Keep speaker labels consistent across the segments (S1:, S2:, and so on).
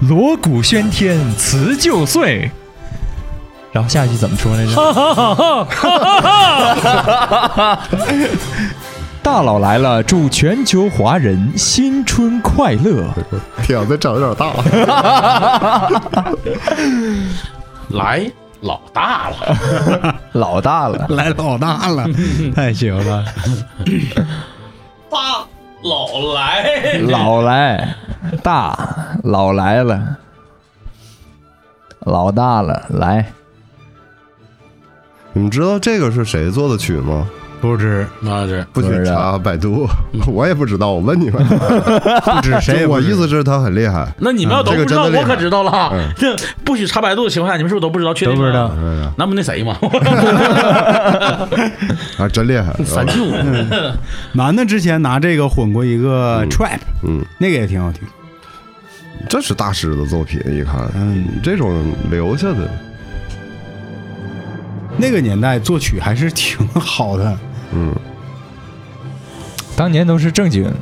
S1: 锣鼓喧天辞旧岁。然后下一句怎么说 来着？大佬来了，祝全球华人新春快乐。
S2: 挑子长得有点大，
S3: 来老大了，
S1: 老大了，
S4: 来老大了，
S1: 哎
S4: 太行了，
S3: 大老来，
S1: 老来大，老来了，老大了，来
S2: 你们知道这个是谁做的曲吗？
S4: 不知
S3: 那是
S2: 不
S1: 不
S2: 许
S1: 知道
S2: 查百度， 我也不知道，我问你们。
S4: 不知 谁也不
S2: 我
S4: 知
S2: 意思是他很厉害，
S3: 那你们要都
S2: 这
S3: 不
S2: 个
S3: 知
S2: 真
S3: 道，
S2: 的厉害
S3: 我可知道了啊
S2: 嗯。
S3: 这 不许查百度的情况下，你们是不是都不知道？确定
S4: 都不知道
S3: 吗。那不那谁吗？
S2: 啊，真厉害。
S3: 三舅，
S4: 男的之前拿这个混过一个 trap，
S2: 嗯，
S4: 那个也挺好听。
S2: 这是大师的作品，一看，
S4: 嗯，
S2: 这种留下的，
S4: 那个年代作曲还是挺好的。
S2: 嗯，
S1: 当年都是正经，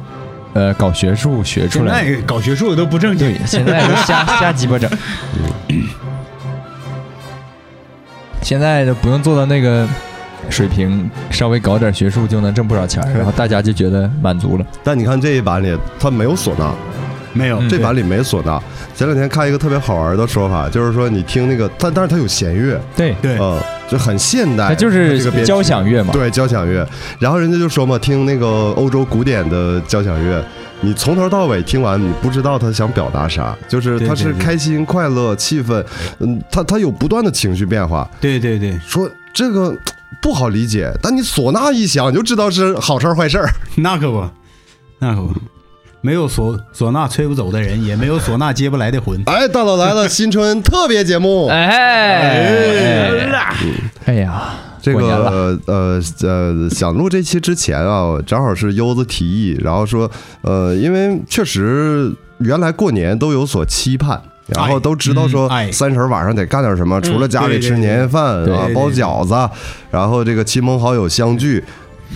S1: 呃，搞学术学出
S4: 现
S1: 来的。
S4: 在搞学术的都不正经
S1: 对，，现在都 瞎瞎鸡巴整。现在就不用做到那个水平，稍微搞点学术就能挣不少钱儿，然后大家就觉得满足了。
S2: 但你看这一版里，他没有唢呐，
S4: 没有
S1: 嗯
S2: 这版里没唢呐。前两天看一个特别好玩的说法，就是说你听那个，但但是它有弦乐，
S1: 对，
S4: 对
S2: 嗯，就很现代，
S1: 它就
S2: 这个
S1: 是
S2: 编曲
S1: 交响乐嘛。
S2: 对交响乐。然后人家就说嘛，听那个欧洲古典的交响乐，你从头到尾听完，你不知道他想表达啥，就是
S4: 对
S2: 他
S4: 对
S2: 是
S4: 对
S2: 开心、快乐、气氛，嗯，他他有不断的情绪变化。
S4: 对对对，
S2: 说这个不好理解，但你唢呐一响，你就知道是好事儿坏事儿。
S4: 那可不，那可不，没有唢唢呐吹不走的人，也没有唢呐接不来的魂。
S2: 哎，大佬来了，新春特别节目。
S1: 哎哎哎呀，
S2: 这
S1: 过年
S2: 个呃呃，想录这期之前啊，正好是优子提议，然后说呃，因为确实原来过年都有所期盼。然后都知道说
S4: 哎嗯哎
S2: 三十儿晚上得干点什么，除了家里吃年夜饭
S1: 嗯对
S2: 啊
S4: 对、对
S2: 包饺子，然后这个亲朋好友相聚，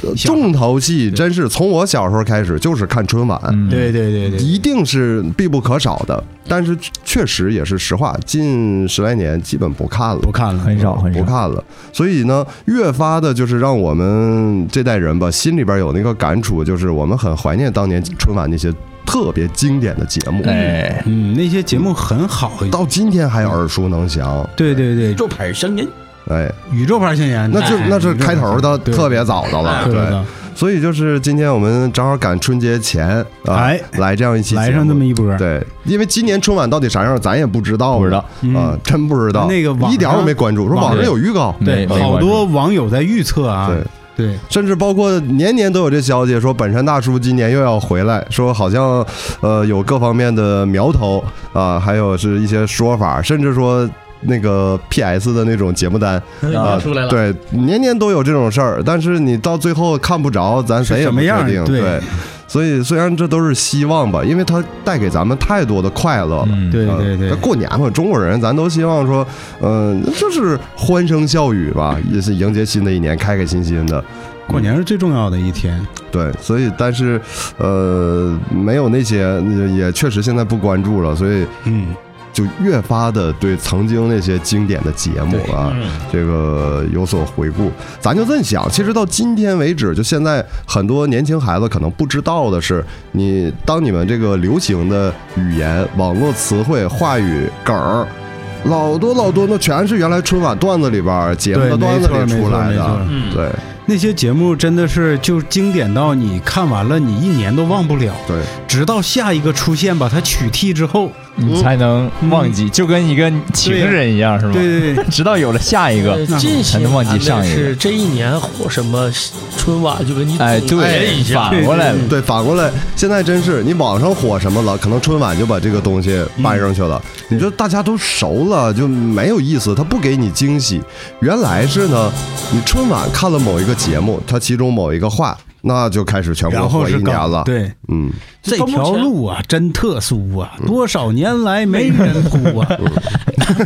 S2: 呃
S4: 小
S2: 重头戏真是从我小时候开始就是看春晚，
S1: 嗯，
S4: 对对对对，
S2: 一定是必不可少的。但是确实也是实话，近十来年基本不看了，
S4: 不看了，
S1: 很少很
S2: 不
S1: 少。
S2: 看了。所以呢，越发的就是让我们这代人吧，心里边有那个感触，就是我们很怀念当年春晚那些特别经典的节目，
S1: 哎，
S4: 嗯，那些节目很好。
S2: 到今天还耳熟能详。
S4: 对对对，
S3: 就牌声音，
S2: 哎，
S4: 宇宙牌青年，
S2: 那就
S4: 哎
S2: 那是开头的
S4: 对哎
S2: 特别早的了，
S4: 对
S2: 对。
S4: 的，
S2: 所以就是今天我们正好赶春节前啊
S4: 哎，
S2: 来这样一期节目
S4: 来上这么一波，
S2: 对，因为今年春晚到底啥样，咱也不知道嘛，
S1: 不知道
S4: 嗯
S2: 啊，真不知道。
S4: 那个网上
S2: 一点儿我没关注，说
S4: 网
S2: 网
S4: 上
S2: 上有预告，
S1: 没
S4: 对，
S1: 没
S4: 好
S1: 关注
S4: 多网友在预测啊，
S2: 对，嗯
S4: 对，
S2: 甚至包括年年都有这消息，说本山大叔今年又要回来，说好像呃有各方面的苗头啊、还有是一些说法，甚至说。那个 P S 的那种节目单啊，
S3: 要出来了。
S2: 对，年年都有这种事儿，但是你到最后看不着，咱谁
S4: 是
S2: 也
S4: 什
S2: 不
S4: 么
S2: 确
S4: 样儿
S2: 定。
S4: 对
S2: 对，所以虽然这都是希望吧，因为它带给咱们太多的快乐了。
S1: 嗯，
S4: 对
S2: 嗯
S4: 对对
S2: 那，过年嘛，中国人咱都希望说，嗯、就是欢声笑语吧，也是迎接新的一年，开开心心的。
S4: 过年是最重要的一天，
S2: 对，所以但是，呃，没有那些，呃也确实现在不关注了，所以
S4: 嗯，
S2: 就越发的对曾经那些经典的节目啊，
S4: 嗯
S3: 嗯
S2: 这个有所回顾。咱就这么想，其实到今天为止，就现在很多年轻孩子可能不知道的是，你当你们这个流行的语言、网络词汇、话语梗儿。老多老多，那全是原来春晚段子里边儿、节目的
S4: 对，
S2: 段
S4: 没
S2: 子
S4: 错
S2: 里
S4: 没
S2: 出
S4: 错
S2: 来
S4: 没
S2: 的。
S4: 错，
S3: 嗯，
S2: 对
S4: 那些节目真的是就经典到你看完了，你一年都忘不了，
S2: 对，
S4: 直到下一个出现把它取替之后，
S1: 你才能忘记，就跟一个情人一样，是吗？
S4: 嗯对对对，
S1: 直到有了下一个
S5: 呃，
S4: 那
S5: 近些
S1: 才能忘记
S5: 年
S1: 上一个
S5: 是这一年或什么春晚就给你
S1: 哎，
S5: 总结
S1: 对
S5: 一，下
S1: 反过来了，
S2: 对，反过来，现在真是你网上火什么了，可能春晚就把这个东西搬上去了。你说大家都熟了，就没有意思，它不给你惊喜。原来是呢，你春晚看了某一个节目，它其中某一个话，那就开始全
S4: 然
S2: 国
S4: 后
S2: 火一
S4: 是
S2: 年
S4: 搞
S2: 了。，
S4: 对。
S2: 嗯，
S4: 这
S5: 到目
S4: 条
S5: 前
S4: 路啊，真特殊啊！多少年来没人铺啊！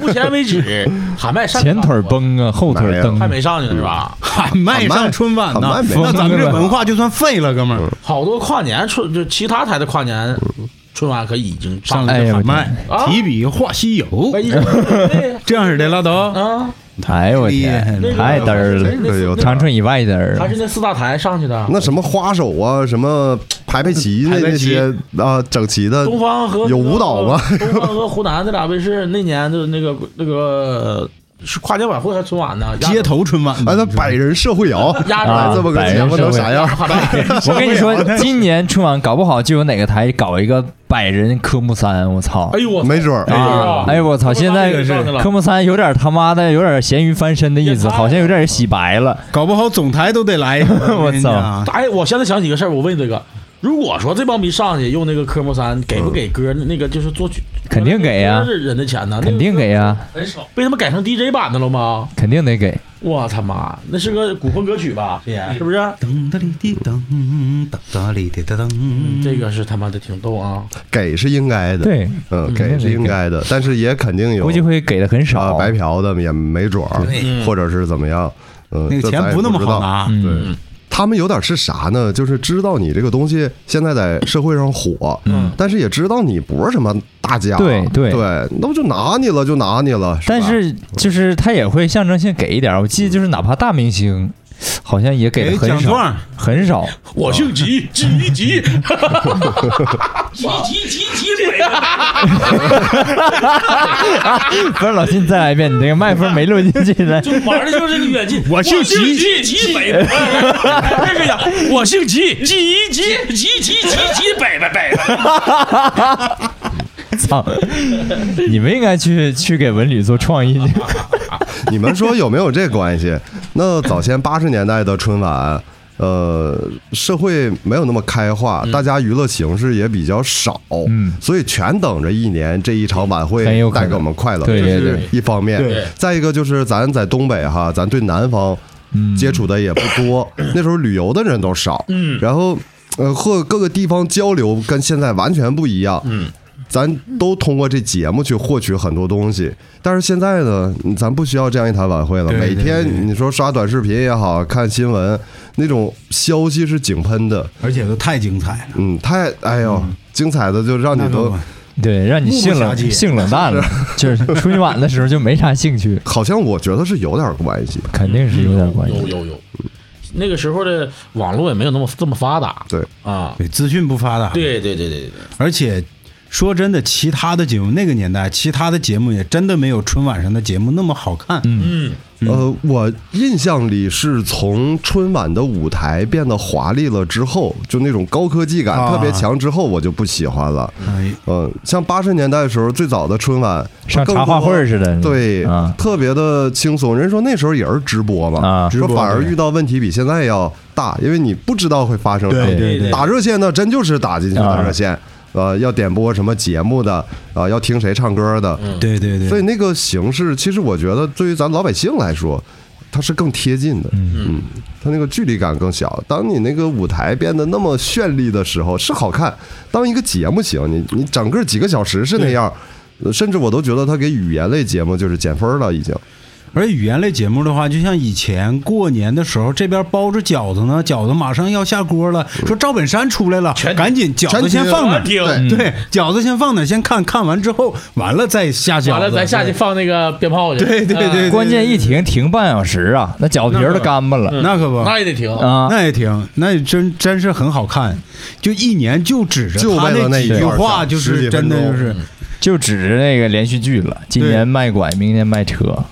S3: 目前为止，喊麦上
S1: 前腿崩啊，后腿蹬
S3: 还，没上去呢是吧？
S4: 喊麦上春晚
S2: 喊
S4: 呐
S2: 麦，没
S3: 嗯
S4: 那咱们这文化就算废了，哥们儿。
S3: 好多跨年春就其他台的跨年春晚可已经哎
S4: 上
S1: 哎呦
S4: 来就
S1: 我
S4: 喊
S1: 天
S4: 麦
S3: 啊，
S4: 提笔画西游，这样式的拉倒，
S3: 啊，
S1: 哎呦我
S4: 厉害
S1: 天，
S4: 了
S1: 太嘚儿
S2: 这
S1: 了，
S2: 个有点
S1: 长春以外的人
S3: 还
S1: 了
S3: 是，那四大台上去的。
S2: 那什么花手啊，什么排排棋那
S4: 排排
S2: 那
S4: 棋
S2: 些啊，整齐的
S3: 东方和
S2: 有舞蹈吗？
S3: 东方和湖南那俩卫视那年的那个那个是跨年晚会还是春晚呢？压
S4: 街头春晚，
S2: 哎，那百人社会摇，哎
S3: 压
S1: 啊
S3: 着
S2: 这么个
S1: 百
S2: 节
S1: 人
S2: 目
S1: 社
S2: 能
S1: 会
S2: 啥样？
S3: 跨年
S1: 我跟你说，今年春晚搞不好就有哪个台搞一个百人科目三，我操
S3: 哎！呦我
S2: 没准儿
S3: 哎
S1: 啊！哎
S3: 呦
S1: 呦我操！现在
S3: 科目三也上去了
S1: 科目三有点他妈的有点咸鱼翻身的意思，
S3: 也太
S1: 好像有点洗白了。
S4: 搞不好总台都得来。我跟你讲，
S3: 哎，我现在想起个事儿，我问这个。如果说这帮逼上去用那个科目三，给不给
S2: 嗯
S3: 歌那个就是作曲，
S1: 肯定给呀
S3: 歌是人的钱呢，那个
S1: 肯定给呀，
S5: 很少。
S3: 被他们改成 DJ 版的了吗？
S1: 肯定得给。
S3: 我他妈，那是个古风歌曲吧？是不是？
S4: 噔哒哩滴噔，噔哒哩滴哒噔，
S3: 这个是他妈的挺逗啊！
S2: 哎给是应该的，
S1: 对，
S2: 嗯，
S1: 肯
S2: 给
S1: 定
S2: 是
S1: 得
S2: 应
S1: 给
S2: 该的，但是也肯定有
S1: 估计会给的很
S2: 啊
S1: 少。
S2: 白嫖的也没准儿，
S4: 对
S2: 或者是怎么样，嗯，
S4: 那个
S2: 这
S4: 钱
S2: 咱也
S4: 不那么
S2: 知道
S4: 好。拿。
S1: 嗯
S2: 对，他们有点是啥呢？就是知道你这个东西现在在社会上火，
S1: 嗯，
S2: 但是也知道你不是什么大家，
S1: 对对
S2: 对，那不就拿你了就拿你了，
S1: 但
S2: 吧
S1: 是就是他也会象征性给一点儿。我记得就是哪怕大明星，好像也给的很
S4: 哎奖
S1: 少，
S4: 状，
S1: 很少。
S3: 我姓吉， 吉 吉，
S5: 急急急急鬼了，
S1: 不是老金，再来一遍，你这个麦克风没录进去呢。
S5: 就玩的就是这个远近。
S4: 我姓
S5: 急
S4: 吉
S5: 急急北北，这个呀，我姓急急急急急急急北北北。
S1: 操！你们应该去去给文旅做创意。
S2: 你们说有没有这关系？那早先八十年代的春晚，呃，社会没有那么开化，大家娱乐形式也比较少，
S1: 嗯
S2: 所以全等着一年这一场晚会
S1: 很有可
S2: 带
S1: 能
S2: 给我们快乐，
S1: 对对
S2: 这
S1: 对
S2: 是一方面
S3: 对。
S2: 再一个就是咱在东北哈，咱对南方
S1: 嗯
S2: 接触的也不 多，那时候旅游的人都少，
S3: 嗯
S2: 然后呃和各个地方交流跟现在完全不一样，
S3: 嗯，
S2: 咱都通过这节目去获取很多东西。但是现在呢，嗯咱不需要这样一台晚会了。
S4: 对
S2: 每
S4: 对对
S2: 天你说刷短视频也好看新闻，那种消息是井喷的，
S4: 而且都太精彩了，
S2: 嗯，太哎呦，精彩的就让你
S4: 嗯那
S2: 都
S4: 可不
S1: 对，让你性冷
S4: 目不暇接
S1: 性冷淡 了，就是春晚的时候就没啥兴趣，
S2: 好像我觉得是有点关系。
S1: 肯定是有点关
S3: 有
S1: 系。
S3: 有有，那个时候的网络也没有那么这么发达，
S2: 对
S3: 啊，
S4: 对，资讯不发达，，
S3: 对对对对对，
S4: 而且说真的，其他的节目那个年代，其他的节目也真的没有春晚上的节目那么好看。
S1: 嗯，
S3: 嗯，
S2: 呃，我印象里是从春晚的舞台变得华丽了之后，就那种高科技感
S4: 啊
S2: 特别强之后，我就不喜欢了。
S4: 哎，
S2: 嗯，像八十年代的时候，最早的春晚
S1: 像
S2: 更
S1: 茶话会
S2: 多
S1: 儿似的。
S2: 对，
S1: 啊
S2: 特别的轻松。人说那时候也是直播嘛，
S1: 啊
S2: 说
S4: 直播
S2: 反而
S4: 对
S2: 遇到问题比现在要大，因为你不知道会发生什
S4: 对
S2: 么。
S4: 对对，
S2: 打热线呢，真就是打进去打
S1: 啊
S2: 热线，呃，要点播什么节目的，啊，要听谁唱歌的，
S4: 对对
S1: 嗯
S4: 对，
S2: 所以那个形式，其实我觉得对于咱老百姓来说，它是更贴近的，嗯，它那个距离感更小。当你那个舞台变得那么绚丽的时候，是好看；当一个节目行，你你整个几个小时是那样，
S1: 嗯
S2: 呃甚至我都觉得它给语言类节目就是减分了，已经。
S4: 而语言类节目的话，就像以前过年的时候，这边包着饺子呢，饺子马上要下锅了，说赵本山出来了，赶紧饺子先放那儿，
S3: 全
S2: 对
S4: 对，饺子先放那儿，先看看完之后，完了再下饺子，
S3: 完了咱下去放那个鞭炮去，
S4: 对，对对对，
S1: 关键一停停半小时啊，那饺子皮儿都干巴了
S4: 对那可不。
S3: 那也得停，
S1: 啊。
S4: 那也挺，那也真真是很好看，就一年就指着
S2: 就
S4: 他
S2: 为了那
S4: 几
S2: 一
S4: 句
S2: 段儿
S4: 话，就
S2: 十
S4: 是
S2: 几分
S4: 真的
S2: 钟嗯
S4: 就是，
S1: 就指着那个连续剧了，今
S4: 对
S1: 年卖拐，明年卖车，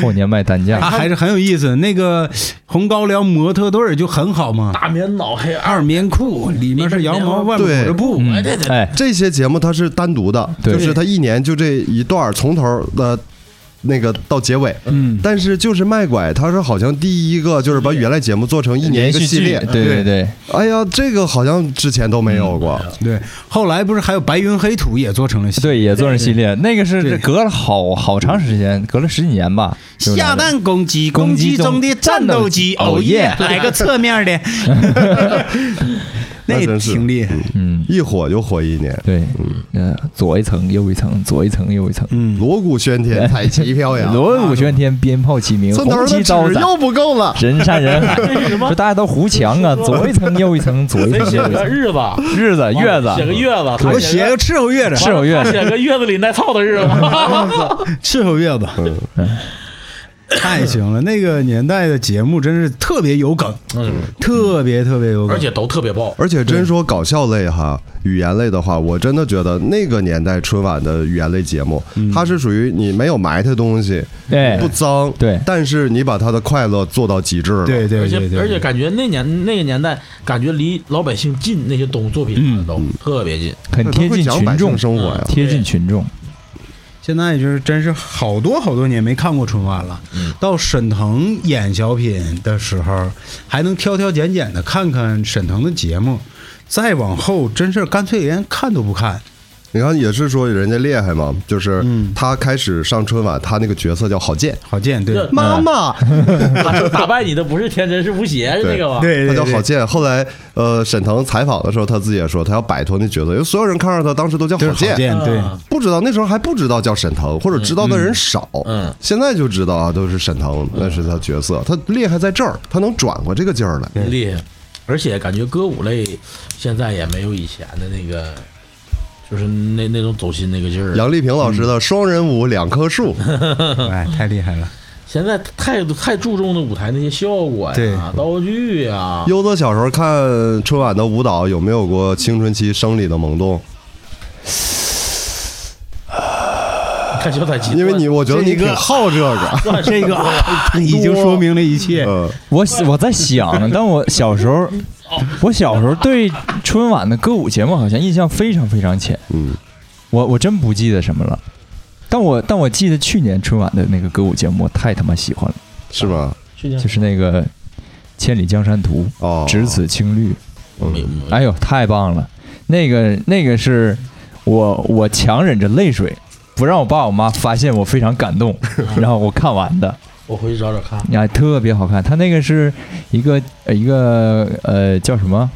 S1: 后年卖担
S4: 他
S2: 啊
S1: 架。
S4: 啊还是很有意思。那个红高粱模特队儿就很好嘛，
S3: 大棉袄啊黑二，
S4: 二棉裤里面是羊毛，外面裹着布，
S1: 嗯
S3: 哎对对
S1: 哎，
S2: 这些节目它是单独的，
S1: 对
S2: 就是它一年就这一段儿，从头儿的。呃那个到结尾，
S4: 嗯，
S2: 但是就是卖拐，它是好像第一个就是把原来节目做成一年一
S1: 嗯连
S2: 个
S1: 续
S2: 系
S1: 剧，
S2: 列，
S1: 对对对，
S2: 哎呀，这个好像之前都没有过。
S1: 嗯
S4: 对，后来不是还有白云黑土也做成了戏，
S1: 对也做成系列。那个是隔了好好长时间，隔了十几年吧。就是那
S4: 下
S1: 个
S4: 蛋公鸡，
S1: 公
S4: 公
S1: 鸡
S4: 鸡哦
S1: 中
S4: 中的战斗
S1: 战斗机
S4: 机，
S1: 哦
S4: 哦耶
S1: 耶，
S4: 来个侧面的，
S2: 那
S4: 那
S2: 真是
S4: 挺厉害。
S1: 嗯，
S2: 一火就火一年，
S1: 对，嗯，左一层右一层，左一层右一层，
S4: 嗯，
S2: 锣鼓喧天，彩旗飘扬，
S1: 嗯锣鼓喧天，鞭炮齐鸣，
S2: 村嗯头
S1: 红
S2: 的
S1: 旗
S2: 纸
S1: 招展，
S2: 又不够了。
S1: 人山人 海，说大家都糊墙啊，左一层右一层，左一
S3: 得
S1: 层
S3: 写
S1: 右一
S3: 个
S1: 层，
S3: 日子，啊
S1: 日子月子，
S3: 写个月子，他
S4: 我写个伺候月子，
S1: 是有月
S3: 他
S1: 子，
S3: 写个月子里耐操的日子。
S4: 伺候月子，嗯太行了！那个年代的节目真是特别有梗，
S3: 嗯，
S4: 特别特别有梗，
S3: 而且都特别爆。
S2: 而且真说搞笑类哈，语言类的话，我真的觉得那个年代春晚的语言类节目，
S1: 嗯
S2: 它是属于你没有埋汰东西，
S1: 对
S2: 不脏，
S1: 哎对
S2: 但是你把它的快乐做到极致了。
S4: 对对
S3: 而且
S4: 对对，
S3: 而且感觉那年那个年代，感觉离老百姓近，那些东作品都特别近。
S1: 很
S2: 对
S1: 贴
S2: 哎它会
S1: 近
S2: 讲百
S1: 群
S2: 姓
S1: 众，嗯
S2: 生活呀。
S1: 贴近群众，
S4: 现在就是真是好多好多年没看过春晚了。
S3: 嗯
S4: 到沈腾演小品的时候，还能挑挑拣拣的看看沈腾的节目，再往后真是干脆连看都不看。
S2: 你看，也是说人家厉害嘛，就是
S4: 嗯
S2: 他开始上春晚，他那个角色叫郝建，
S4: 郝建对
S3: 这
S2: 妈妈，
S1: 嗯
S3: 打打败你的不是天真，是吴邪，是那个吧？
S4: 对
S2: 他
S4: 对
S2: 叫郝
S4: 对，
S2: 建。后来，呃，沈腾采访的时候，他自己也说，他要摆脱那角色，因为所有人看着他当时都叫
S4: 就是
S2: 郝
S4: 郝
S2: 建，
S4: 建对。
S3: 啊
S2: 不知道那时候还不知道叫沈腾，或者知道的人少。
S3: 嗯嗯
S2: 现在就知道啊，都是沈腾，那是他角色，他厉害在这儿，他能转过这个劲儿来。
S3: 厉害。而且感觉歌舞类现在也没有以前的那个，就是那那种走心那个劲儿了。
S2: 杨丽萍老师
S4: 嗯
S2: 的双人舞两棵树，
S4: 哎，太 厉害了！
S3: 现在太太注重的舞台那些效果
S4: 对
S3: 呀、道具啊呀，
S2: 优子小时候看春晚的舞蹈，有没有过青春期生理的萌动？
S3: 看小彩啊旗，
S2: 因为你，我觉得你
S4: 啊这个
S2: 挺好这个。
S4: 这个、
S3: 啊
S4: 已经说明了一切。
S3: 呃
S2: 嗯，
S1: 我我在想，但我小时候， 我小时候对春晚的歌舞节目好像印象非常非常浅，
S2: 嗯，
S1: 我我真不记得什么了。但我但我记得去年春晚的那个歌舞节目，我太他妈喜欢了，
S2: 是吗？
S3: 去年
S1: 就是那个《千里江山图
S2: 哦》，，
S1: 只此青绿，
S3: 我没有没有
S1: 哎呦，太棒了！那个那个是我我强忍着泪水，不让我爸我妈发现我非常感动，然后我看完的。
S3: 我回去找找看。
S1: 呀，哎特别好看。它那个是一个呃一个呃叫什么？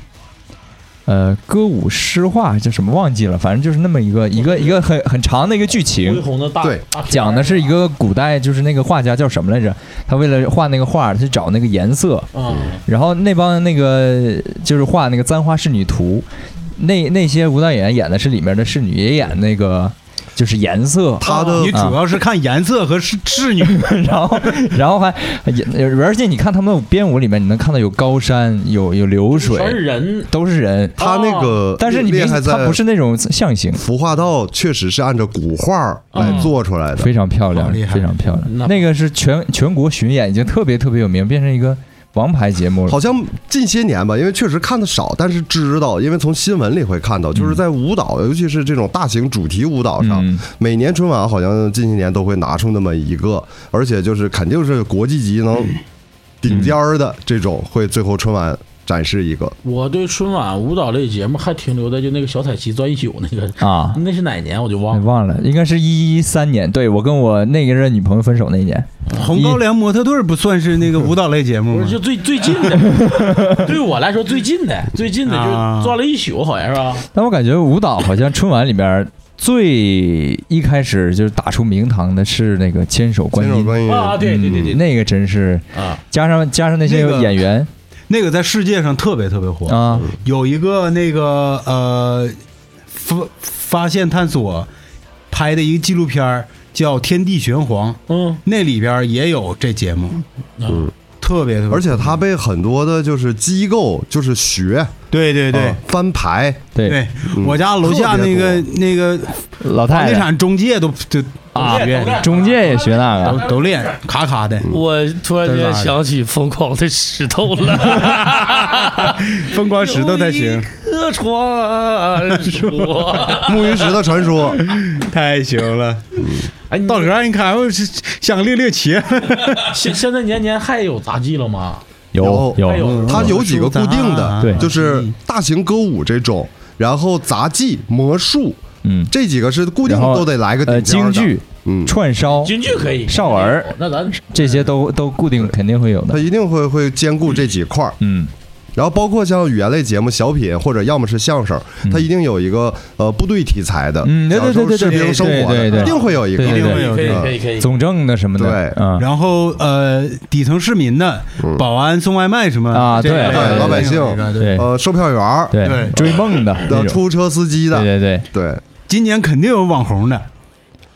S1: 呃，歌舞诗画叫什么忘记了，反正就是那么一个一个一个很很长的一个剧
S3: 恢
S1: 情，
S3: 宏的大
S2: 对
S3: 大啊片儿
S1: 讲的是一个古代就是那个画家叫什么来着？他为了画那个画，他去找那个颜色，
S3: 啊，
S1: 然后那帮那个就是画那个《簪花仕女图》，那那些舞蹈演员演的是里面的仕女，也演那个就是颜色，
S2: 他的
S4: 你主要是看颜色和仕仕女，
S1: 然后，然后还，也而且你看他们的编舞里面，你能看到有高山，有有流
S3: 全是
S1: 水，
S3: 人，
S1: 都是人。
S2: 他那个，
S1: 哦但是你
S2: 厉
S1: 明
S2: 害
S1: 显它
S2: 在
S1: 不是那种象形，
S2: 服化道，确实是按照古画
S1: 嗯
S2: 来做出来的。
S1: 非常漂
S4: 好
S1: 亮
S4: 厉，害
S1: 非常漂
S3: 那
S1: 亮。那个是全全国巡演，已经特别特别有名，变成一个王牌节目了。
S2: 好像近些年吧，因为确实看的少，但是知道，因为从新闻里会看
S1: 嗯
S2: 到，就是在舞蹈，尤其是这种大型主题舞蹈上，
S1: 嗯
S2: 每年春晚好像近些年都会拿出那么一个，而且就是肯定是国际级
S1: 嗯
S2: 能顶尖儿的这种，会最后春晚展示一个。
S3: 我对春晚舞蹈类节目还停留在就那个小彩旗钻一宿那个，
S1: 啊，
S3: 那是哪年我就
S1: 哎
S3: 忘了。
S1: 忘了，应该是一一三年，对我跟我那个任女朋友分手那一年。
S4: 红高粱模特队不算是那个舞蹈类节目
S1: 嗯
S3: 不
S4: 吗
S3: 是，？就最最近的， 对我来说最近的，最近的
S4: 啊
S3: 就转了一宿，好像是吧？
S1: 但我感觉舞蹈好像春晚里边最一开始就是打出名堂的是那个千手观
S2: 千手
S1: 音，
S2: 观音嗯
S3: 啊，对对对对，
S1: 那个真是。
S3: 啊，
S1: 加上加上那些
S4: 那个
S1: 演员、
S4: 那个在世界上特别特别火，
S1: 啊，
S4: 有一个那个呃发发现探索拍的一个纪录片儿叫《天地玄黄》，
S3: 嗯，
S4: 那里边儿也有这节目，
S3: 嗯，
S4: 特别特别，
S2: 而且它被很多的就是机构就是学
S4: 对对对
S2: 啊翻牌，
S1: 对，
S4: 对，我家楼下那个那个
S1: 老
S4: 房
S1: 太
S4: 地
S1: 太
S4: 产中介都都
S1: 啊
S4: 都学
S1: 中介也学那个，
S4: 都都练咔咔的，
S3: 嗯
S5: 我突然间想起疯狂的石头 了，
S4: 疯狂石头才行，
S5: 客船说，
S2: 木鱼石的传 说，
S4: 太行了。
S3: 哎，
S4: 道哥，你看我是想猎猎奇，
S3: 现现在年年还有杂技了吗？
S1: 有
S2: 有
S3: 有
S2: 它有几个固定的，
S1: 对
S2: 就是大型歌舞这种，然后杂技、魔术
S1: 嗯，
S2: 这几个是固定
S1: 然后
S2: 都得来个
S1: 呃
S2: 顶尖
S1: 京
S2: 儿的
S1: 剧、
S2: 嗯，
S1: 串烧
S3: 京剧可以，哦
S1: 少儿嗯
S3: 那咱
S1: 这些都都固定肯定会有
S2: 它
S1: 的，
S2: 一定会会兼顾这几块儿。
S1: 嗯，
S2: 然后包括像语言类节目、小品或者要么是相声，它一定有一个呃部队题材的，
S1: 嗯对对对对
S2: 讲
S1: 对
S2: 述士兵生活的，
S1: 对对对
S2: 一定会有一个，
S1: 对对对
S4: 对
S3: 可以
S2: 嗯
S3: 可以可以，
S1: 总政的什么的，
S2: 对
S1: 嗯，
S4: 然后呃，底层市民的保安送外卖什么
S1: 啊
S4: 这个
S1: 对
S4: 这个
S1: 老
S2: 百姓
S4: 这个
S1: 对
S2: 呃，售票员儿
S1: 对
S4: 对
S1: 追梦的那
S2: 的、
S1: 种，
S2: 出租车司机的，
S1: 对对对，
S2: 对，
S4: 今年肯定有网红的，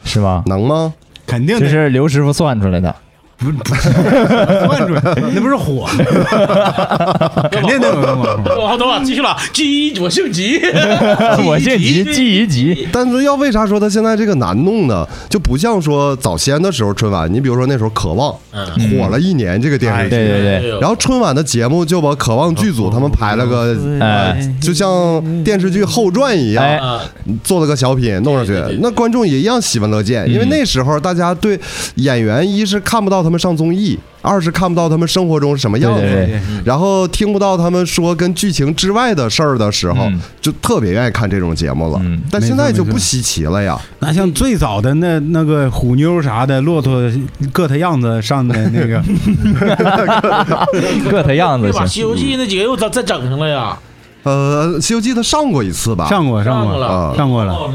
S1: 是吗？
S2: 能吗？
S4: 肯定
S1: 这
S4: 得
S1: 是刘师傅算出来的，
S4: 不不是问出来， 那不是火，肯定得有个网红。
S3: 我哦好等会儿继续了，吉，我姓吉，
S1: 我姓吉，记一吉，
S2: 但是要为啥说他现在这个难弄呢？就不像说早先的时候春晚，你比如说那时候《渴望》
S3: 嗯
S2: 火了一年这个电视
S1: 哎对嗯
S2: 剧，
S1: 对对，
S3: 然
S2: 然后春晚的节目就把《渴望》剧组他们排了个，
S1: 哎
S2: 就像电视剧后传一样，
S1: 哎
S3: 啊，
S2: 做了个小品弄上去
S3: 对对对，
S2: 那观众也一样喜闻乐见，因为那时候大家对演员一是看不到他们上综艺，二是看不到他们生活中是什么样
S1: 对对
S2: 子
S1: 对，
S2: 然后听不到他们说跟剧情之外的事儿的时候
S1: 嗯，
S2: 就特别愿意看这种节目了
S1: 嗯。
S2: 但现在就
S4: 没错没
S2: 不
S4: 错
S2: 稀奇了呀，
S4: 那像最早的那那个虎妞啥的，骆驼个他样子上的那 个，
S1: 个他样子
S3: 那把《西
S1: 行，
S3: 游记》那几个又再再整上了呀，
S2: 呃，《西游记》他上过一次
S1: 啊
S2: 吧？
S4: 上过上
S3: 过
S4: 过，
S3: 了，
S4: 上过了。
S3: 了。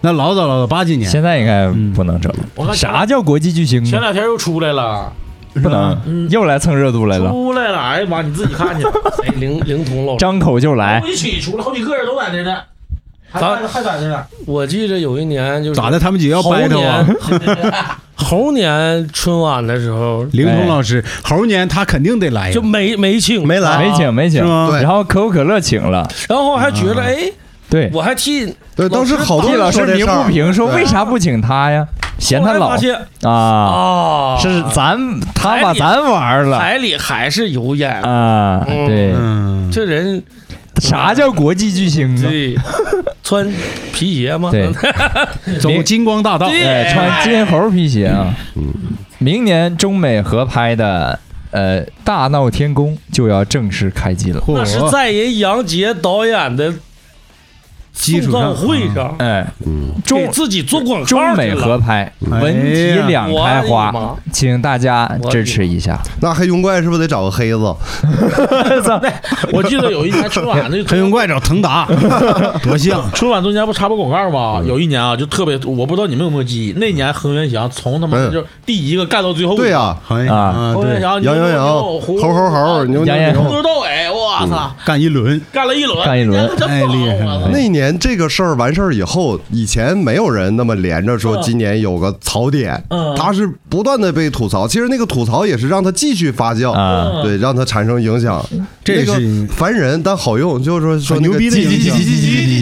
S4: 那老早老早八几年，
S1: 现在应该不能整了。
S3: 我看
S1: 啥叫国际巨星
S3: 前
S1: 呢？
S3: 两天又出来了，
S1: 不能，又来蹭热度来了，
S3: 出来了，哎呀妈，你自己看去吧，
S5: 哎，灵灵通了。
S1: 张口就来
S3: 我。一起出来，好几个人都在那呢，还
S5: 咱
S3: 在还在那 呢，
S5: 我记着有一年就是
S4: 咋的？他们几个要
S5: 猴
S4: battle
S1: 哎
S4: 啊？
S5: 年，猴年春晚的时候
S4: 凌空老师，猴年他肯定得来呀，
S5: 就没没请，
S2: 没来
S1: 哎没请，没请
S4: 是，吗？
S2: 对
S1: 然后可口可乐请了，
S5: 然后还觉得
S1: 啊
S5: 哎，
S1: 对，
S5: 我还替
S2: 对，当时好多
S1: 替
S2: 人
S1: 老师
S2: 说这
S1: 鸣
S2: 事儿
S1: 不平，说
S2: 对
S1: 为啥不请他呀？嫌
S5: 啊后
S1: 他
S5: 来
S1: 老
S5: 发现
S1: 啊，
S5: 啊，
S1: 是咱他把咱玩了
S5: 海里还是有眼，
S1: 啊，
S5: 嗯
S1: 对，
S4: 嗯，
S5: 这人
S1: 啥叫国际巨星啊？
S5: 这穿皮鞋吗？
S1: 对，
S4: 走金光大道，
S5: 嗯对
S1: 哎，穿金猴皮鞋啊。明年中美合拍的呃《大闹天宫》就要正式开机了。
S4: 嚯
S5: 那是在人杨洁导演的
S4: 基础
S5: 送
S4: 上
S5: 葬会上
S1: 哎，
S2: 嗯，
S5: 给
S1: 中
S5: 自己做广告去
S1: 中
S5: 了
S1: 美合拍，
S4: 哎呀
S1: 文体两开
S5: 我的
S1: 花
S5: 妈，
S1: 请大家支持一下。
S2: 那黑熊怪是不是得找个黑子？
S3: 我记得有一年春晚那
S4: 黑熊怪找腾达，多像！
S3: 春晚中间不插播广告吗？有一年啊，就特别，我不知道你们有没有记忆，那年恒源祥从他妈
S2: 嗯
S3: 就是第一个干到最后，
S2: 对呀、，
S4: 好像
S1: 啊
S4: 啊，
S3: 恒源
S4: 对，
S3: 祥
S2: 羊羊羊，猴
S3: 牛牛
S2: 猴猴，牛牛
S1: 羊羊
S2: 牛
S3: 从。头到尾，我操，
S4: 干一轮，
S3: 哎干了一轮，
S1: 干一轮
S3: 真棒啊
S4: 太厉害
S3: 我操
S4: 了
S2: 那年这个事儿完事儿以后，以前没有人那么连着说
S3: 嗯
S2: 今年有个槽点，
S3: 嗯
S2: 他是不断的被吐槽。其实那个吐槽也是让他继续发酵，
S1: 啊
S2: 对，让他产生影响。
S4: 这
S2: 那个
S4: 是
S2: 烦人但好用，就是说说
S4: 很
S2: 那
S4: 牛
S2: 个
S4: 逼的
S2: 叽
S4: 影
S2: 叽
S4: 响
S2: 叽叽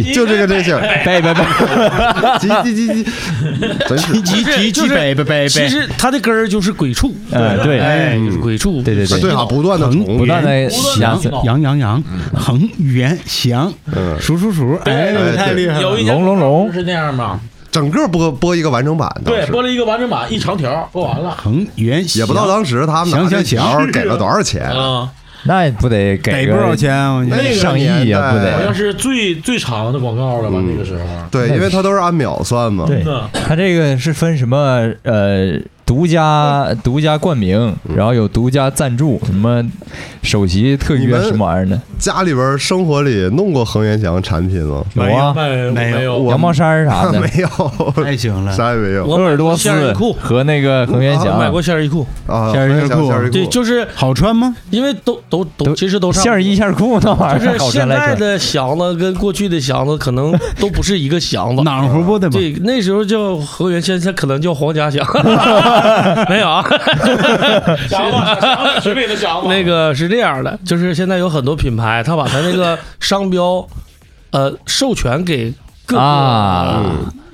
S2: 叽 叽，就这个这 劲儿，
S1: 拜拜拜！
S2: 叽叽叽叽，真是。
S4: 急急急北北北
S5: 其
S4: 北，
S5: 实它的根儿就是鬼畜，
S1: 哎，对，
S5: 哎，就是鬼畜，
S1: 对对
S2: 啊对啊，不断的重
S1: 不断的
S4: 羊
S1: 想
S4: 羊羊羊，恒源祥，数数数，嗯哎
S2: 哎，
S4: 太厉害了！
S3: 有一年
S1: 龙龙龙
S3: 不是那样吗？
S2: 整个播播一个完整版，当
S3: 对，
S2: 时
S3: 播了一个完整版，一长条播完了，
S4: 恒源祥
S2: 也不知道当时他们拿
S4: 行
S2: 这
S4: 行行
S2: 条给了多少钱，
S3: 嗯，
S1: 那不得给
S4: 给
S1: 个
S4: 不少钱，我觉
S2: 那
S4: 得哎
S2: 个
S1: 上亿呀，不
S2: 年代
S3: 好像
S1: 得。
S3: 是最最长的广告了吧？那个时候，
S2: 对，因为他都是按秒算嘛。
S1: 对
S3: 嗯
S1: 他这个是分什么？呃，独家独家冠名，
S2: 嗯
S1: 然后有独家赞助，什么首席特
S2: 你
S1: 约
S2: 们
S1: 什么玩意儿的，
S2: 家里边儿生活里弄过恒源祥产品吗？
S1: 有
S4: 没
S1: 啊，
S3: 没
S4: 没有
S3: 没有，
S1: 羊毛衫儿啥的，
S2: 没有，
S4: 太行了。
S2: 啥也没有
S5: 我
S1: 鄂尔多斯
S5: 买过线儿衣裤
S1: 和那个恒源祥
S5: 买过线儿衣裤，
S2: 啊。
S4: 夏日裤
S2: 夏日
S5: 对，就是
S4: 好穿吗？
S5: 因为都都
S1: 都
S5: 都其实都上
S1: 线儿衣线儿裤那玩意
S5: 就
S1: 儿
S5: 是
S1: 好
S5: 现
S1: 穿来
S5: 在
S1: 着。
S5: 的祥子跟过去的祥子可能都不是一个祥 子。
S4: 暖乎乎的吧？
S5: 对，那时候叫河源，现在可能叫黄家祥，没有啊。
S3: 想吧，随便的想吧。
S5: 那个是这样的，就是现在有很多品牌，他把他那个商标，呃，授权给各嗯
S1: 啊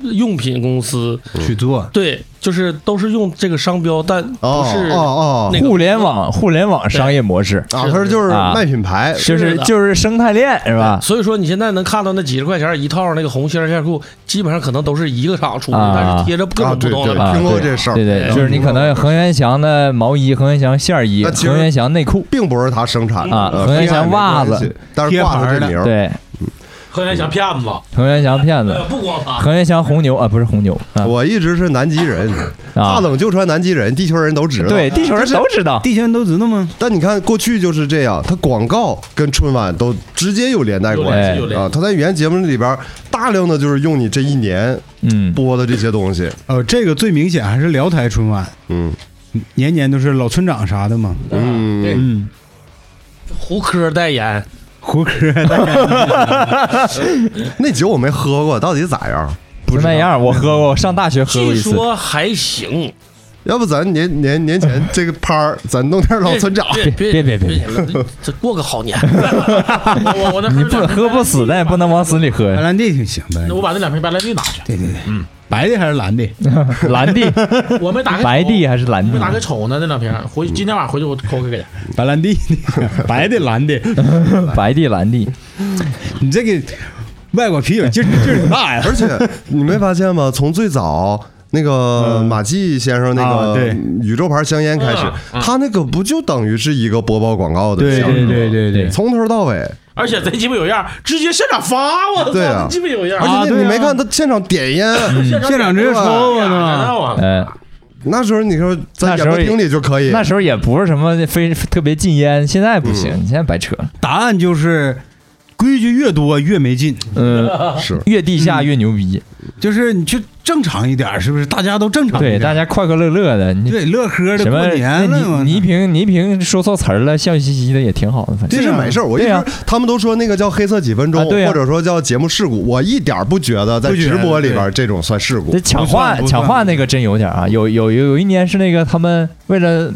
S5: 个用品公司，
S4: 去做
S5: 对，就是都是用这个商标，但
S2: 哦
S5: 不是
S2: 哦
S5: 那
S2: 哦
S5: 个
S1: 互联网互联网商业模式，
S2: 啊，他就是
S1: 啊
S2: 卖品牌，
S1: 就是
S5: 的
S1: 就是生态链是吧？
S5: 所以说，你现在能看到那几十块钱一套那个红线儿线裤，基本上可能都是一个厂出的，
S1: 啊
S5: 但是贴着各
S2: 啊
S5: 种不
S2: 对
S5: 同
S2: 对
S5: 的。
S1: 啊
S2: 听过这事
S1: 对
S2: 儿，
S1: 对，就是你可能恒源祥的毛衣、恒源祥线儿衣、
S2: 那其实
S1: 恒源祥内裤，
S2: 并不是他生产的
S1: 啊
S2: 呃
S1: 恒源
S2: 跟他
S1: 祥
S2: 没
S1: 袜
S2: 关系
S1: 子
S2: 啊但是挂他这名儿，
S1: 对，
S3: 何元祥骗子，
S1: 恒源祥骗
S3: 哎呀
S1: 子，
S3: 不光他，
S1: 恒源祥红牛啊，不是红牛啊
S2: 我一直是南极人，
S1: 啊
S2: 怕，冷就穿南极人，地球人都知道。啊
S1: 对，，地球人都知道，
S4: 地球人都知道吗？
S2: 但你看过去就是这样，它广告跟春晚都直接有连带
S3: 有
S2: 关
S3: 联
S1: 哎
S3: 系有
S2: 系
S3: 联
S2: 啊。
S3: 系，
S2: 它在语言节目里边大量的就是用你这一年
S1: 嗯，
S2: 播的这些东西，
S4: 呃，这个最明显还是辽台春晚，
S2: 嗯
S4: 年年都是老村长啥的嘛。
S2: 嗯，
S4: 嗯，
S5: 胡歌代言，
S4: 胡歌
S2: 那酒我没喝过，到底咋样？
S1: 不那样，我喝过，我上大学喝过
S5: 据
S1: 一次，
S5: 说还行。
S2: 要不咱年年年前这个趴儿，咱弄点老村长。
S5: 别
S1: 别别别
S5: 别，这过个好年。 我我我那
S1: 你不喝不死，但也不能往死里喝
S4: 白
S1: 呀，
S4: 兰地挺行的
S3: 那，我把那两瓶白兰地拿去，
S4: 对对对，嗯，白的还是蓝的？
S1: 蓝地、
S3: 我没打
S2: 哎
S3: 开
S1: 白地
S3: 瞅
S1: 还是嗯蓝
S3: 没
S1: 地
S3: 打开瞅呢，那两瓶回去今天晚上回去我抠开给他。
S4: 白兰地， 白的蓝的，
S1: 白地、蓝地，
S4: 你这个外国啤酒劲儿劲儿挺大 呀。
S2: 而且你没发现吗？从最早那个马季先生那
S4: 啊
S2: 个
S4: 对
S2: 宇宙牌香烟开始
S3: 嗯，嗯
S2: 他那个不就等于是一个播报广告的
S4: 对
S2: 项
S4: 对
S2: 目？
S4: 对对对，
S2: 从头到尾，
S3: 而且贼鸡巴有样儿，直接现场发，我操，
S2: 对啊
S3: 贼鸡巴有样
S2: 而
S1: 哎
S3: 儿，
S2: 且
S4: 啊
S2: 那
S4: 对
S2: 你
S4: 啊
S2: 没看他现场点烟，
S3: 嗯
S4: 现场直接抽我
S3: 啊，
S4: 操！
S3: 我
S1: 嗯。
S2: 那时候你说在
S1: 那时
S2: 演
S1: 候
S2: 播厅里就可以，
S1: 那时候也不是什么非特别禁烟，现在不
S2: 嗯
S1: 行，现在白扯。
S4: 答案就是规矩越多越没劲，
S1: 嗯，
S2: 是
S1: 越地下越牛逼。
S4: 就是你去正常一点儿，是不是？大家都正常一
S1: 对，
S4: 点儿，
S1: 大家快快乐乐的，你
S4: 对乐呵的
S1: 什么
S4: 过年了
S1: 那
S4: 嘛
S1: 倪倪萍倪萍说错词儿了，笑嘻嘻的也挺好的，反
S2: 其
S1: 正
S2: 实没事儿。我一
S1: 对
S2: 直
S1: 啊
S2: 他们都说那个叫黑色几分钟，
S1: 啊对啊
S2: 或者说叫节目事故，我一点儿不觉得在
S4: 不觉得
S2: 直播里边这种算事故
S1: 这。抢话
S4: 不算不算
S1: 抢话那个真有点啊，有有有有一年是那个他们为了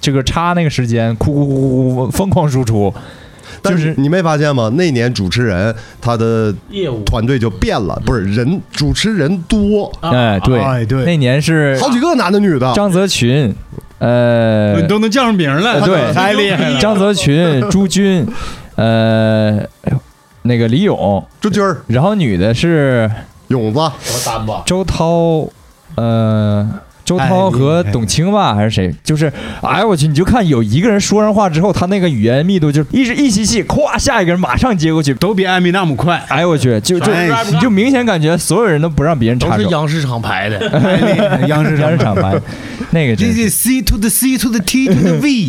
S1: 这个插那个时间，哭哭哭哭疯狂输出，
S2: 但
S1: 就是
S2: 你没发现吗？那年主持人他的
S3: 业务
S2: 团队就变了，不是人主持人多，
S3: 啊
S1: 哎对
S4: 哎对
S1: 那年是
S2: 好几个男的女的，
S1: 张泽群，呃，
S4: 你嗯都能叫上名儿
S1: 呃
S4: 了，
S1: 对
S4: 太厉害了。
S1: 张泽 群、朱军，呃，哎呦那个李勇，
S2: 朱军儿、
S1: 然后女的是
S2: 勇子，
S3: 什么单吧，
S1: 周涛，呃，周涛和董卿吧，还是谁？就是，哎呦我去，你就看有一个人说上话之后，他那个语言密度就一直一吸气，咵，下一个人马上接过去。
S4: 都比艾米纳姆快，
S1: 哎呦我去，就就
S4: 哎
S1: 你就明显感觉所有人都不让别人
S5: 都
S1: 插
S5: 是
S1: 手，
S5: 央视厂牌的。
S4: 太厉害了呃央视
S1: 央视厂牌，那个真
S4: 这
S1: 是
S4: 是 C to the C to the T to the V，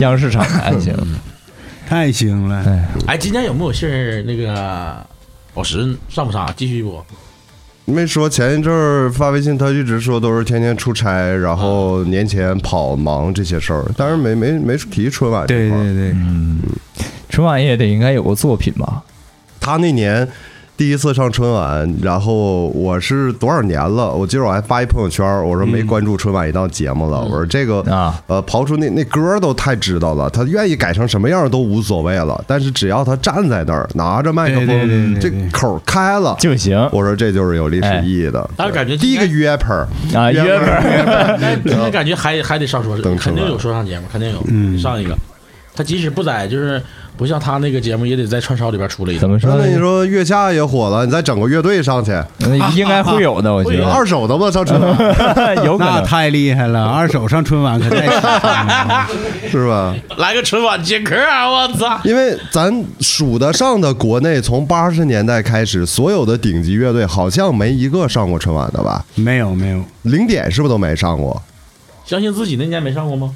S1: 央视厂牌行，
S4: 太行了。
S1: 嗯
S3: 哎，今年有没有信儿那个宝石上不上？继续不？
S2: 没说前一阵儿发微信，他一直说都是天天出差，然后年前跑忙这些事儿，但是没没没提春晚这
S4: 对
S2: 块儿。
S4: 对对，
S1: 春晚也得应该有个作品吧？
S2: 他那年第一次上春晚，然后我是多少年了？我记得我还发一朋友圈，我说没
S4: 嗯
S2: 关注春晚一档节目了，我说这个
S1: 啊，
S2: 呃，刨出那那歌都太知道了，他愿意改成什么样都无所谓了，但是只要他站在那儿拿着麦克风，
S4: 对对对对对
S2: 这口开了。
S1: 就行
S2: 我说这就是有历史意义
S4: 哎
S2: 的，
S3: 但是感觉
S2: 第一个
S3: 应
S2: 约盆儿
S1: 啊，约本儿
S3: 但今天感觉还还得上说，
S2: 等
S3: 肯定
S2: 出来
S3: 有说唱节目，肯定有、
S4: 嗯
S3: 上一个。他即使不在，就是不像他那个节目，也得在串烧里边出来一
S1: 怎
S3: 个。
S1: 么说
S2: 那
S1: 呢？
S2: 你说月下也火了，你再整个乐队上去，
S1: 嗯应该会有的，我觉
S2: 二手的吧，上 春晚
S1: 得有可
S4: 那
S1: 能。
S4: 太厉害了，二手上春晚可太行 了。
S2: 是吧？
S3: 来个春晚接客啊！我操！
S2: 因为咱数得上的国内，从八十年代开始，所有的顶级乐队好像没一个上过春晚的吧？
S4: 没有没有，
S2: 零点是不是都没上过？
S3: 相信自己那年没上过吗？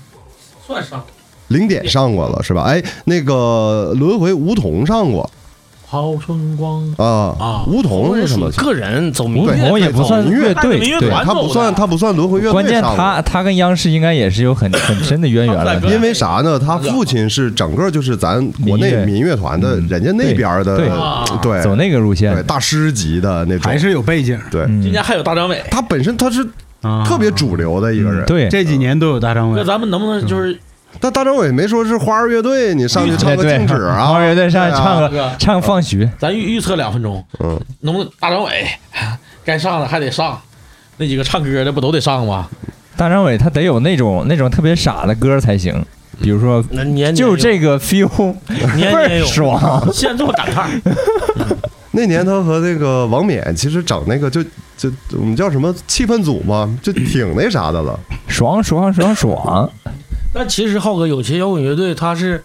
S5: 算上，
S2: 零点上过了是吧？哎，那个轮回梧桐上过
S3: 好春光
S2: 啊
S3: 啊
S2: 梧桐是什
S5: 属
S2: 么
S5: 于？个人走民
S1: 吴
S5: 乐
S1: 桐也
S5: 派
S1: 不
S5: 走
S1: 算
S2: 民
S1: 乐
S2: 乐
S1: 队，
S3: 民乐
S1: 对，
S3: 团
S2: 他不算，他不算轮回乐队。
S1: 关键他，他跟央视应该也是有 很很深的渊源了
S3: 他。们
S2: 因为啥呢？他父亲是整个就是咱国内民乐团的，
S1: 民乐嗯
S2: 人家那边的啊
S1: 对
S2: 对
S1: 走那个路线
S2: 对，大师级的那种
S4: 还。是有背景
S2: 对，
S3: 今
S1: 嗯，
S3: 年还有大张伟。
S2: 他本身他是
S4: 啊，
S2: 特别主流的一个人。
S1: 嗯对，
S4: 这几年都有大张
S2: 嗯
S3: 那
S4: 伟，
S3: 咱们能不能就是
S2: 但大张伟没说是花儿乐队，你上去唱
S1: 嗯对
S2: 个
S1: 对，
S2: 静止 啊，
S1: 花儿乐队上
S2: 对啊
S1: 唱
S3: 对
S1: 个
S3: 啊
S1: 唱放学，
S3: 咱预预测两分钟？
S2: 嗯，
S3: 能不能大张伟该上的还得上，那几个唱歌的不都得上吗？
S1: 大张伟他得有那种那种特别傻的歌才行，比如说
S5: 那年年
S1: 就
S5: 有
S1: 这个 feel 倍
S5: 年年
S1: 儿
S5: 有
S1: 爽，
S3: 现在这么赶趟儿，
S2: 那年他和那个王冕其实整那个就就我们叫什么气氛组嘛，就挺那啥的了。
S1: 爽爽爽爽，
S5: 但其实浩哥有些摇滚乐队他是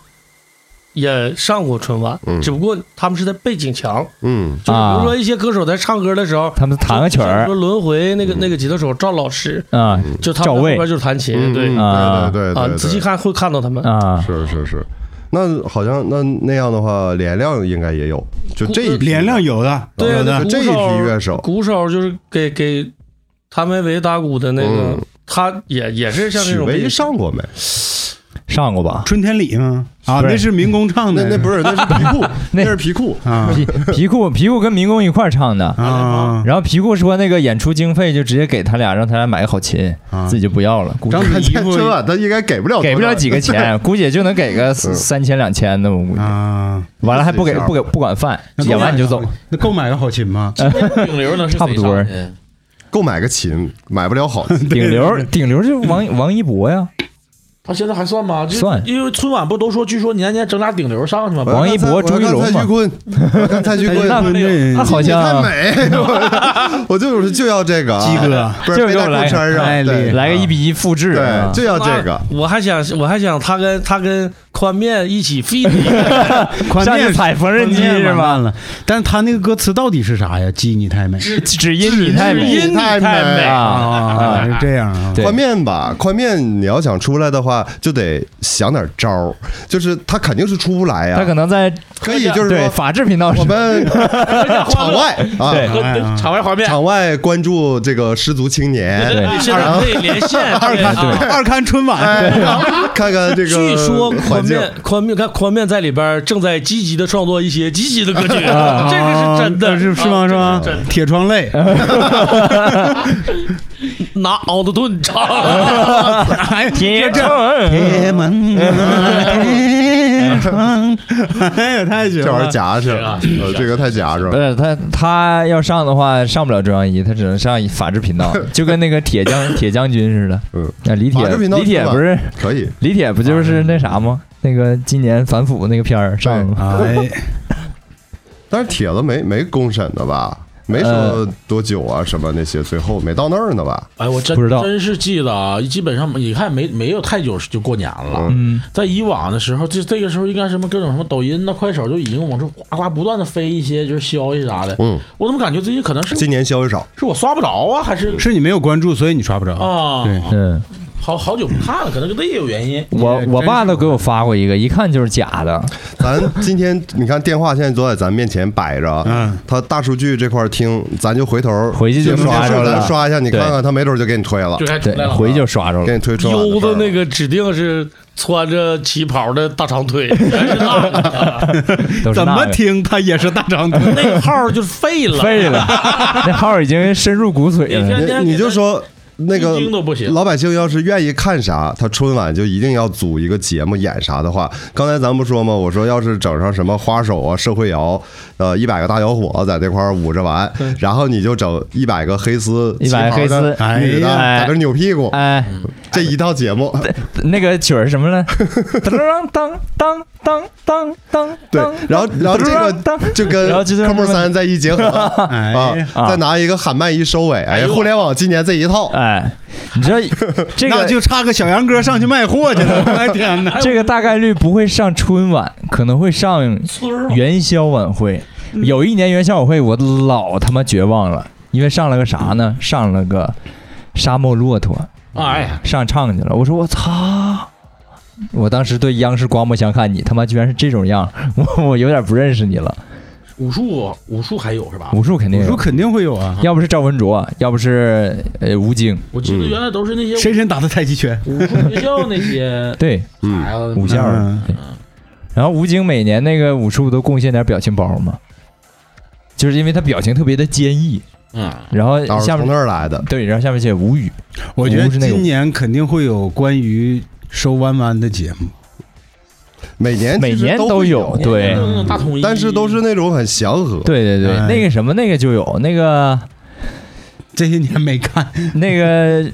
S5: 也上过春晚，
S2: 嗯
S5: 只不过他们是在背景墙，
S2: 嗯
S5: 就是比
S1: 啊
S5: 如说一些歌手在唱歌的时候，
S1: 他们弹个曲
S5: 比
S1: 儿
S5: 如说轮回那个那个吉他手赵老师，
S1: 啊
S5: 就他
S1: 赵
S5: 们后
S1: 薇
S5: 边就是弹琴，
S2: 嗯
S5: 对
S2: 嗯
S1: 啊
S2: 对对对
S5: 啊，
S2: 对
S5: 仔细
S2: 对，
S5: 看会看到他们。
S1: 啊，
S2: 是是是。那好像那那样的话，连亮应该也有，就这一批
S4: 连亮有的，
S5: 对
S4: 有
S5: 啊，
S4: 的
S5: 鼓
S2: 这一批
S5: 手
S2: 乐手
S5: 鼓手就是给给谭维维打鼓的那个
S2: 嗯，
S5: 他也也是像这
S2: 许
S5: 种背
S2: 巍
S5: 景
S2: 上过没？
S1: 上过吧？
S4: 春天里吗？啊，
S1: 不是
S4: 那是民工唱
S2: 那
S4: 的，
S2: 那不
S4: 是
S2: 是，那是皮裤，
S1: 那
S2: 那是皮裤。
S4: 啊
S1: 皮皮裤皮裤跟民工一块儿唱 的，
S4: 啊
S2: 嗯
S1: 然后皮裤说那个演出经费就直接给他俩，让他俩买个好琴，
S4: 啊
S1: 自！己就不要了，估计
S4: 张
S2: 看
S4: 子怡
S2: 见春晚，他应该给不嗯了多少，
S1: 给不了几个 钱，估计也就能给个
S2: 嗯
S1: 三千两千的，我估计。
S4: 啊，
S1: 完了还不给
S2: 这样
S1: 不给不管饭，
S4: 那购
S1: 演完
S4: 买
S1: 你就走。
S4: 那购买个好琴吗？
S3: 顶流能是
S1: 差不多
S3: 谁上嗯的
S2: 购买个琴，买不了好琴。
S1: 顶流顶流就是王王一博呀，
S3: 他现在还算吗？就
S1: 算
S3: 因为春晚不都说，据说年年整俩顶流上去 吗？
S1: 王一博朱一
S2: 我
S1: 龙
S2: 要看蔡
S1: 嘛
S2: 徐坤，我要看蔡徐 坤，
S1: 那
S4: 那
S1: 他好像啊
S2: 你太美， 我我就是就要这个啊，
S4: 鸡哥
S2: 不是
S1: 就是
S2: 背
S1: 给
S2: 在
S1: 我来哎
S2: 裤
S1: 个
S2: 圈上，
S4: 太
S2: 对
S4: 厉害
S1: 来个一比一复制啊
S2: 对，，就要这个。
S5: 我还想，我还想他跟他跟宽面一 起 feed，
S4: 宽
S1: 上去
S4: 面
S1: 踩缝纫机是
S4: 完蛋
S1: 吗？
S4: 了，但是他那个歌词到底是啥呀？鸡你太美
S1: 只因你太
S5: 只因
S1: 美
S5: 你太美
S1: 啊
S4: 啊，
S1: 啊！
S4: 是这样啊。
S1: 对
S2: 宽面吧，宽面你要想出来的话，就得想点招儿，就是他肯定是出不来呀、
S1: 他可能在
S2: 可以啊就是
S1: 对
S2: 说，
S1: 法制频道
S2: 我
S1: 是
S2: 们 场外
S1: 对
S2: 啊，
S4: 啊
S5: 场外画面，
S2: 场外关注这个失足青年，
S5: 对现在可以连线。对啊
S4: 二看春晚，
S2: 哎，看看这个
S5: 据说宽
S2: 环境。
S5: 面宽面看宽面在里边正在积极的创作一些积极的歌曲，这个是真的，
S4: 啊是是
S5: 啊
S4: 吗？是吗？铁窗泪，
S5: 拿奥特顿 唱，
S4: 哎，
S1: 铁证
S4: 铁门开窗，哎呀，太绝
S2: 这玩意
S4: 了
S2: 儿！夹去
S5: 啊
S2: 了，呃，这个太夹着
S1: 不
S2: 了。
S1: 是他，他要上的话上不了中央一，他只能上法制频道，就跟那个铁将铁将军似的。
S2: 嗯，
S1: 啊，李铁
S2: 法制频道
S1: 李铁
S2: 是吧
S1: 不是
S2: 可以，
S1: 李铁不就是那啥吗？那个今年反腐那个片儿上了吗，
S4: 哎，
S2: 但是帖子没没公审的吧？没说
S1: 呃
S2: 多久啊，什么那些，最后没到那儿呢吧？
S3: 哎，我真
S1: 不知道
S3: 真是记得啊，基本上你看没没有太久就过年了。
S1: 嗯，
S3: 在以往的时候，就这个时候应该什么各种什么抖音呐、快手就已经往出哗哗不断的飞一些就是消息啥的。
S2: 嗯，
S3: 我怎么感觉最近可能是
S2: 今年消息少，
S3: 是我刷不着啊，还是
S4: 是你没有关注，所以你刷不着。
S3: 啊？
S4: 对
S1: 嗯，
S3: 好好久不看了，可能跟这也有原因。
S1: 我我爸都给我发过一个，一看就是假的。
S2: 咱今天你看电话现在都在咱面前摆着，
S4: 嗯，
S2: 他大数据这块儿听，咱就回头
S1: 回去就
S2: 有什么
S1: 刷
S2: 事
S1: 着
S2: 儿咱
S1: 了
S2: 刷一下，你
S1: 对
S2: 看看他没准就给你推了
S3: 就，还出
S1: 对
S3: 来，了，
S1: 回就刷着
S2: 给
S1: 了。
S2: 你推春晚
S5: 悠
S2: 事儿
S5: 的那
S2: 了
S5: 个指定是穿着旗袍的大长腿，全是那个
S1: 都是
S4: 怎
S1: 那
S4: 么
S1: 个
S4: 听他也是大长腿。
S5: 那个号就是废了，
S1: 废了，那号儿已经深入骨髓
S3: 你
S1: 了
S3: 看。
S2: 你你就说。那个
S3: 一听都不行
S2: 老百姓要是愿意看啥，他春晚就一定要组一个节目演啥的话，刚才咱不说吗？我说要是整上什么花手啊、社会摇，呃，一百个大小伙在这块儿舞着玩，然后你就整一百个黑丝，
S1: 100个黑丝
S2: 旗袍的女的
S1: 哎呀
S2: 在这扭屁股，
S1: 哎，
S2: 这一套节目，
S1: 那个曲儿什么呢？当当当当当当。
S2: 对，然后然后这个
S1: 当
S2: 就跟
S1: 然后就这
S2: 科
S1: 样
S2: 目三再一结合啊
S4: 哎，，
S1: 啊
S2: 再拿一个喊麦一收尾，哎
S3: 哎
S2: 呀，
S3: 呦
S2: 互联网今年这一套，
S1: 哎，你 知道这
S4: 那
S1: 个
S4: 就差个小杨哥上去卖货去 了。我的天哪！
S1: 这个大概率不会上春晚，可能会上
S3: 村儿嘛
S1: 元宵晚会。
S4: 嗯
S1: 有一年元宵晚会，我老他妈绝望了，因为上了个啥呢？上了个沙漠骆驼，
S3: 哎呀，
S1: 上唱去了。我说我操！我当时对央视刮目相看，你他妈居然是这种样，我我有点不认识你了。
S3: 武术武术还有是吧？
S1: 武术肯定
S4: 武术
S1: 有，
S4: 肯定会有啊。
S1: 要不是赵文卓，要不是呃吴京，
S3: 我记得原来都是那些
S4: 谁先打的太极拳？
S3: 武术学校那些
S1: 对
S2: 嗯，
S3: 孩子
S1: 武
S4: 将
S1: 校的。
S4: 嗯
S1: 对然后吴京每年那个武术都贡献点表情包嘛，就是因为他表情特别的坚毅，
S3: 嗯，
S1: 然后
S2: 到时
S1: 下
S2: 候从
S1: 面
S2: 那儿来的，
S1: 对，然后下面写无语，
S4: 我
S1: 武
S4: 觉得
S1: 术是那种
S4: 今年肯定会有关于收弯弯的节目。
S2: 每年
S1: 每
S2: 哎其实
S1: 年
S2: 都会
S1: 有，哦对
S3: 那，种大统一，
S2: 但是都是那种很祥和，
S1: 对对对，
S4: 哎
S1: 那个什么那个就有那个
S4: 这些年没看，
S1: 那个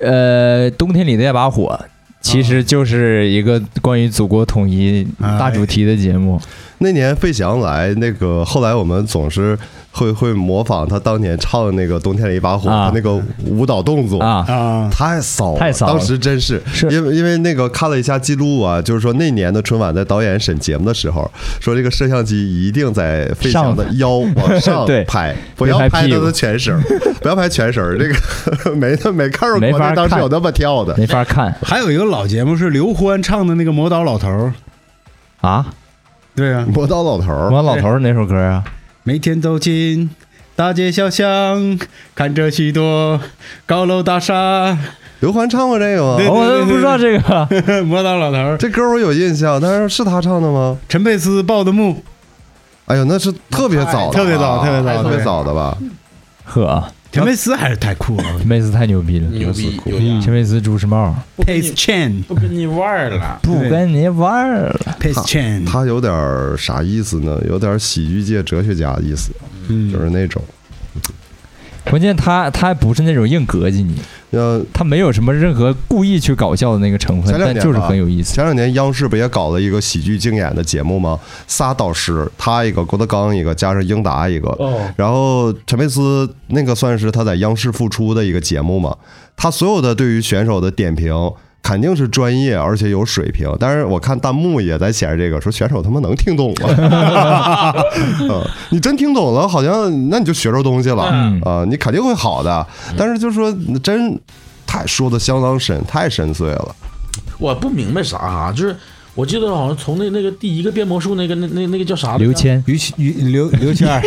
S1: 呃，冬天里的那把
S4: 哎
S1: 火。其实就是一个关于祖国统一大主题的节目，
S2: 那年费翔来，那个后来我们总是会会模仿他当年唱那个《冬天的一把火》
S1: 啊
S2: 他那个舞蹈动作
S1: 啊，
S4: 啊，
S2: 太骚了，
S1: 太骚了
S2: 当时真是，
S1: 是
S2: 因为因为那个看了一下记录啊，就是说那年的春晚在导演审节目的时候，说这个摄像机一定在费翔的腰往 上
S1: 对
S2: 拍，不
S1: 别
S2: 要
S1: 拍
S2: 拍
S1: 屁
S2: 他
S1: 股
S2: 的全身儿，不要拍全身儿，这 个没没看着
S1: 没
S2: 国
S1: 法
S2: 内当时
S1: 看
S2: 有那么跳的，
S1: 没法看
S4: 还有一个老节目是刘欢唱的那个《魔导老头儿》，
S1: 啊。
S4: 对啊，
S2: 磨刀老头儿
S1: 我老头儿哪首歌啊？
S4: 每天走进大街小巷，看着许多高楼大厦。
S2: 刘欢唱过这个吗？
S4: 对
S1: 哦我都不知道这个。
S4: 魔导老头儿，
S2: 这歌我有印象，但是是他唱的吗？
S4: 陈佩斯报的幕，
S2: 哎呦，那是特别早的啊，
S4: 特别早特别早
S2: 特别
S4: 对
S2: 早的吧？
S1: 呵，
S4: 陈佩斯还是太酷了。
S1: 陈佩斯太牛逼了，
S3: 牛逼有
S4: 嗯
S1: 陈佩斯朱时茂
S3: 不跟
S4: Pace
S3: 你
S4: Chen，
S3: 不跟你玩儿了，
S1: 不跟你玩儿了。
S4: Pace Chen，
S2: 他有点儿啥意思呢？有点儿喜剧界哲学家的意思，就
S4: 嗯，
S2: 是那种，
S1: 关键他他不是那种硬膈应你，
S2: 呃，
S1: 他没有什么任何故意去搞笑的那个成分
S2: 前，两
S1: 但
S2: 年
S1: 就是
S2: 吧
S1: 很有意思。
S2: 前两年央视不也搞了一个喜剧竞演的节目吗？仨导师，他一个，郭德纲一个，加上英达一个。
S5: 哦，
S2: 然后陈佩斯那个算是他在央视复出的一个节目嘛，他所有的对于选手的点评肯定是专业而且有水平，但是我看弹幕也在显示这个，说选手他妈能听懂吗？嗯，你真听懂了，好像那你就学着东西了，
S1: 嗯
S2: 啊、你肯定会好的。但是就是说真太说的相当深，太深邃了。
S3: 我不明白啥啊，就是我记得好像从那那个第一个变魔术那个那那那个叫啥来着
S1: 刘谦，
S4: 于于刘刘谦儿，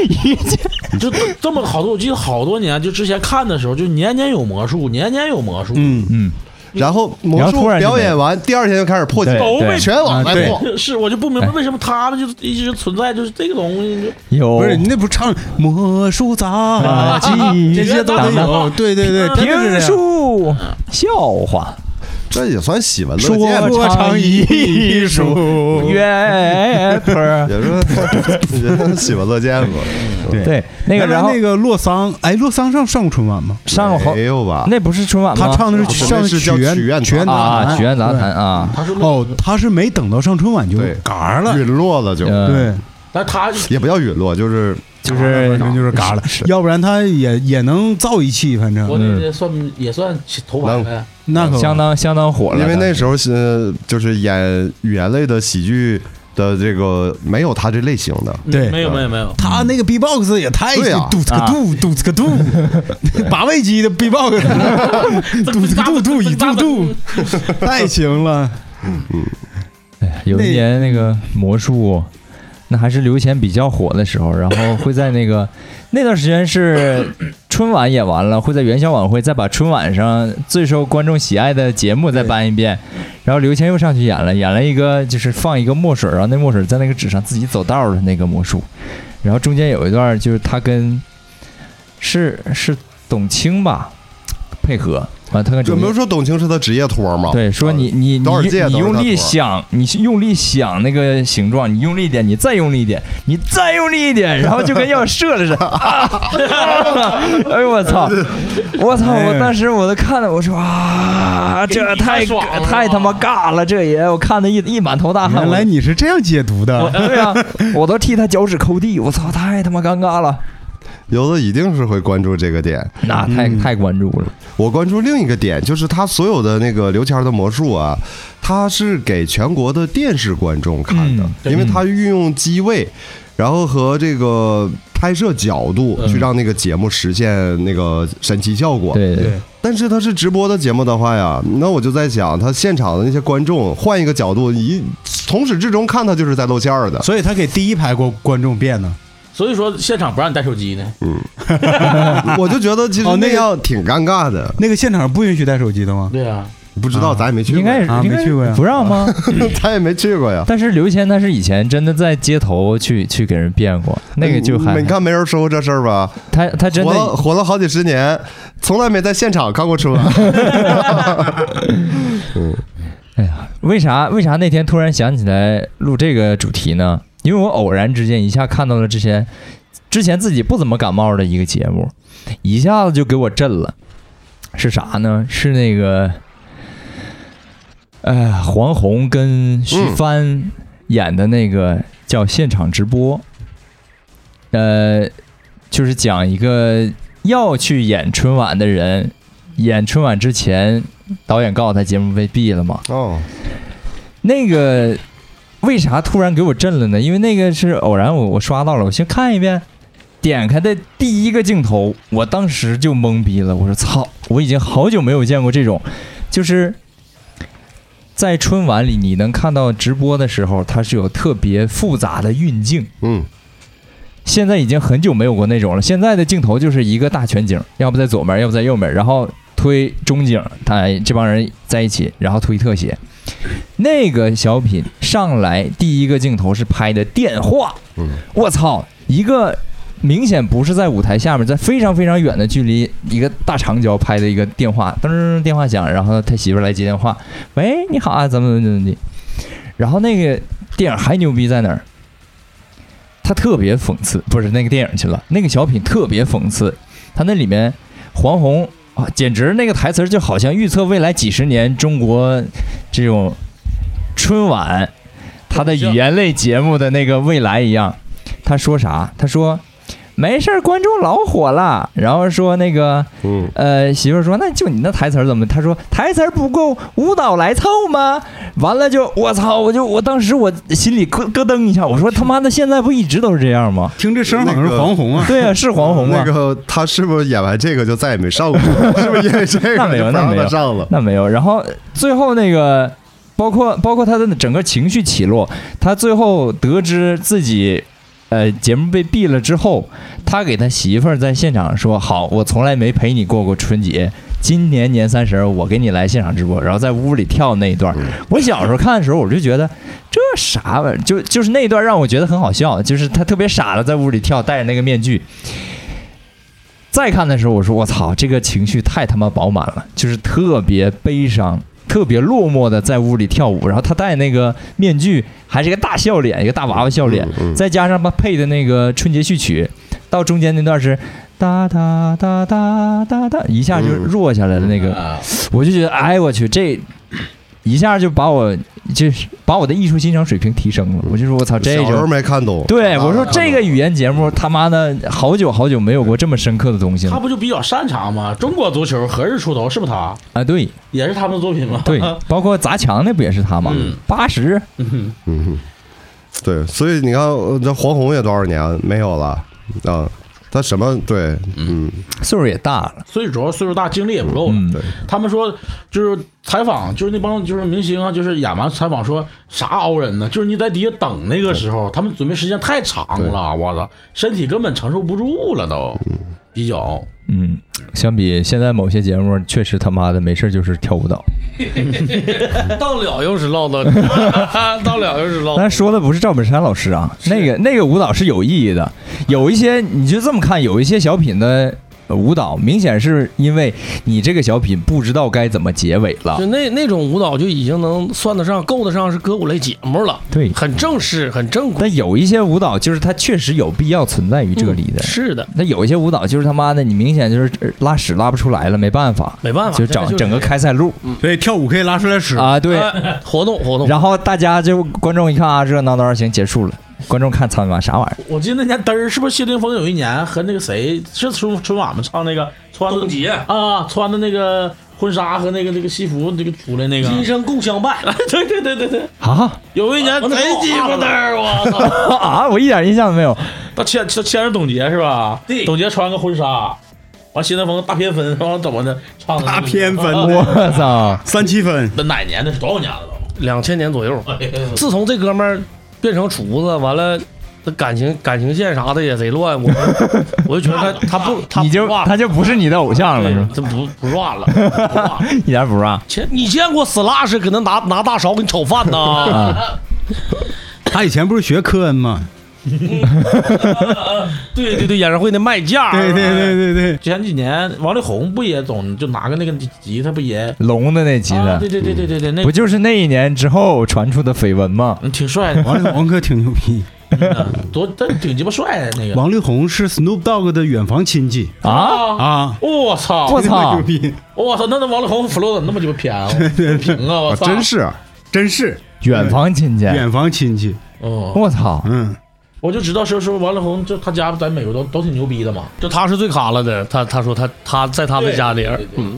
S3: 就这么好多，我记得好多年，就之前看的时候，就年年有魔术，年年有魔术，
S4: 嗯，
S1: 嗯，
S2: 然后魔
S1: 然后
S2: 术
S1: 突然就
S2: 表
S1: 没
S2: 演完，第二天就开始破解，
S1: 对对
S2: 全网
S1: 啊
S2: 在
S1: 对
S2: 破。
S3: 是我就不明白为什么他们就一直存在，就是这个东西 就
S1: 有
S4: 不是你那不是唱魔术杂 技，这些都得 有，啊对对对，真的
S1: 评
S4: 是这样
S1: 述笑话，
S2: 这也算喜闻乐
S1: 说
S2: 见吧。
S4: 说唱艺术，
S1: 乐谱。
S2: 也是也是喜闻乐见吧？
S4: 对
S1: 对，那个
S4: 原来
S1: 然后
S4: 那个洛桑，哎，洛桑上上过春晚吗？
S1: 上过好，
S2: 没有哎吧？
S1: 那不是春晚吗？
S4: 他唱的哦是
S2: 啊
S4: 上
S2: 那是叫
S4: 曲苑
S2: 曲苑
S4: 曲苑
S2: 杂
S4: 杂
S1: 啊，
S4: 谈
S1: 曲苑杂谈啊，
S3: 他说那，
S4: 哦，他是没等到上春晚就
S2: 对
S4: 嘎了，
S2: 陨落了就
S1: 呃
S4: 对，
S3: 但他
S2: 也不叫陨落，就是
S1: 就是
S4: 反正就是嘎了，要不然他也也能造一气，反
S3: 我
S4: 正
S3: 那个算也算头牌呗，
S4: 那可
S1: 相当相当火了，
S2: 因为那时候是就是演语言类的喜剧的这个没有他这类型的，
S4: 对
S3: 没有没有没有，
S4: 他那个 B-box 也太
S2: 对啊
S4: 嘟呲个嘟嘟呲个 嘟，八位机的 B-box，嘟呲个嘟 嘟一嘟嘟，太行了。
S1: 哎有一年那个魔术，那还是刘谦比较火的时候，然后会在那个那段时间是春晚演完了，会在元宵晚会再把春晚上最受观众喜爱的节目再搬一遍，然后刘谦又上去演了，演了一个就是放一个墨水，然后那墨水在那个纸上自己走道的那个魔术，然后中间有一段就是他跟是是董卿吧配合，完他跟
S2: 有
S1: 董
S2: 没
S1: 卿
S2: 有说董卿是他职业托吗？
S1: 对，说你你
S2: 多少
S1: 你
S2: 届
S1: 你
S2: 都是
S1: 用
S2: 他
S1: 力
S2: 托儿
S1: 想，你去用力想那个形状，你用力一点，你再用力一点，你再用力一点，然后就跟要射了似 的。啊 哎呦我操！我操！
S4: 哎
S1: 我
S4: 呀
S1: 当时我都看了，我说啊，这太
S3: 哎太爽了
S1: 太他妈尬了，这也我看的一一满头大汗。
S4: 原
S1: 我
S4: 来你是这样解读的，
S1: 对啊，我都替他脚趾抠地，我操，太他妈尴尬了。
S2: 游子一定是会关注这个点。
S1: 那太太关注了，
S2: 我关注另一个点，就是他所有的那个刘谦儿的魔术啊，他是给全国的电视观众看的
S1: 嗯，
S2: 因为他运用机位，然后和这个拍摄角度去让那个节目实现那个神奇效果。
S1: 对
S4: 对，
S2: 但是他是直播的节目的话呀，那我就在想，他现场的那些观众换一个角度，一从始至终看他就是在露馅儿的。
S4: 所以他给第一排过观众变呢。
S3: 所以说现场不让你带手机呢，
S1: 啊
S2: 我就觉得其实
S4: 哦
S2: 那
S4: 那个
S2: 样挺尴尬的，
S4: 那个现场不允许带手机的吗？
S3: 对啊，
S2: 不知道咱也没去过，
S1: 应该是
S4: 啊
S1: 应该
S4: 没去过呀
S1: 不让吗？
S2: 咱也没去过呀。
S1: 但是刘谦他是以前真的在街头去去给人变过，那个就还
S2: 嗯你看没人说过这事儿吧？
S1: 他他真
S2: 活了
S1: 的
S2: 活了好几十年，从来没在现场看过春晚。
S1: 为啥为啥那天突然想起来录这个主题呢？因为我偶然之间一下看到了之前之前自己不怎么感冒的一个节目，一下子就给我震了。是啥呢？是那个，呃，黄宏跟徐帆演的那个叫现场直播，呃，就是讲一个要去演春晚的人，演春晚之前，导演告诉他节目被毙了嘛。
S2: 哦，
S1: 那个为啥突然给我震了呢？因为那个是偶然我，我刷到了，我先看一遍，点开的第一个镜头，我当时就懵逼了，我说操，我已经好久没有见过这种，就是在春晚里你能看到直播的时候，它是有特别复杂的运镜。
S2: 嗯，
S1: 现在已经很久没有过那种了。现在的镜头就是一个大全景，要不在左面，要不在右面，然后推中景，他这帮人在一起，然后推特写。那个小品上来第一个镜头是拍的电话，
S2: 嗯，
S1: 我操，一个明显不是在舞台下面，在非常非常远的距离，一个大长焦拍的一个电话，噔，电话响，然后他媳妇儿来接电话，喂，你好啊，怎么怎么怎么的。然后那个电影还牛逼在哪儿？他特别讽刺，不是那个电影去了，那个小品特别讽刺，他那里面黄宏啊，简直那个台词就好像预测未来几十年中国这种春晚他的语言类节目的那个未来一样。他说啥？他说没事儿，观众老火了，然后说那个。
S2: 嗯，
S1: 呃，媳妇儿说：“那就你那台词儿怎么？”他说：“台词儿不够，舞蹈来凑吗？”完了就我操，我就我当时我心里咯咯噔一下，我说：“他妈的，现在不一直都是这样 吗
S4: 听这声好像是黄宏 啊？”，
S1: 对呀、是黄宏吗？
S2: 那个他是不是演完这个就再也没 上过？是不是因为这个
S1: 那没有
S2: 就不让
S1: 那没有
S2: 他上了？
S1: 那没有。然后最后那个，包括包括他的整个情绪起落，他最后得知自己。呃，节目被毙了之后，他给他媳妇儿在现场说：“好，我从来没陪你过过春节，今年年三十儿我给你来现场直播。”然后在屋里跳那一段
S2: 嗯
S1: 儿，我小时候看的时候，我就觉得这啥玩意儿，就就是那一段让我觉得很好笑，就是他特别傻的在屋里跳，戴着那个面具。再看的时候，我说我操，这个情绪太他妈饱满了，就是特别悲伤、特别落寞的在屋里跳舞，然后他戴那个面具，还是一个大笑脸，一个大娃娃笑脸，
S2: 嗯嗯
S1: 再加上他配的那个春节序曲，到中间那段是哒哒哒哒哒哒，一下就
S2: 嗯
S1: 弱下来了那个。
S3: 啊，
S1: 我就觉得，哎，我去，这一下就把我就是把我的艺术欣赏水平提升了。我就说，我操，这
S2: 小时候
S1: 种。
S2: 没看懂。
S1: 对，
S2: 啊
S1: 我说这个语言节目他妈的好久好久没有过这么深刻的东西
S3: 他
S1: 了
S3: 不就比较擅长吗？中国足球何日出头？是不是他？
S1: 啊！对
S3: 也是他们的作品吗？
S1: 对，包括砸墙那不也是他吗
S3: 嗯？
S1: 八十
S3: 嗯
S2: 嗯哼，对，所以你看，呃这黄宏也多少年没有了啊？他什么？对，嗯，
S1: 岁数也大了，
S3: 所以主要岁数大，精力也不够了。
S1: 嗯，
S2: 对
S3: 他们说就是采访，就是那帮就是明星啊，就是演完采访说啥熬人呢？就是你在底下等那个时候，他们准备时间太长了，我操，身体根本承受不住了都。比较，
S1: 嗯，相比现在某些节目，确实他妈的没事就是跳舞蹈，
S5: 到了又是唠叨， 到了又是唠叨。
S1: 但说的不是赵本山老师啊，那个那个舞蹈是有意义的，有一些你就这么看，有一些小品的呃舞蹈，明显是因为你这个小品不知道该怎么结尾了
S5: 就。那那种舞蹈就已经能算得上、够得上是歌舞类节目了，
S1: 对
S5: 很正式、很正规。
S1: 但有一些舞蹈就是它确实有必要存在于这里的
S5: 嗯，是的，
S1: 那有一些舞蹈就是他妈的你明显就是呃拉屎拉不出来了，没办法，
S5: 没办法，
S1: 就
S5: 这
S1: 整
S5: 是嗯
S1: 整个开塞露
S4: 所以跳舞可以拉出来屎。
S1: 啊，对。
S5: 哎活动活动。
S1: 然后大家就观众一看啊，热闹闹行结束了，观众看操你妈啥玩意儿？
S3: 我记得那年嘚儿，是不是谢霆锋有一年和那个谁是春春晚吗？唱那个穿的
S5: 杰，
S3: 啊，穿的那个婚纱和那个那个西服那个出来那个，
S5: 今生共相伴。
S3: 对对对对对，
S1: 啊
S3: 有一年贼鸡巴嘚儿，我 操！
S1: 啊！我一点印象都没有。
S3: 他牵他牵着董洁是吧？
S5: 对
S3: 董洁穿个婚纱，完谢霆锋大偏分， 完了怎么的？唱的
S4: 大偏分
S3: 啊
S1: 我操！
S4: 三七分，
S3: 那哪年的？多少年了都？
S5: 两千年左右，自从这哥们儿变成厨子，完了。那感情感情线啥的也贼乱，我我就觉得他他 不他
S1: 你就
S5: 不 rap
S1: 他就不是你的偶像了，是吧
S5: 对，？这不不 rap 了不 rap 了，
S1: 一点不让
S5: 前你见过 Slash 搁那拿拿大勺给你炒饭呐？
S1: 啊！
S4: 他以前不是学科恩吗？
S5: 对对对，演唱会那卖价，
S4: 对对对对对，
S3: 前几年王力宏不也总就拿个那个吉他不也？
S1: 龙的那集
S3: 啊
S1: 呢
S3: 对，对对对对对，那
S1: 不就是那一年之后传出的绯闻吗？
S3: 嗯挺帅的，
S4: 王力宏可挺牛 逼。
S3: 嗯多他挺鸡巴帅的那个。
S4: 王力宏是 Snoop Dogg 的远房亲戚
S1: 啊！
S3: 啊！
S4: 啊！
S3: 我操
S1: 我！
S4: 那么
S1: 操
S4: 牛！逼，
S3: 我操！那那王力宏 flow 怎么那么鸡巴偏啊？平啊！
S2: 啊
S3: 我操！
S2: 真是
S4: 真是
S1: 远房亲戚，
S4: 远房亲戚。
S3: 嗯，
S1: 我操！
S4: 嗯，
S3: 我就知道说说王力宏，就他家在美国都都挺牛逼的嘛。
S5: 就他是最卡了的，他他说他他在他们家里
S3: 对对，对
S5: 嗯，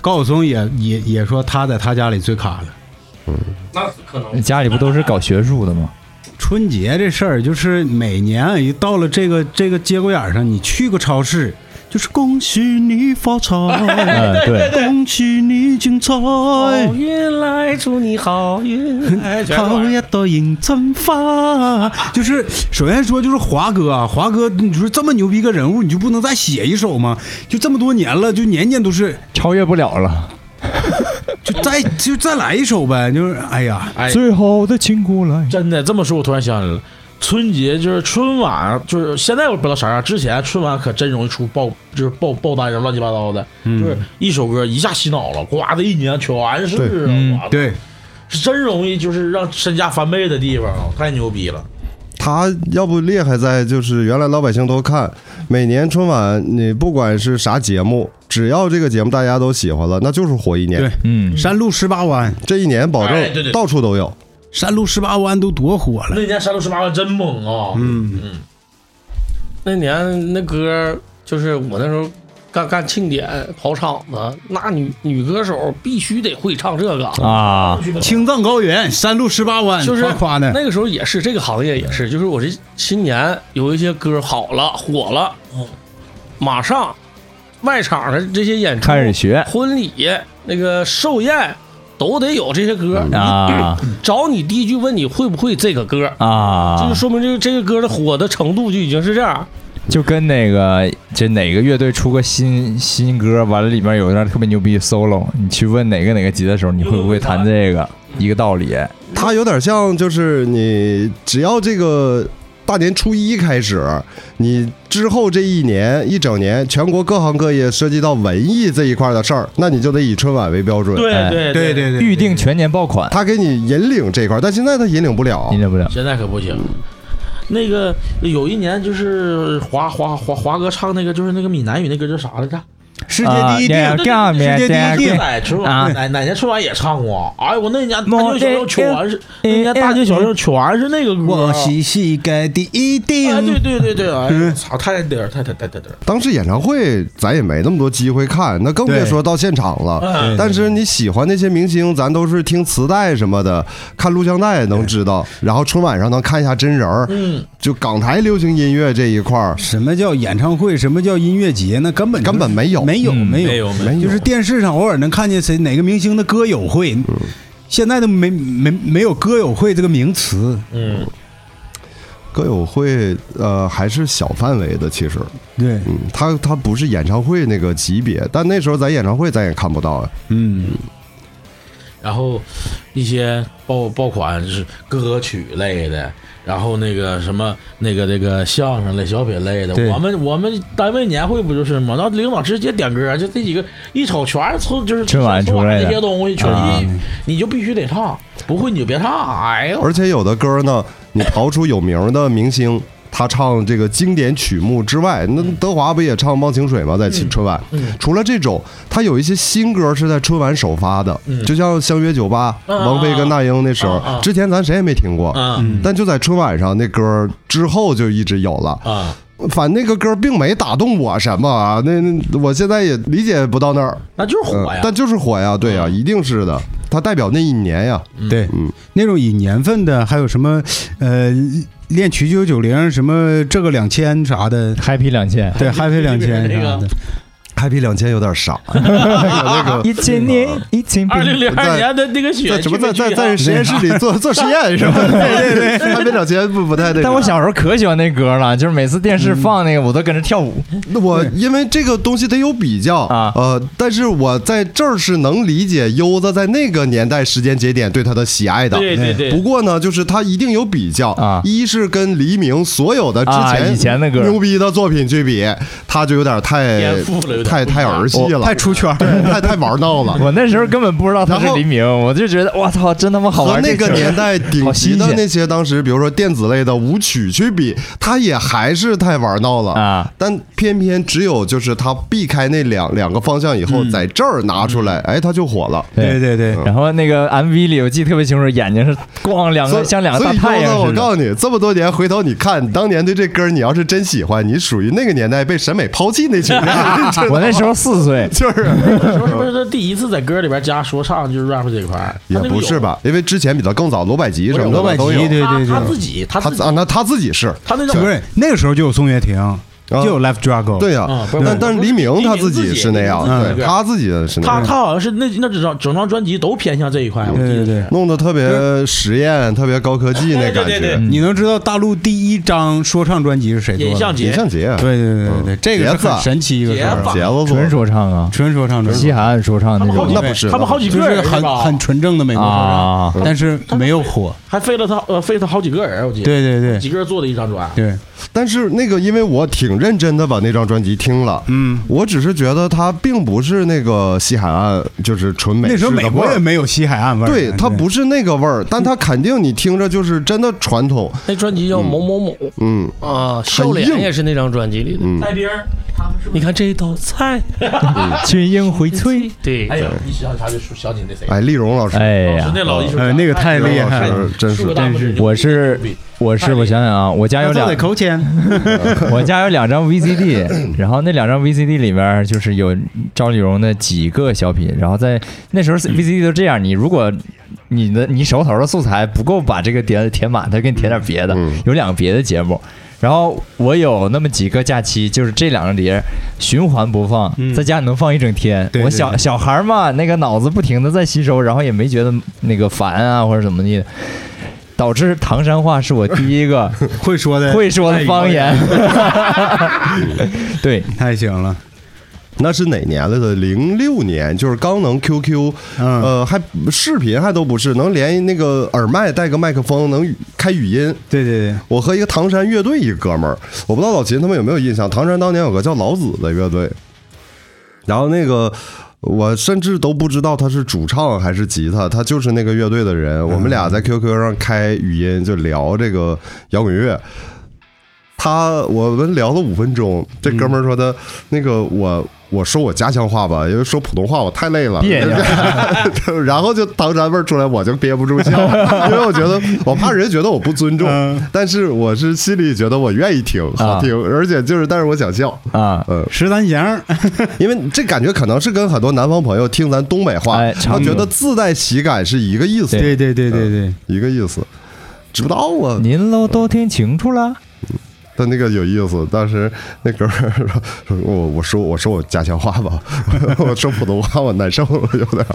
S4: 高晓松也也也说他在他家里最卡了。
S5: 那可能
S1: 家里不都是搞学术的吗？
S4: 春节这事儿，就是每年啊一到了这个这个节骨眼儿上，你去个超市，就是恭喜你发财，
S1: 嗯，对，
S4: 恭喜你精彩，
S5: 好运哦来，祝你好运来。全
S4: 好
S5: 玩意儿
S4: 呀，多迎蒸发。就是首先说，就是华哥啊，华哥，你说这么牛逼个人物，你就不能再写一首吗？就这么多年了，就年年都是，
S1: 超越不了了。
S4: 就再就再来一首呗。就是哎呀，
S3: 哎
S1: 最好的请过来。
S3: 真的这么说，我突然想起来了，春节就是春晚，就是现在我不知道啥样，之前春晚可真容易出爆，就是爆爆单人乱七八糟的，
S4: 嗯
S3: 就是一首歌一下洗脑了，呱的一年全是
S2: 对
S3: 啊，
S1: 嗯
S3: 哇
S4: 对，
S3: 是真容易就是让身价翻倍的地方啊，太牛逼了。
S2: 他要不厉害在就是原来老百姓都看，每年春晚你不管是啥节目，只要这个节目大家都喜欢了，那就是火一年
S4: 对。
S1: 嗯，
S4: 山路十八弯，
S2: 这一年保
S3: 哎对对
S2: 证到处都有。
S4: 山路十八弯都多火了。
S3: 那年山路十八弯真猛啊！
S4: 嗯，
S5: 那年那歌就是我那时候干干庆典跑场子，那女女歌手必须得会唱这个。
S1: 啊，
S4: 青藏高原，山路十八弯，
S5: 就是
S4: 夸夸的。
S5: 那个时候也是，这个行业也是，就是我这新年有一些歌好了火了，马上外场的这些演出、
S1: 开始学
S5: 婚礼、那个寿宴都得有这些歌。
S1: 啊
S5: 找你第一句问你会不会这个歌，就
S1: 啊
S5: 是，说明这个这个歌的火的程度就已经是这样。
S1: 就跟那个这哪个乐队出个新新歌，完了里面有一段特别牛逼的 solo，你去问哪个哪个吉他手，你会不会弹这个，一个道理。哎
S2: 它有点像，就是你只要这个大年初一开始，你之后这一年一整年，全国各行各业涉及到文艺这一块的事儿，那你就得以春晚为标准。，
S1: 哎
S3: 对
S4: 对对对，
S1: 预定全年爆款，
S2: 他给你引领这一块，但现在他引领不了
S1: 你。忍不了。
S3: 现在可不行。那个有一年就是华华华华哥唱那个就是那个闽南语那歌叫啥来着？
S4: 世界第一
S1: 啊
S4: 定
S1: 那个干面
S4: 世界第一定
S1: 对
S3: 在春
S1: 啊哦
S3: 晚哪哪年春晚也唱过？哎呦我那年大
S1: 莫
S3: 街小巷全是那年
S1: 哎
S3: 大街小巷全是那个歌啊。
S4: 我是世界第一
S3: 哎，对
S4: 定。
S3: 对对对，哎
S1: 嗯
S3: 呦，操，太嘚儿，太太太太嘚儿。
S2: 当时演唱会咱也没那么多机会看，那更别说到现场了。
S3: 嗯，
S2: 但是你喜欢那些明星，咱都是听磁带什么的，看录像带能知道，然后春晚上能看一下真人儿。
S3: 嗯，
S2: 就港台流行音乐这一块儿，
S4: 什么叫演唱会？什么叫音乐节？那根本就是
S2: 根本没有
S4: 没有
S1: 嗯
S4: 没有
S3: 没有没
S2: 有
S4: 就是电视上偶尔能看见谁哪个明星的歌友会，
S2: 嗯
S4: 现在都没没没有歌友会这个名词。
S3: 嗯，
S2: 歌友会，呃，还是小范围的，其实，
S4: 对，
S2: 嗯，它它不是演唱会那个级别，但那时候咱演唱会咱也看不到啊呀。
S4: 嗯，
S3: 然后一些爆爆款就是歌曲类的，然后那个什么那个那个相声类、小品类的。
S4: 对
S3: 我们我们单位年会不就是吗？那领导直接点歌，就这几个一瞅全是从就是
S1: 春晚出来的
S3: 那些东西，全
S1: 啊
S3: 一你就必须得唱，不会你就别唱。哎呦，
S2: 而且有的歌呢，你刨出有名的明星，他唱这个经典曲目之外，那德华不也唱《忘情水》吗？在
S3: 嗯
S2: 春晚，除了这种，他有一些新歌是在春晚首发的，就像《相约酒吧》，
S3: 啊
S2: 王菲跟那英那时候
S3: 嗯啊啊，
S2: 之前咱谁也没听过，
S3: 啊
S2: 但就在春晚上，那歌之后就一直有了。
S3: 啊！
S2: 反正那个歌并没打动我什么啊，那那我现在也理解不到那儿，
S3: 那就
S2: 嗯
S3: 是火呀，嗯
S2: 但就是火呀，对呀，一定是的，它代表那一年呀，
S4: 对，
S2: 嗯
S4: 那种以年份的，还有什么呃，恋曲九九零，什么这个两千啥的，
S1: Happy 两千，
S4: 对，Happy 两千
S3: 这
S4: 啥
S3: 个
S4: 的，
S2: ，Happy 两千有点 傻，那个
S1: 一千年一千
S3: 二零零二
S2: 在
S3: 年的那个雪
S2: 在什么
S3: 剧
S2: 在
S3: 没
S2: 在
S3: 剧
S2: 在
S3: 啊
S2: 实验室里做做实验是吧？对对对，Happy 两千不不太那
S1: 但我
S2: 个。
S1: 小时候可喜欢那歌了，就是每次电视放那个，我都跟着跳舞。
S2: 那我因为这个东西得有比较
S1: 啊
S2: 呃，但是我在这儿是能理解优子在那个年代时间节点对他的喜爱的，
S3: 对对
S2: 不
S3: 对，
S2: 过呢，就是他一定有比较
S1: 啊
S2: 一是跟黎明所有的之前、
S1: 啊以前的歌
S2: 牛逼的作品去比，他就有点太
S3: 颠覆了有点
S2: 太太儿戏了，
S4: 太出圈儿。
S2: 太太玩闹了。
S1: 我那时候根本不知道他是黎明，我就觉得我操，真他妈好
S2: 和
S1: 玩！
S2: 那
S1: 这
S2: 个
S1: 事儿
S2: 年代顶
S1: 好
S2: 级
S1: 新
S2: 的
S1: 鲜
S2: 那些当时，比如说电子类的舞曲去比，他也还是太玩闹了
S1: 啊。
S2: 但偏偏只有就是他避开那两两个方向以
S1: 嗯
S2: 后，在这儿拿出来，哎，他就火了。
S4: 对对对，
S1: 然后那个 MV 里我记得特别清楚，眼睛是咣两
S2: 所
S1: 个
S2: 以
S1: 像两个大
S2: 所
S1: 太
S2: 以
S1: 阳
S2: 说呢，我
S1: 似的。
S2: 告诉你，这么多年回头你看，当年对这歌儿你要是真喜欢，你属于那个年代被审美抛弃那群 人，你知道吗
S1: 我那时候四岁，
S2: 就是
S3: 说是不是这第一次在歌里边加说唱就是 rap 这一块儿？
S2: 也
S3: 他那
S2: 不是
S3: 有？
S2: 吧？因为之前比他更早，罗百吉什么
S4: 罗
S2: 的
S4: 百吉
S2: 都有。
S4: 对
S3: 他
S4: 对
S3: 他
S4: 对
S3: 自己，他
S2: 他
S3: 自己嗯
S2: 啊，那他自己是
S3: 他那
S4: 不
S3: 种
S4: 是那个时候就有宋岳庭，就有 Left Dragon，
S2: 啊对呀、
S3: 啊不是
S2: 但
S3: 不
S2: 但
S3: 是
S2: 是黎明他自
S3: 黎明自己
S2: 是那样，
S3: 黎明自己
S2: 对他自己是那
S3: 他
S2: 样，
S3: 他好像是那那整张整张专辑都偏向这一块，我记
S4: 对
S3: 得
S4: 对对
S3: 是。
S2: 弄得特别实验，特别高科技那感
S5: 对对
S2: 觉
S3: 嗯
S5: 对。
S4: 你能知道大陆第一张说唱专辑是谁做
S3: 尹
S4: 的
S3: 相？
S2: 尹
S3: 杰，
S2: 相杰，
S4: 对对对对
S2: 嗯
S4: 对，这个是
S2: 杰
S4: 很
S2: 子
S4: 神奇一个事儿
S3: 杰子
S4: 啊，
S2: 杰子做
S1: 纯
S2: 的。
S1: 说唱啊，
S4: 纯说唱专辑
S1: 西，海岸说唱那
S3: 好几
S1: 种
S2: 那不是
S3: 他们好几
S4: 就
S3: 个
S4: 是
S3: 人
S4: 很
S3: 是吧
S4: 很纯正的美国说唱，
S1: 啊。
S4: 但是没有火。
S3: 还废了他呃废他好几个人，我记得
S4: 对对对
S3: 几个人做的一张专，
S4: 对，
S2: 但是那个，因为我挺认真的把那张专辑听了，
S4: 嗯，
S2: 我只是觉得它并不是那个西海岸，就是纯美
S4: 那时候
S2: 式的
S4: 美
S2: 味
S4: 国
S2: 儿
S4: 也没有西海岸味儿，啊哎
S2: 对，它不是那个味儿，但它肯定你听着就是真的传统，
S5: 那专辑叫某某某
S2: 嗯，
S5: 啊，笑脸也是那张专辑里的。
S3: 带兵他们是
S5: 你看这道菜，
S1: 群英荟萃，
S5: 对，
S3: 哎呀，一想起他就想起那谁，
S2: 哎，丽蓉老师，
S1: 哎
S3: 是
S1: 呀，
S3: 那老艺术家，哎
S4: 呃那个太厉害
S2: 了真是
S1: 我是我是我想想啊，我家有
S4: 他
S1: 两
S4: 得扣钱，
S1: 我家有两张 VCD，然后那两张 VCD 里面就是有赵丽蓉的几个小品，然后在那时候
S4: 嗯
S1: VCD 都这样，你如果你的你手头的素材不够把这个填填满，他给你填点别的，
S4: 嗯
S1: 有两个别的节目。然后我有那么几个假期，就是这两张碟循环播放，在家里能放一整天。
S4: 嗯对
S1: 我
S4: 对
S1: 小
S4: 对
S1: 小孩儿嘛，那个脑子不停的在吸收，然后也没觉得那个烦啊或者怎么的，导致唐山话是我第一个
S4: 会说的
S1: 会说的方言。哎对，
S4: 太行了，
S2: 那是哪年来的？零六年，就是刚能 QQ，、
S4: 嗯
S2: 呃，还视频还都不是，能连那个耳麦带个麦克风，能语开语音。
S4: 对对
S2: 我和一个唐山乐队一哥们儿，我不知道老秦他们有没有印象，唐山当年有个叫老子的乐队，然后那个。我甚至都不知道他是主唱还是吉他，他就是那个乐队的人。我们俩在 QQ 上开语音就聊这个摇滚乐，他我们聊了五分钟，这哥们儿说他、那个我我说我家乡话吧，因为说普通话我太累了，
S1: 别扭
S2: 然后就唐山味儿出来，我就憋 不住笑，因为我觉得我怕人觉得我不尊重，
S1: 嗯
S2: 但是我是心里觉得我愿意听，好听，而且就是但是我想笑，
S1: 啊，
S2: 嗯
S4: 对，，十三行儿，
S2: 因为这感觉可能是跟很多南方朋友听咱东北话，
S1: 哎差
S2: 他
S1: 不多
S2: 觉得自带喜感是一个意思，
S4: 对对对对对，
S2: 一个意思，知不道啊，
S1: 您喽都听清楚了，
S2: 他那个有意思，当时那哥们儿说说我我说我说我家乡话吧， 我说普通话我难受了有 点儿。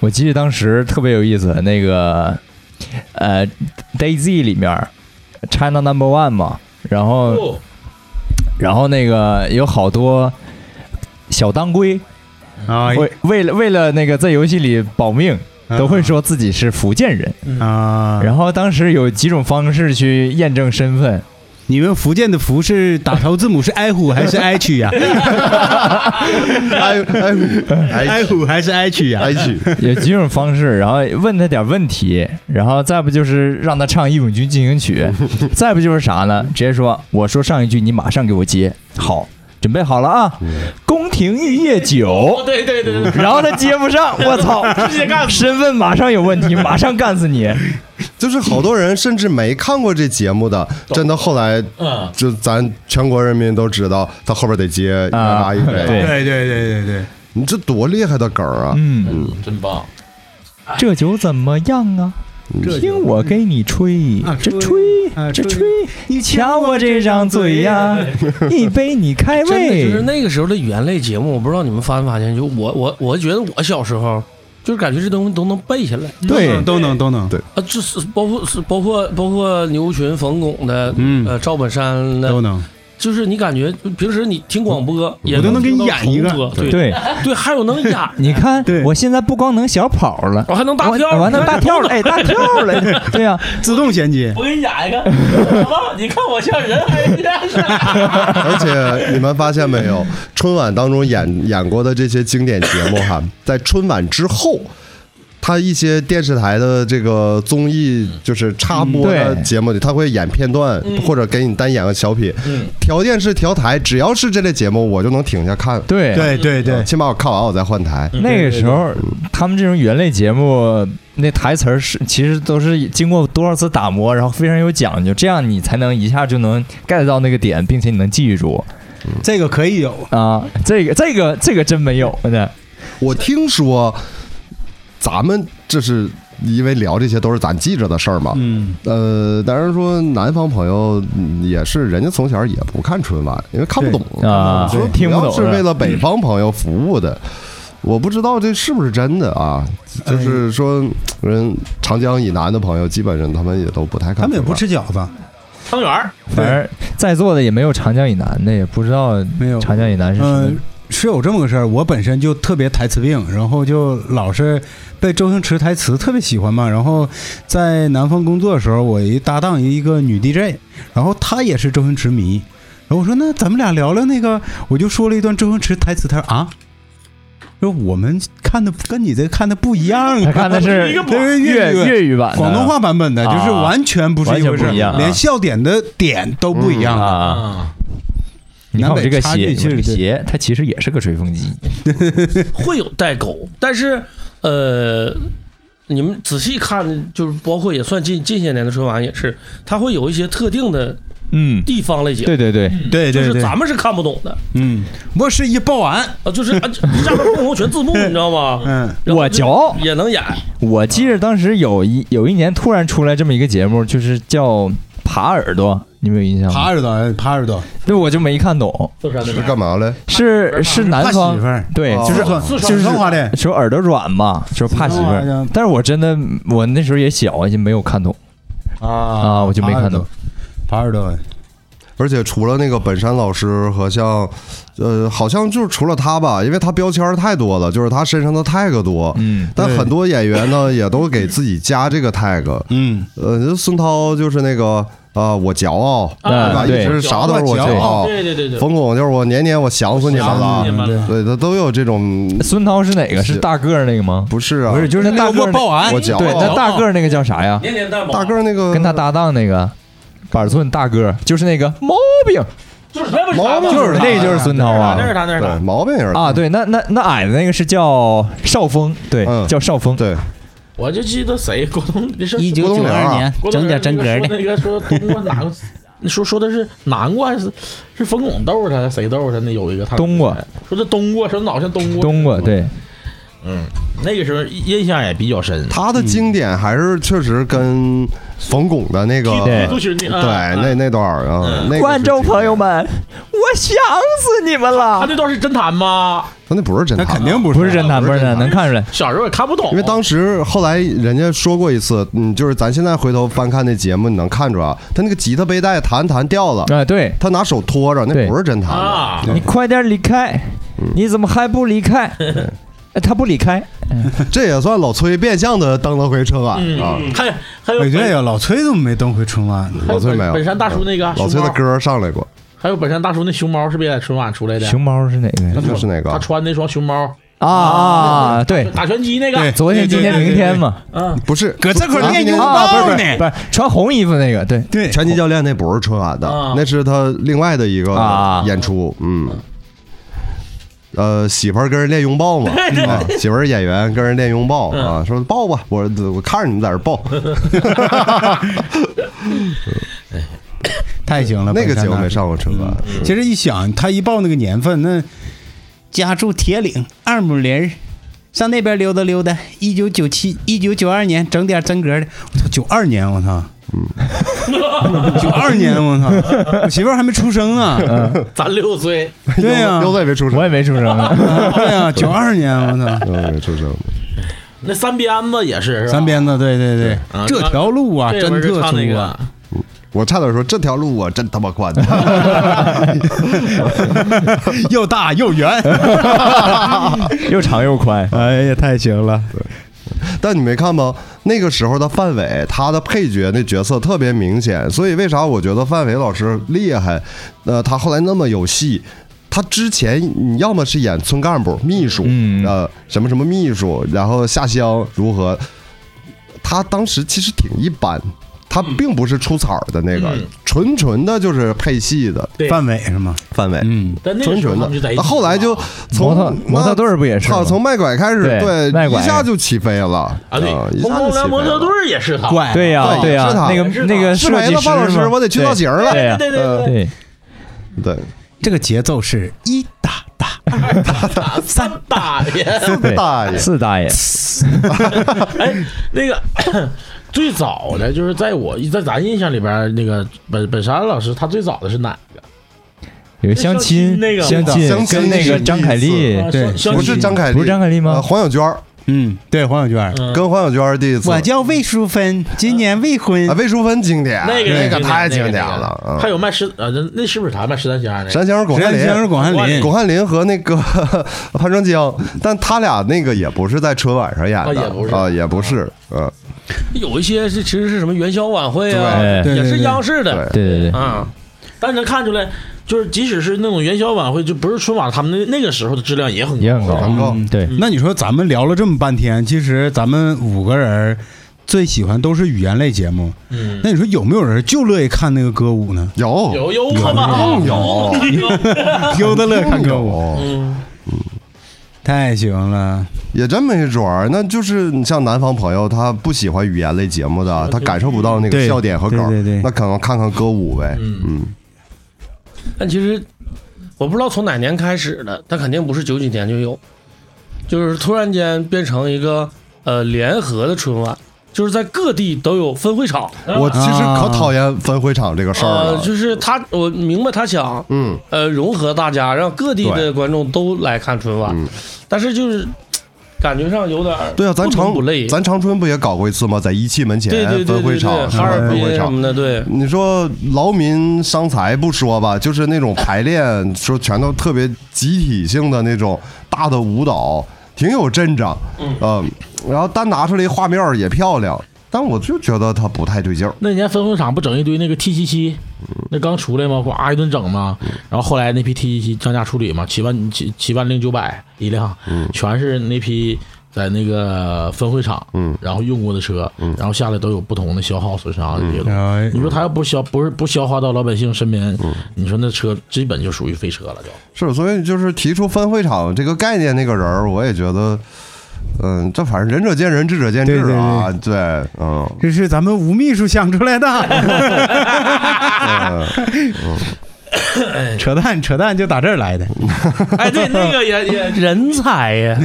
S1: 我记得当时特别有意思，那个呃，Daisy 里面儿 China Number One 嘛，然后
S3: 哦
S1: 然后那个有好多小当归，
S4: 啊
S1: 为为了为了那个在游戏里保命，都会说自己是福建人。
S4: 啊，
S1: 然后当时有几种方式去验证身份，
S4: 你们福建的福是打头字母是哀虎还是哀曲 呀？
S2: 哎哎哎
S4: 哀虎还是哀曲呀
S2: 哎？去！
S1: 有几种方式，然后问他点问题，然后再不就是让他唱《义勇军进行 曲》，再不就是啥呢？直接说我说上一句，你马上给我接。好，准备好了啊！
S5: 嗯
S1: 宫廷玉液酒，
S3: 哦对对对对，
S1: 然后他接不上，我 操，直接干，身份马上有问题，马上干死你！
S2: 就是好多人甚至没看过这节目的，真的后来
S3: 嗯，
S2: 就咱全国人民都知道，他后边得接一
S1: 啊
S2: 拉一
S1: 对
S2: 杯。
S4: 对对对对对，
S2: 你这多厉害的梗儿啊！
S1: 嗯，
S3: 真棒，
S1: 这酒怎么样啊？听我给你吹
S4: 啊，
S1: 这吹
S4: 吹啊
S1: 这吹
S4: 吹，
S1: 你瞧我这张嘴呀，一杯你开
S5: 真的就是
S1: 胃。
S5: 那个时候的语言类节目，我不知道你们发没发现，就我我我觉得我小时候。就是感觉这东西都能背下来
S1: 对
S4: 都能都能
S2: 对
S5: 啊，这是包括是包括包括牛群、冯巩的，
S4: 嗯
S5: 呃，赵本山
S4: 都
S5: 的，
S4: 能，
S5: 就是你感觉平时你听广播也
S4: 我都能给你
S5: 听到
S4: 演一个
S5: 重播对
S1: 对，
S5: 对，还有能演的，
S1: 你看
S4: 对，
S1: 我现在不光能小跑了，
S5: 我还能哦大跳
S1: 我，我还 能大跳了，
S5: 了。
S1: 哎，大跳了，对呀、
S4: 自动衔接。
S3: 我给你演一 个，什么？你看我像人还是像事儿？
S2: 而且你们发现 没有，春晚当中演演过的这些经典节目哈，在春晚之后。它一些电视台的这个综艺，就是插播
S1: 嗯
S2: 的
S1: 对
S2: 节目里，它会演片段，
S1: 嗯
S2: 或者给你单演个小品。调电视、调台，只要是这类节目，我就能停下看。
S1: 对嗯
S4: 对对对，
S2: 先把我看完，我再换台。
S1: 那个时候，他们这种语言类节目，那台词儿是其实都是经过多少次打磨，然后非常有讲究，这样你才能一下就能 get 到那个点，并且你能记住
S4: 这个可以有。
S1: 啊。这个这个这个真没有的，
S2: 我听说，咱们这是因为聊这些都是咱记着的事儿嘛。
S4: 嗯，
S2: 呃，当然说南方朋友嗯也是，人家从小也不看春晚，因为看不懂
S1: 对啊
S2: 说
S1: 对听不懂
S2: 主要是为了北方朋友服务的。我不知道这是不是真的啊，就是说人长江以南的朋友，基本上他们也都不太看，
S4: 他们也不，吃饺子，
S3: 汤圆儿，
S1: 反正在座的也没有长江以南的，也不知道
S4: 没有。
S1: 长江以南是什么
S4: 嗯，是有这么个事儿。我本身就特别台词病，然后就老是被周星驰台词特别喜欢嘛。然后在南方工作的时候，我一搭档一个女 DJ，然后她也是周星驰迷。然后我说那咱们俩聊聊那个，我就说了一段周星驰台词，她说啊，说我们看的跟你这看的不 一样
S1: 他
S4: 啊，
S1: 看的是
S4: 对
S1: 粤
S4: 语
S1: 粤语版的，
S4: 广东话版本的，
S1: 啊
S4: 就是完全不是一回
S1: 完全
S4: 事
S1: 不
S4: 儿，
S1: 一样啊
S4: 连笑点的点都不一样。
S1: 啊。
S3: 嗯
S1: 你看我这个鞋，我这个鞋它其实也是个吹风机，
S5: 会有代沟，但是呃，你们仔细看，就是包括也算近近些年的春晚也是，它会有一些特定的
S1: 嗯，
S5: 地方类节目，
S1: 对对对，
S4: 对
S5: 就
S4: 对
S5: 是
S4: 对，
S5: 咱们是看不懂的，
S4: 嗯，我是一报完，
S5: 啊，就是啊，下面共同全字幕，你知道吗？
S4: 嗯，
S5: 然后
S1: 我骄傲。
S5: 也能演，
S1: 我记着当时有一有一年突然出来这么一个节目，就是叫耙耳朵，你们有印象
S4: 耙
S1: 吗？
S4: 耳朵，耙耳朵，
S1: 对，我就没看懂，
S2: 是干嘛嘞？
S1: 是是南
S4: 怕媳
S1: 方
S4: 妇，儿，
S1: 对，
S2: 哦
S1: 就是
S4: 四川
S5: 四
S4: 四川话的，
S1: 说耳朵软嘛，说怕媳妇
S4: 四川话
S1: 儿
S4: 的，
S1: 但是我真的我那时候也小，就没有看懂
S4: 啊
S1: 啊，我就没看懂。
S4: 耙耳朵，
S2: 而且除了那个本山老师和像，呃，好像就是除了他吧，因为他标签儿太多了，就是他身上的 tag 多。
S1: 嗯，
S2: 但
S4: 对
S2: 很多演员呢，也都给自己加这个 tag。
S4: 嗯，
S2: 呃，孙涛就是那个啊、我骄傲，
S3: 啊
S2: 对吧？一
S1: 对
S2: 直啥都是我骄
S4: 骄
S2: 傲
S4: 傲。
S3: 对对对对，
S2: 冯巩就是我年年我想死你们
S3: 想
S2: 哦了嗯
S3: 死你，们
S1: 嗯
S3: 了
S2: 对他都有这种，
S1: 孙涛是哪个？是大个儿那个吗？
S2: 不是啊，
S1: 不是，就是那
S4: 那
S1: 大
S4: 个
S1: 个
S4: 我呃
S1: 儿
S4: 报
S1: 那，
S4: 完
S2: 我，骄
S1: 对，
S2: 傲，
S1: 那大个儿那个叫啥呀？
S5: 年年带
S2: 大个儿那个
S1: 跟他搭档那个板寸大个儿，就是那个毛病，
S3: 就是那不是
S2: 毛毛
S3: 他吗
S2: 就是
S1: 那就是孙涛啊
S3: 那是他，那是
S2: 对
S3: 他，
S2: 毛病也是
S1: 啊，对，那那那矮的那个是叫邵峰，对，
S2: 嗯
S1: 叫邵峰，
S2: 对，
S3: 我就记得谁郭冬，你是
S6: 一
S2: 郭
S6: 九
S2: 冬
S6: 九
S2: 临啊
S6: 二年
S3: 郭，
S6: 整
S3: 冬临
S6: 点真格
S3: 那个
S6: 的，
S3: 说那个说冬瓜哪个？那说说的是南瓜还是是冯巩逗他谁逗他那有一个他
S1: 冬瓜
S3: 说这冬瓜说脑像冬瓜
S1: 冬瓜，对，
S3: 嗯那个时候印象也比较深
S2: 他的经典还是确实跟冯巩的那个
S1: 对
S3: 就是那
S2: 对那那段儿啊，那个
S1: 观众朋友们，我想死你们
S3: 他
S1: 了！
S3: 那段是真弹吗？
S2: 他那不是真
S4: 那
S2: 谈，
S4: 肯定不是，
S1: 不是真谈，不是真谈，能看出来。
S3: 小时候也看不懂，
S2: 因为当时后来人家说过一次，嗯，就是咱现在回头翻看那节目，你能看出啊，他那个吉他背带弹弹掉了，
S1: 啊，对
S2: 他拿手托着，
S1: 对
S2: 那不是真弹的。
S3: 啊，
S1: 你快点离开，你怎么还不离开？哎他不离开，
S2: 这也算老崔变相的登了回春晚啊。
S3: 嗯，还还有
S4: 我觉得呀，老崔怎么没登回春晚呢？
S3: 还有
S2: 老崔没有
S3: 本山大叔那个
S2: 老崔的
S3: 熊猫，
S2: 歌上来过，
S3: 还有本山大叔那熊猫是不是也在春晚出来的？
S1: 熊猫是哪个呀？
S2: 就是那个
S3: 他穿那双熊猫，
S1: 啊啊，对
S3: 就，打拳击那个
S4: 对，
S1: 昨天、今天、明天嘛。
S3: 嗯，
S2: 不是
S4: 搁这块儿
S2: 咱
S4: 练
S2: 今天
S4: 拥
S1: 啊，不是
S4: 抱
S1: 不是
S4: 呢
S1: 不，是，穿红衣服那个，对，
S4: 对，
S2: 拳击教练那不是春晚的
S3: 啊，
S2: 那是他另外的一个
S1: 啊
S2: 演出，嗯。呃，媳妇儿跟人练拥抱嘛，啊，媳妇儿演员跟人练拥抱啊，说抱吧，我我看着你们在这儿抱，
S4: 太行了，
S2: 那个
S4: 本山
S2: 节目
S4: 大
S2: 没
S4: 叔
S2: 上过春晚，
S4: 其实一想，他一报那个年份，那
S6: 家住铁岭二亩林儿，上那边溜达溜达。一九九七、一九九二年整点真格的，
S4: 我操，九二年，我操，嗯， 九二年，我操，我媳妇儿还没出生呢，
S3: 咱六岁，
S4: 对呀
S2: 优子也没出声
S1: 我，也没出声啊。
S4: 对 呀，九二年，我操，
S2: 优子也没出声，
S3: 那三鞭子也是，是吧
S4: 三鞭子，对对对
S3: 啊，
S4: 这条路啊，
S3: 这
S4: 真
S3: 回是
S4: 特
S3: 唱
S4: 殊
S3: 那
S4: 啊，
S3: 个
S2: 我差点说这条路我真他妈宽，
S6: 又大又圆，
S1: 又长又宽。
S6: 哎呀，太行了！
S2: 但你没看吗？那个时候的范伟，他的配角那角色特别明显，所以为啥我觉得范伟老师厉害？呃，他后来那么有戏，他之前你要么是演村干部、秘书，
S1: 嗯
S2: 呃，什么什么秘书，然后下乡如何？他当时其实挺一般，他并不是出彩儿的那个，
S3: 嗯
S2: 纯纯的就是配戏的
S3: 对
S4: 范伟是吗？
S2: 范伟。
S6: 嗯，
S3: 但那个
S2: 纯
S3: 时候
S2: 纯
S3: 他
S2: 的
S3: 们就在一，
S2: 那
S3: 起
S2: 后来就
S3: 了
S1: 模
S2: 从
S1: 特模特队儿不也是吗
S2: 好，从卖拐开始，
S1: 对
S2: 对，
S1: 卖拐
S2: 一下就起飞了
S3: 啊，对，
S2: 嗯一
S3: 红
S2: 下就
S3: 光
S2: 起飞了
S3: 蓝模特队儿也是他，
S4: 怪
S1: 对呀
S2: 对
S1: 对啊呀
S2: 是他，
S1: 那个
S3: 是他
S1: 那个
S2: 是
S1: 设
S2: 没
S1: 计
S2: 了，
S1: 师
S2: 范老师，
S1: 嘛
S2: 我得去
S1: 对
S2: 造型了。
S1: 对呀
S3: 对对对
S1: 对，
S2: 对，
S6: 这个节奏是一打打
S3: 打三大爷。
S1: 对
S2: 大爷
S1: 四大爷，
S3: 哎，那个 最早的就是在我在咱印象里边儿，那个本本山老师他最早的是哪个？
S1: 有个相亲
S3: 那个
S1: 相
S2: 相
S1: 亲
S2: 亲
S1: 跟那个
S2: 是
S1: 张凯丽
S3: 啊，
S1: 对
S3: 相，相
S2: 不是张凯丽，
S1: 不是张凯丽吗
S2: 呃黄小娟儿
S6: 嗯，对，黄小娟，
S3: 嗯
S2: 跟黄小娟儿第一次，
S6: 我
S2: 啊，
S6: 叫魏淑芬，今年未婚，
S2: 魏淑芬经典，
S3: 那个
S2: 啊那
S3: 是
S2: 个
S3: 经典
S2: 太
S3: 那个
S2: 经
S3: 那
S2: 典
S3: 个
S2: 了。嗯
S3: 还有卖十啊，那那是不是他卖十三香啊那个？
S2: 山香儿巩汉
S6: 山香
S2: 林
S6: 是。巩汉林，
S2: 巩汉林和那个 潘长江，但他俩那个也不是在春晚上演的，
S3: 啊也不是
S2: 啊，也不是，嗯，
S5: 有一些是其实是什么元宵晚会啊，
S1: 对
S5: 也
S6: 对对
S5: 是
S6: 对
S5: 央视的
S1: 对对对，
S5: 啊。
S3: 但是能看出来，就是即使是那种元宵晚会，就不是春晚，他们那那个时候的质量也很
S1: 也很
S3: 高。
S1: 高，
S2: 广告
S6: 嗯
S1: 对，
S4: 那你说咱们聊了这么半天，其实咱们五个人最喜欢都是语言类节目。
S3: 嗯，
S4: 那你说有没有人就乐意看那个歌舞呢？
S2: 有
S3: 有有可吗？
S2: 有
S4: 有的乐意看歌舞，
S2: 有，
S3: 嗯，
S4: 太行了。
S2: 也真没准儿，那就是你像南方朋友，他不喜欢语言类节目的，他感受不到那个
S4: 对
S2: 笑点和梗儿，
S4: 对对对
S2: 那可能看看歌舞呗。
S3: 嗯
S2: 嗯，
S5: 但其实我不知道从哪年开始的，但肯定不是九几年就有，就是突然间变成一个呃联合的春晚，就是在各地都有分会场。
S2: 我其实可
S4: 啊
S2: 讨厌分会场这个事儿
S5: 呃，
S2: 了。
S5: 就是他，我明白他想
S2: 嗯，
S5: 呃融合大家，让各地的观众都来看春晚，
S2: 嗯
S5: 但是就是嘖感觉上有点儿
S2: 对啊，咱
S5: 不伦
S2: 长
S5: 不类，
S2: 咱长春不也搞过一次吗？在一汽门前
S5: 对对对对
S2: 分会
S5: 对，
S2: 场，
S5: 哈尔
S2: 分
S5: 滨
S2: 会
S5: 什
S2: 场。
S5: 么的，对，
S2: 你说劳民伤财不说吧，就是那种排练，说全都特别集体性的那种大的舞蹈，挺有阵仗，嗯、然后单拿出来一画面儿也漂亮，但我就觉得它不太对劲儿。
S3: 那年分会场不整一堆那个 T 七七，那刚出来嘛，呱一顿整嘛，然后后来那批 T 七七降价处理嘛，七万七七万零九百一辆，
S4: 嗯
S3: 全是那批在那个分会场，
S2: 嗯，
S3: 然后用过的车，然后下来都有不同的消耗损伤的这些东西。
S4: 嗯哎嗯
S3: 你说他要不消不是不消化到老百姓身边，你说那车基本就属于废车了，就是
S2: 所以就是提出分会场这个概念那个人儿，我也觉得，嗯，这反正仁者见仁，智者见智啊，对嗯。
S4: 这是咱们吴秘书想出来的，
S2: 嗯
S4: 扯淡扯淡就打这儿来的。
S3: 哎，对，那个也也
S5: 人才呀，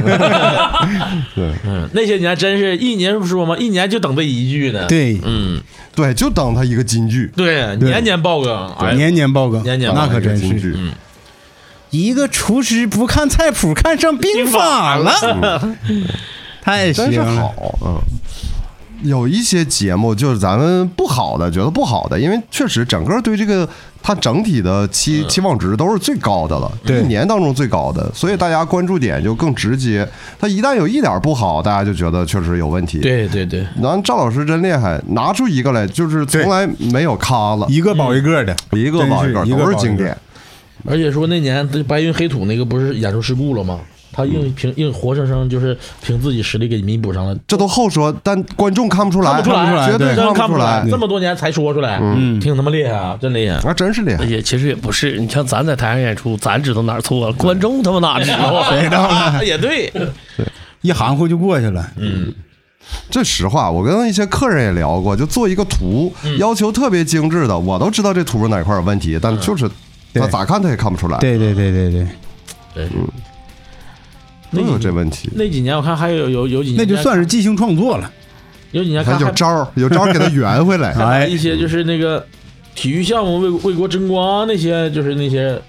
S3: 嗯，那些年真是一年不说嘛，一年就等这一句呢。，
S4: 对，
S3: 嗯，
S2: 对，就等他一个金句，
S3: 对，年年爆更，哎，
S4: 年年爆梗，
S3: 年年爆
S4: 那
S3: 梗
S4: 可真
S2: 金
S4: 是。
S2: 句。
S6: 一个厨师不看菜谱，看上兵法了， 太
S4: 哎
S6: 行
S2: 真是
S6: 了
S2: 好，，嗯。有一些节目就是咱们不好的，觉得不好的，因为确实整个对这个它整体的期期望值都是最高的了，
S4: 对
S2: 一年当中最高的，所以大家关注点就更直接。它一旦有一点不好，大家就觉得确实有问题。，
S3: 对对对，
S2: 然后赵老师真厉害，拿出一个来就是从来没有咖了，
S4: 一个保一个的，
S2: 嗯一个
S4: 真
S2: 往
S4: 是
S2: 个
S4: 一个
S2: 都是
S4: 保
S2: 经
S4: 一个
S2: 典。
S3: 而且说那年这白云黑土那个不是演出事故了吗？他硬凭硬活生生就是凭自己实力给弥补上了，
S2: 这都后说，但观众看不出来，
S3: 看不出来，
S2: 绝
S3: 真
S2: 看
S3: 看
S2: 不出
S3: 来
S2: 来，，
S3: 这么多年才说出来，嗯，挺他妈厉害啊，真 厉害。
S2: 啊，真是厉害。
S5: 也其实也不是，你像咱在台上演出，咱知道哪儿错了，观众他妈哪知道 啊？
S4: 谁知道呢？
S3: 哎也对，
S4: 一含糊就过去了。
S2: 这实话，我跟一些客人也聊过，就做一个图，要求特别精致的，我都知道这图哪块有问题，但就是
S4: 对
S2: 他咋看他也看不出来，
S4: 对对对对对，
S2: 都有这问题。
S3: 那几年我看还有有有几年，
S4: 那就算是即兴创作了。
S3: 有几年
S2: 他
S3: 看
S2: 有
S3: 还
S2: 招儿，有招儿给他圆回来。
S4: 哎
S3: 一些就是那个体育项目为为国争光那些，就是那些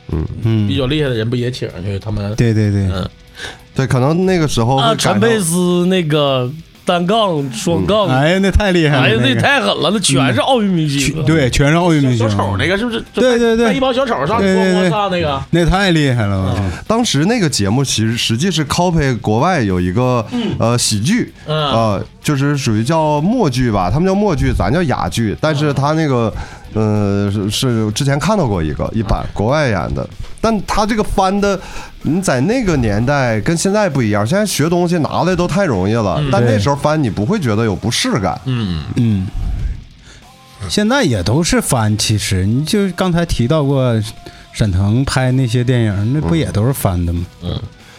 S4: 嗯
S3: 比，较厉害的人不也请上去他们
S4: 对对对，
S3: 嗯
S2: 对，可能那个时候
S5: 啊，
S2: 会
S5: 陈
S2: 赶
S5: 佩
S2: 上
S5: 斯那个单杠、双杠，哎
S4: 哎呀，那太厉害了！
S5: 呀，
S4: 那
S5: 那
S4: 个
S5: 太狠了，那全是奥运明
S4: 全
S5: 星。
S4: 对，全是奥运明星
S3: 小，丑那个是不是？
S4: 对对对
S3: 带一帮小丑上去
S4: 对对
S3: 咣咣
S4: 对
S3: 上那个。
S4: 那太厉害了！我操
S2: 当时那个节目其实实际是 copy 国外有一个、呃喜剧，
S3: 嗯
S2: 呃，就是属于叫默剧吧，他们叫默剧，咱叫哑剧，但是他那个。呃，是是之前看到过一个一版国外演的，但他这个翻的，你在那个年代跟现在不一样，现在学东西拿来都太容易了，但那时候翻你不会觉得有不适感，
S4: 嗯，现在也都是翻，其实你就刚才提到过沈腾拍那些电影，那不也都是翻的吗？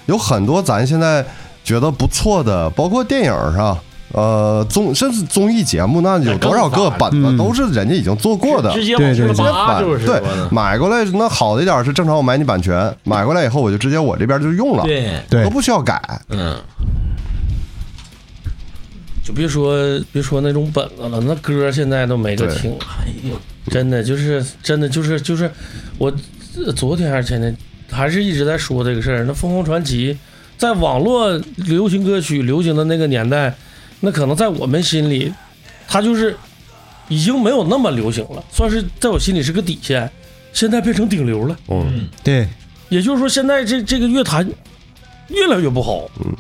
S2: 有很多咱现在觉得不错的，包括电影上，呃，综甚至综艺节目，那有多少个本子
S4: 嗯
S2: 都是人家已经做过的。
S3: 直接
S4: 对对
S3: 往出
S4: 对
S3: 扒
S2: 版
S3: 就是
S2: 对
S3: 说的，
S2: 买过来那好的一点是正常，我买你版权，买过来以后我就直接我这边就用了，
S3: 对，
S4: 对
S2: 都，不需要改。
S3: 嗯，
S5: 就别说别说那种本子了，那歌现在都没个
S2: 对
S5: 听了。真的就是真的就是就是，我呃昨天还是前天还是一直在说这个事儿。那凤凰传奇在网络流行歌曲流行的那个年代，那可能在我们心里，它就是已经没有那么流行了，算是在我心里是个底线。现在变成顶流了，
S2: 嗯，
S4: 对，
S5: 也就是说，现在这这个乐坛越来越不好。
S2: 嗯，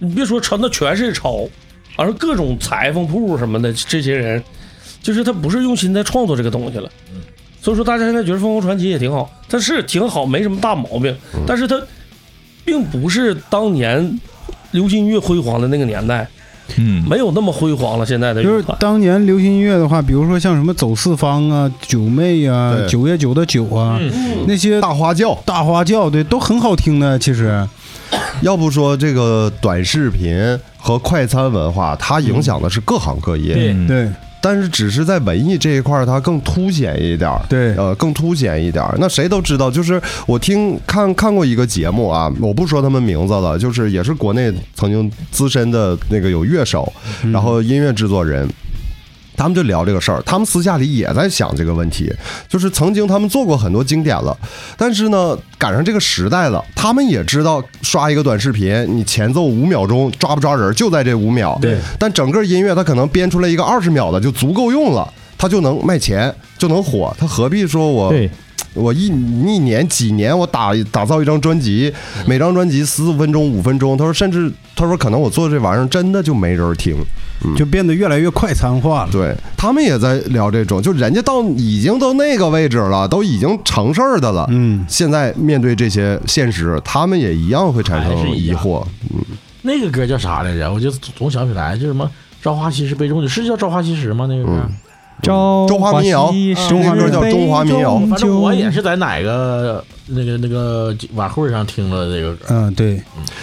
S5: 你别说抄，那全是抄，而各种裁缝铺什么的，这些人就是他不是用心在创作这个东西了。所以说，大家现在觉得《凤凰传奇》也挺好，它是挺好，没什么大毛病，但是它并不是当年流行音乐辉煌的那个年代，
S1: 嗯，
S5: 没有那么辉煌了。现在的
S4: 就是
S5: 乐坛，
S4: 当年流行音乐的话，比如说像什么走四方啊、九妹啊、
S2: 对
S4: 九月九的九啊，那些
S2: 大花轿，
S4: 大花轿，对，都很好听的。其实，
S2: 要不说这个短视频和快餐文化，它影响的是各行各业，
S3: 对
S1: 嗯
S4: 对
S2: 但是只是在文艺这一块，儿，它更凸显一点儿，
S4: 对
S2: 呃，更凸显一点儿。那谁都知道，就是我听看看过一个节目啊，我不说他们名字了，就是也是国内曾经资深的那个有乐手，然后音乐制作人。他们就聊这个事儿，他们私下里也在想这个问题，就是曾经他们做过很多经典了，但是呢，赶上这个时代了，他们也知道刷一个短视频，你前奏五秒钟抓不抓人，就在这五秒。
S4: 对，
S2: 但整个音乐它可能编出来一个二十秒的就足够用了，它就能卖钱，就能火，它何必说我
S1: 对，
S2: 我一一年几年，我打打造一张专辑，每张专辑十五分钟、五分钟。他说，甚至他说，可能我做这玩意儿真的就没人听。
S4: 就变得越来越快餐化了。
S2: 对他们也在聊这种，就人家到已经到那个位置了，都已经成事儿的了。
S4: 嗯，
S2: 现在面对这些现实，他们也一样会产
S3: 还
S2: 生
S3: 是一
S2: 疑
S3: 样
S2: 惑。
S3: 那个歌叫啥来着？我就总想不起来，就是什么《朝花夕拾杯中酒》，是叫《朝花夕拾》吗？那个歌，
S2: 嗯
S1: 中
S2: 中华民谣啊
S1: 中
S2: 那歌叫中华民谣
S3: 反正我也是在哪个那个那个晚会上听了这个歌。
S4: 嗯，对，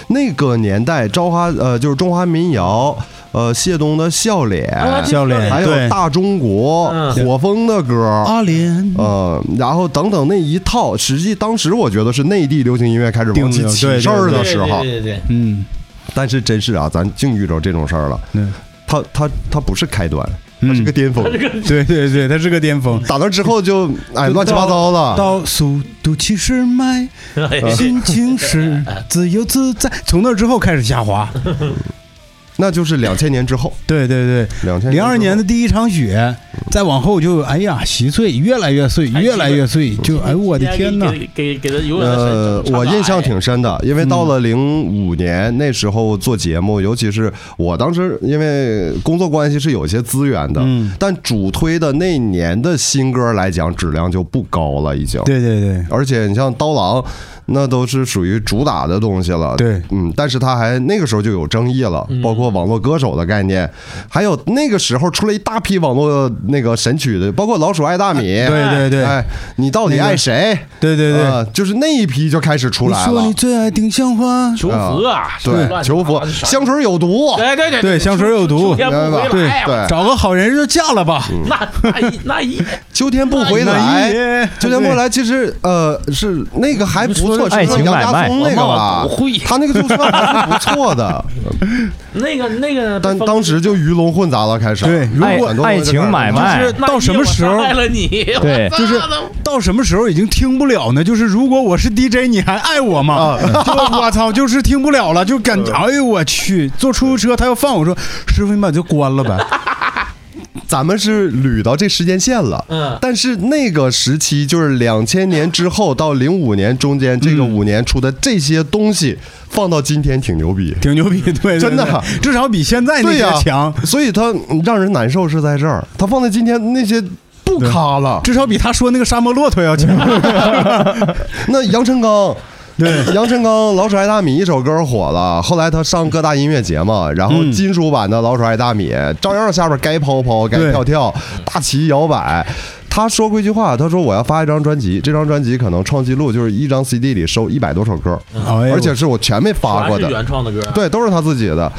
S2: 那个年代，朝花呃，就是中华民谣，呃，谢东的《笑脸》
S4: 教练，
S2: 还有
S4: 啊对，啊
S2: 大中国、
S3: 嗯
S2: 火风的歌，
S4: 阿莲，
S2: 呃，然后等等那一套，实际当时我觉得是内地流行音乐开始
S4: 定
S2: 往起
S4: 了
S2: 起
S4: 对
S2: 事儿
S4: 对
S2: 的时候，
S3: 对对对，
S4: 嗯，
S2: 但是真是啊，咱净遇着这种事儿了。
S4: 对，
S2: 它它它不是开端，它
S4: 嗯
S2: 是个巅峰，
S4: 对对对，他是个巅峰。
S2: 打那之后就哎
S4: 就
S2: 乱七八糟了。
S4: 到速度七十迈，心情是自由自在。从那之后开始下滑，
S2: 那就是两千年之后，
S4: 对对对，
S2: 两千
S4: 零二年的第一场雪，再往后就哎呀稀碎，越来越碎，越来越碎，就哎我的天呐！
S3: 给给给他永远
S2: 呃，我印象挺深的，因为到
S4: 嗯
S2: 了零五年那时候做节目，尤其是我当时因为工作关系是有一些资源的，
S4: 嗯
S2: 但主推的那年的新歌来讲，质量就不高了，已经。
S4: 对对对
S2: 而且你像刀郎，那都是属于主打的东西了。
S4: 对
S2: 嗯，但是他还那个时候就有争议了，
S3: 嗯
S2: 包括网络歌手的概念，还有那个时候出了一大批网络那个神曲的，包括《老鼠爱大米》。
S4: 对对对
S2: 哎，你到底爱谁？
S4: 对对对，
S2: 啊就是那一批就开始出
S4: 你
S2: 来
S4: 说
S2: 了
S4: 你。最爱丁香花，
S3: 求佛啊，
S2: 对，求佛，香水有毒，
S3: 对对对
S4: 对香水有毒
S3: 秋天不回
S4: 对
S3: 来，
S2: 对，
S4: 找个好人就嫁了吧。
S3: 那那一那一
S2: 秋天不回
S4: 那
S2: 来，
S4: 一夜
S2: 秋天不回来，其实呃是那个还不错，
S1: 说爱
S2: 是
S1: 情
S2: 杨
S1: 买
S2: 家
S1: 卖
S2: 松那个吧
S5: 我不会，
S2: 他那个就算还是不错的，
S3: 那个那个，
S2: 但当时就鱼龙混杂了，开始
S4: 对如
S2: 果
S1: 爱
S2: 很多
S1: 爱
S2: 东西在这
S1: 情
S2: 儿
S1: 买
S2: 就是
S1: 卖，
S4: 到什么时候
S3: 爱了你，
S1: 对，
S4: 就是到什么时候已经听不了呢？就是如果我是 DJ，你还爱我吗？
S2: 啊
S4: 就我操，就是听不了了，就感觉哎呦我去，坐出租车他要放我说师傅你把就关了呗，
S2: 咱们是捋到这时间线了，
S3: 嗯
S2: 但是那个时期就是两千年之后到零五年中间这
S1: 嗯
S2: 个五年出的这些东西，放到今天挺牛逼，
S4: 挺牛逼，对对，对
S2: 真的
S4: 至少比
S1: 哎
S4: 现在那
S2: 对
S4: 些
S2: 呀、
S4: 强，
S2: 所以它让人难受是在这儿，它放在今天那些不咖了，
S4: 至少比他说那个沙漠骆驼要 强。
S2: 那杨臣 刚。对，杨臣刚《老鼠爱大米》一首歌火了，后来他上各大音乐节嘛，然
S4: 嗯
S2: 后金属版的《老鼠爱大米》照样下边该抛抛，该
S4: 对
S2: 跳跳，大旗摇摆。他说过一句话，他说我要发一张专辑，这张专辑可能创纪录，就是一张 CD 里收一百多首歌，
S4: 哎呦
S2: 而且是我全没发
S3: 还
S2: 过
S3: 是
S2: 的。
S3: 原创的歌，
S2: 对，都是他自己的。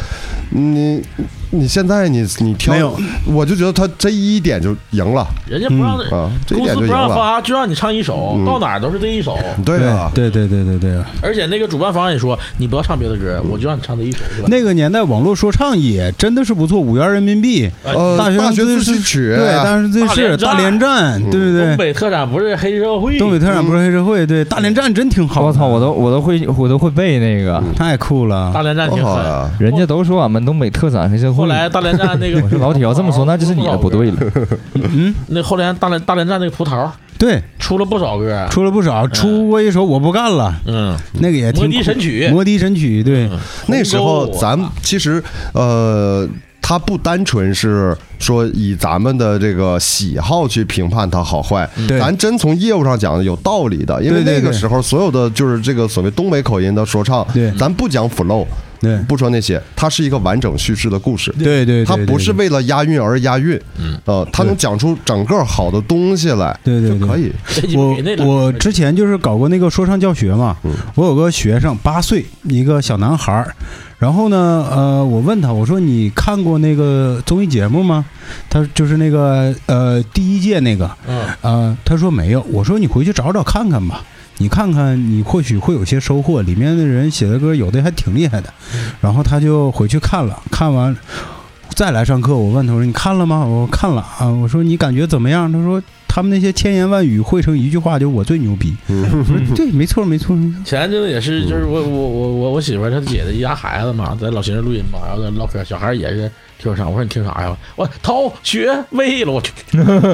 S2: 你你现在你你挑
S4: 没有，
S2: 我就觉得他这一点就赢了
S3: 人家不让
S2: 啊，这一
S3: 公
S2: 点就
S3: 司不
S2: 赢
S3: 让
S2: 了。
S3: 发，就让你唱一首，
S2: 嗯
S3: 到哪儿都是这一首。
S2: 对啊，
S4: 对对对对对，
S3: 而且那个主办方也说，你不要唱别的歌，我就让你唱这一首，是吧？
S4: 那个年代网络说唱也真的是不错，五元人民币，
S2: 呃，
S4: 大学
S2: 大
S4: 生
S2: 学
S4: 自
S2: 自习嗯
S4: 习
S2: 曲，
S4: 对，大学自习室、
S3: 大
S4: 大
S3: 连
S4: 连站，对不对
S3: 东？北特产不是黑社会，
S4: 东北特产不是黑社会，对，大连站真挺好的。
S1: 我操，我都我都会我都会背那个，
S2: 嗯
S4: 太酷了
S3: 大！连站
S2: 多
S3: 挺
S2: 好啊
S3: 狠。
S2: 呀！
S1: 人家都说俺们东北特产黑社
S3: 后
S1: 会。
S3: 来大连站那 个，
S1: 我说老铁要这 么说，那就是你的不对了。
S4: 嗯，
S3: 那后来大连大连站那个葡萄
S4: 对，
S3: 出了不少歌，
S4: 出了不少，出过一首《我不干了
S3: 嗯，》，
S4: 那个也挺
S3: 摩
S4: 酷
S3: 的神曲，
S4: 摩的神曲，对，
S2: 那时候
S3: 鸿沟啊
S2: 咱们其实呃，它不单纯是说以咱们的这个喜好去评判它好坏，
S4: 嗯对
S2: 咱真从业务上讲有道理的，因为
S4: 对对
S2: 那个
S4: 对
S2: 时候所有的就是这个所谓东北口音的说唱
S4: 对，
S2: 咱不讲 flow，
S4: 对
S3: 嗯
S2: 不说那些，它是一个完整叙事的故事。
S4: 对对对，
S2: 它
S4: 对
S2: 不是，为了押韵而押韵，
S3: 嗯，
S2: 呃，它能讲出整个好的东西来，
S4: 对对对
S2: 就可以。
S4: 我我之前就是搞过那个说唱教学嘛
S2: 嗯，
S4: 我有个学生八岁，一个小男孩儿，然后呢，呃，我问他，我说你看过那个综艺节目吗？他就是那个呃第一届那个，
S3: 嗯
S4: 呃，他说没有，我说你回去找找看看吧，你看看你或许会有些收获，里面的人写的歌有的还挺厉害的，然后他就回去看了，看完再来上课，我问他我说你看了吗？我说看了啊，我说你感觉怎么样？他说他们那些千言万语汇成一句话，就我最牛逼。
S2: 嗯，
S4: 我说对，没错，没错，没错
S3: 前阵子也是，就是我我我我我媳妇儿她姐的一家孩子嘛，在老邢这录音嘛，然后在那唠嗑，小孩儿也是听说啥，我说你听啥呀？我逃学为了我去，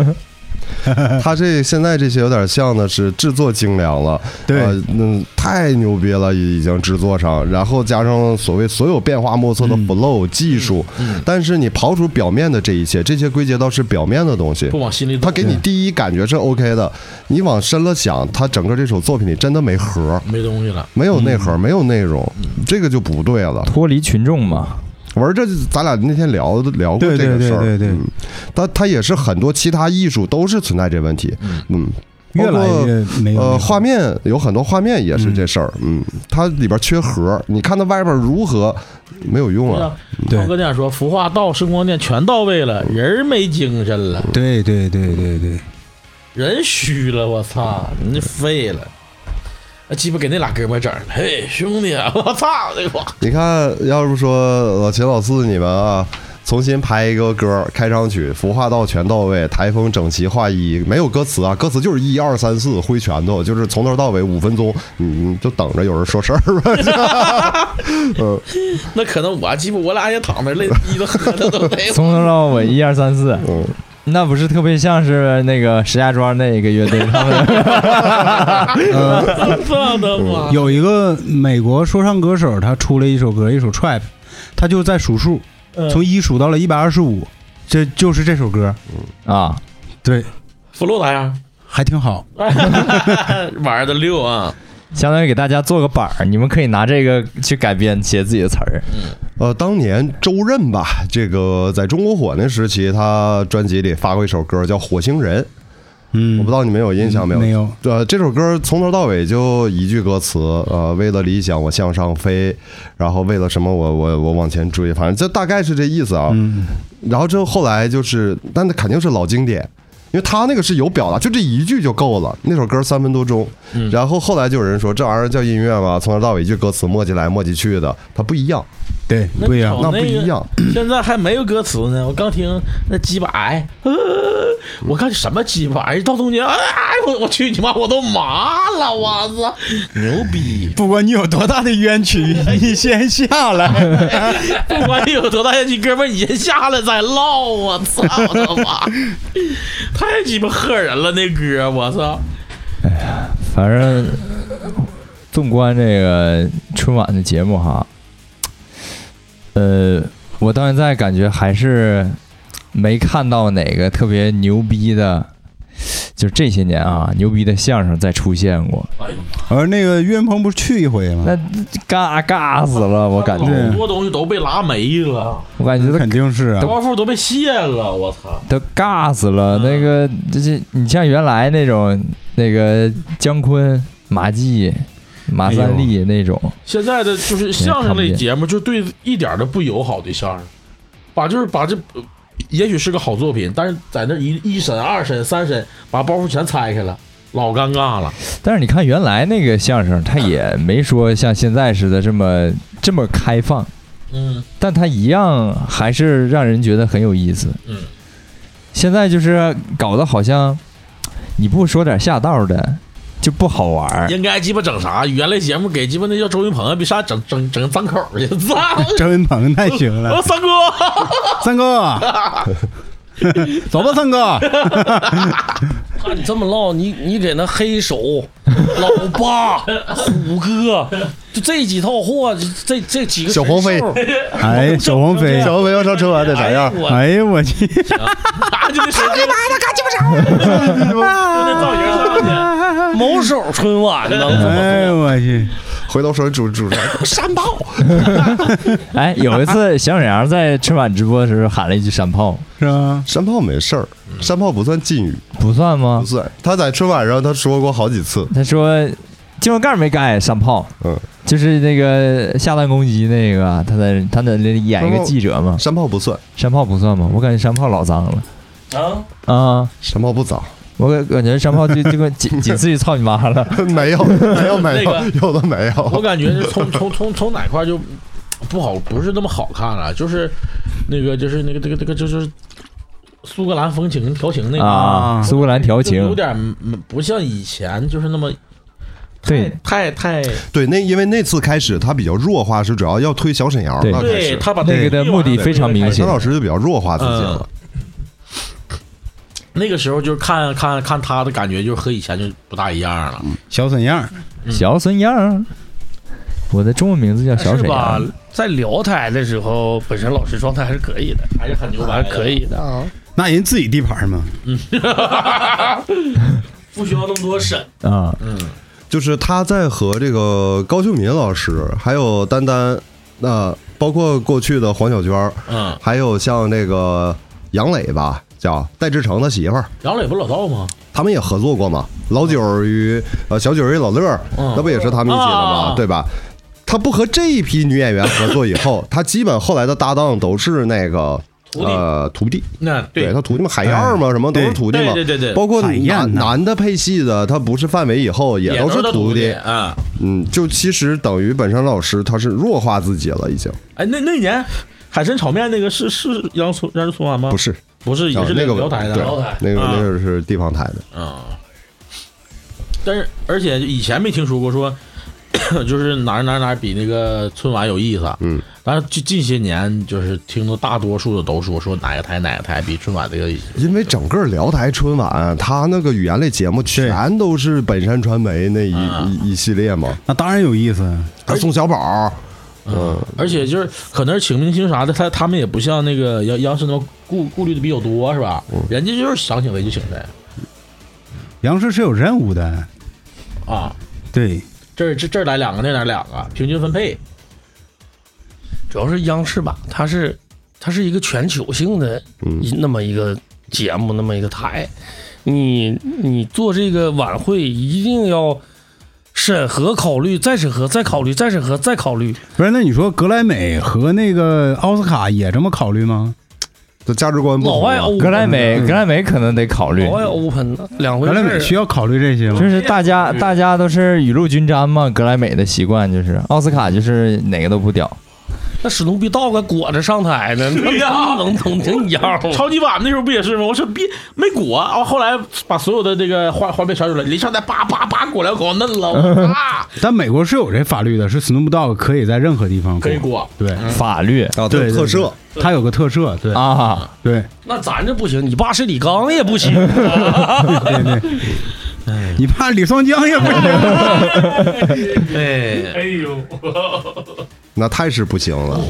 S2: 他这现在这些有点像的是制作精良了，
S4: 对
S2: 呃嗯，太牛逼了，已经制作上，然后加上所谓所有变化莫测的
S4: 嗯
S2: flow 技术，
S3: 嗯，
S2: 但是你刨除表面的这一切，这些归结到是表面的东西
S3: 不。往心里
S2: 他
S3: 走，
S2: 给你第一感觉是 OK 的，你往深了想，他整个这首作品里真的没核儿，
S3: 没东西了。
S2: 没有内核，
S4: 嗯
S2: 没有内容，这个就不对了。
S1: 脱离群众嘛，
S2: 我说这咱俩那天聊聊过
S4: 对
S2: 这个
S4: 对
S2: 事儿，
S4: 对对对
S2: 嗯，他他也是很多其他艺术都是存在这问题，嗯，包
S4: 越来
S2: 括
S4: 越没有那
S2: 呃，
S4: 个
S2: 画面有很多画面也是这事儿，嗯，它里边缺核，你看它外边如何没有用啊，
S4: 对
S3: 涛哥那样说，服化道、声光电全到位了，人儿没精神了，
S4: 对对对对对，
S3: 人虚了，我操，你啊废了。那鸡巴给那俩哥们儿整的，嘿，兄弟，啊我操，那个
S2: 你看，要是说老秦、老四你们啊，重新排一个歌，开场曲服化道全到位，台风整齐划一，没有歌词啊，歌词就是一二三四挥拳头，就是从头到尾五分钟，你你就等着有人说事儿吧。
S3: 那可能我鸡巴我俩也躺 那儿累逼的，那都没有。
S1: 从头到尾一二三四，
S2: 嗯，
S1: 那不是特别像是那个石家庄那个乐队他们
S3: 我的
S5: 啊
S3: 妈！
S4: 有一个美国说唱歌手，他出了一首歌，一首 trap，他就在数数，从一数到了一百二十五，这就是这首歌，
S1: 啊，
S4: 对，
S3: 福禄咋 样？
S4: 还挺好。
S3: 玩的溜啊！
S1: 相当于给大家做个板儿，你们可以拿这个去改编写自己的词儿。
S2: 呃，当年周润吧，这个在中国火那时期，他专辑里发过一首歌叫《火星人》，
S4: 嗯，
S2: 我不知道你们有印象没有？
S4: 没有。
S2: 呃，这首歌从头到尾就一句歌词，呃，为了理想我向上飞，然后为了什么我我我往前追，反正这大概是这意思啊。然后之后后来就是，但那肯定是老经典。因为他那个是有表达，就这一句就够了。那首歌三分多钟，然后后来就有人说这玩意儿叫音乐吗？从头到尾一句歌词磨叽来磨叽去的，它不一样，
S4: 对，不一样。
S2: 那
S3: 哦那
S2: 不一样。
S3: 现在还没有歌词呢，我刚听那鸡巴癌，
S2: 嗯
S3: 呃我看什么鸡巴癌，到中间，哎，我我去你妈，我都麻了，我操，牛逼！
S6: 不管你有多大的冤屈，你先下来。
S3: 不管你有哎多大怨气，哥们儿，你先下来再唠，啊我操我的妈，太鸡巴吓人了那歌，我操！
S1: 反正呃纵观这个春晚的节目哈，呃，我到现在感觉还是没看到哪个特别牛逼的，就这些年啊，牛逼的相声再出现过，
S4: 而那个岳云鹏不是去一回吗？
S1: 那尬尬死了，我感觉，
S4: 对
S3: 好多东西都被拉没了，
S1: 我感觉都
S4: 肯定是啊，
S3: 包袱都被卸了，我操！
S1: 都尬死了。那个就是你像原来那种那个姜昆、马季、马三立那种，
S3: 现在的就是相声类节目，就对一点儿都不友好的相声，把就是把这，呃也许是个好作品，但是在那一一审、二审、三审把包袱全拆开了，老尴尬了。
S1: 但是你看原来那个相声，它也没说像现在似的这么这么开放，
S3: 嗯，
S1: 但它一样还是让人觉得很有意思。
S3: 嗯，
S1: 现在就是搞得好像你不说点下道的就不好玩儿。
S3: 嗯应该鸡巴整啥？原来节目给鸡巴那叫周云鹏啊，比啥整整整张口去， 操！
S4: 周云鹏太行
S3: 我
S4: 了，
S3: 三哥，
S4: 三哥，走吧，三哥，
S5: 看你这么唠，你你给那黑手、老八、虎哥，就这几套货，这这这几个
S2: 小黄飞
S5: 神兽
S4: 哎， 小黄飞，
S2: 小朋友上春晚得啥
S5: 哎
S2: 样
S5: 呀？我
S4: 哎呦我去，
S3: 啊，就那神经，就那造型上去。
S5: 某手春晚能
S4: 哎呦我去，
S2: 回头说主主持人
S5: 山炮，
S1: 哎，有一次小沈阳在春晚直播的时候喊了一句“山炮
S4: 是吧？
S2: 山炮没事儿，山炮不算禁语，”，
S1: 不算
S2: 不
S1: 吗？
S2: 算。他在春晚上他说过好几次，
S1: 他说金融盖没盖，山炮。
S2: 嗯，
S1: 就是那个下蛋攻击那个，他在他在那里演一个记者嘛，
S2: 山炮不算，
S1: 山炮不算吗？我感觉山炮老脏了
S5: 啊，
S1: 啊。
S2: 山炮不脏，
S1: 我感感觉山炮就就跟仅仅次于操你妈了。
S2: 没有没有没有
S3: 那个
S2: 有的没
S3: 我
S2: 有。
S3: 感觉是从从从从哪块就不好，不是那么好看了，就是那个就是那个这个这个就是苏格兰风情调情那个，
S1: 啊，苏格兰调
S3: 就有
S1: 情，
S3: 点嗯不像以前就是那么
S1: 对，
S3: 太太
S2: 对，那因为那次开始他比较弱化，是主要要推小沈阳了，
S1: 对
S2: 开
S3: 对
S2: 始
S3: 他把
S1: 那个的目的非常明
S2: 小
S1: 显
S2: 老师就比较弱化自己了。
S3: 嗯那个时候就是看看看他的感觉，就是和以前就不大一样了。
S2: 嗯
S4: 小沈阳，
S1: 小沈阳，我的中文名字叫小
S5: 是
S1: 沈
S5: 吧
S1: 阳。？
S5: 在聊台的时候，本身老师状态还是可以的，
S3: 还是很牛
S5: 还
S3: 掰
S5: 是
S3: 的，
S5: 可以的啊。
S4: 那人自己地盘嘛，
S5: 不需要那么多审，
S1: 啊，
S2: 就是他在和这个高秀敏老师，还有丹丹，那、包括过去的黄小娟儿，
S3: 嗯，
S2: 还有像那个杨磊吧，叫戴志诚他媳妇儿，
S3: 杨磊不老道吗？
S2: 他们也合作过嘛。老九儿与呃小九儿与老乐儿，
S3: 嗯
S2: 那不也是他们一起的
S3: 啊
S2: 吗？对吧？他不和这一批女演员合作以 后，他基本后来的搭档都是那个
S3: 徒弟
S2: 呃徒弟，
S3: 那
S2: 对
S3: 对哎
S2: 他徒弟们海燕儿嘛，什么都是
S4: 对
S2: 徒弟嘛。
S3: 对对对对，
S2: 包括
S4: 海燕
S2: 男
S4: 呐
S2: 男的配戏的，他不是范伟以后也
S3: 也都
S2: 是
S3: 他
S2: 徒
S3: 弟啊。
S2: 嗯，就其实等于本山老师他是弱化自己了，已经
S3: 哎，那那年海参炒面那个是是央春央视春晚吗？
S2: 不是
S3: 不是，
S2: 啊
S3: 也是
S2: 那个
S3: 辽台的。
S2: 对
S5: 辽台
S2: 那个
S3: 啊
S2: 那个是地方台的，
S3: 啊。但是而且以前没听说过说， 就是哪儿哪儿哪儿比那个春晚有意思。
S2: 嗯，
S3: 但是近近些年就是听到大多数的都说说哪个台哪个台比春晚这个
S2: 因为整个辽台春晚他那个语言类节目全都是本山传媒那一
S3: 啊
S2: 一一系列嘛，
S4: 那当然有意思。
S2: 他宋小宝，嗯，
S3: 而且就是可能是请明星啥的，他他们也不像那个央央视那么顾顾虑的比较多，是吧？
S2: 嗯
S3: 人家就是想请谁就请谁
S4: 杨氏是有任务的，
S3: 啊。
S4: 对，
S3: 这儿这这儿来两个，那儿来两个，平均分配。
S5: 主要是央视吧，它是它是一个全球性的
S2: 嗯
S5: 一那么一个节目，那么一个台，你你做这个晚会一定要审核考虑，再审核，再考虑，再审核，再考虑。
S4: 不是那你说格莱美和那个奥斯卡也这么考虑吗？
S2: 这价值观不
S5: 老
S2: 同
S5: 外哦
S2: 啊。
S5: 欧
S1: 格莱美，格莱美可能得考虑
S5: 老，外 open 的两回
S4: 格
S5: 事
S4: 莱美
S5: 儿。
S4: 需要考虑这些吗
S1: 就？是大家大家都是雨露均沾嘛。格莱美的习惯就是奥斯卡就是哪个都不屌，
S5: 那史努比道哥裹着上台呢，那能能能一样吗？
S3: 超级碗那时候不也是吗？我说别没裹，啊，后来把所有的这个花花呗全出来，临上台叭叭叭裹两口嫩了， 我啊，
S4: 但美国是有这法律的，是 Snoop Dogg 可以在任何地方
S3: 可以，裹。
S4: 对，
S1: 法律
S2: 啊，
S4: 对
S2: 特赦，
S4: 他有个特赦，对
S1: 啊，
S4: 对
S5: 那咱这不行，你爸是李刚也不行。
S4: 对对。你怕李双江也不行，
S5: 哎，
S2: 那太是不行了。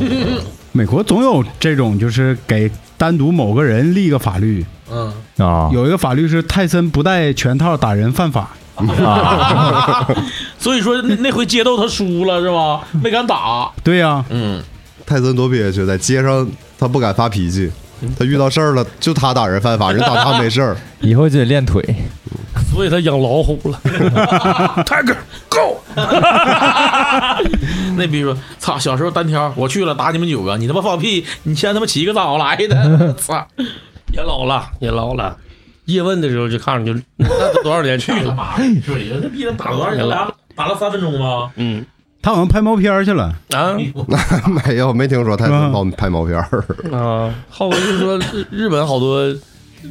S4: 美国总有这种，就是给单独某个人立个法律。
S5: 嗯，
S1: 啊
S4: 有一个法律是泰森不戴拳套打人犯法，
S1: 啊，
S3: 所以说那那回街斗他输了是吧？没敢打，
S4: 对呀、
S3: 嗯，
S2: 泰森多憋屈，在街上他不敢发脾气，他遇到事儿了就他打人犯法，人打他没事 儿。
S1: 以后就得练腿。
S5: 所以他养老虎了。Tiger go，
S3: 那逼说，操，小时候单挑，我去了打你们九个，你他妈放屁，你先他妈起一个咋来 的？操，
S5: 也老了，也老了。叶问的时候就看着就，那都多少年去了？啊
S3: 妈，你哎说这逼他打多少人了？ 打了三分钟吗？
S5: 嗯
S4: 他好像拍毛片儿去了。
S5: 啊
S2: 没有，没听说泰森
S4: 嗯
S2: 帮拍毛片儿。
S5: 啊，后来就说日日本好多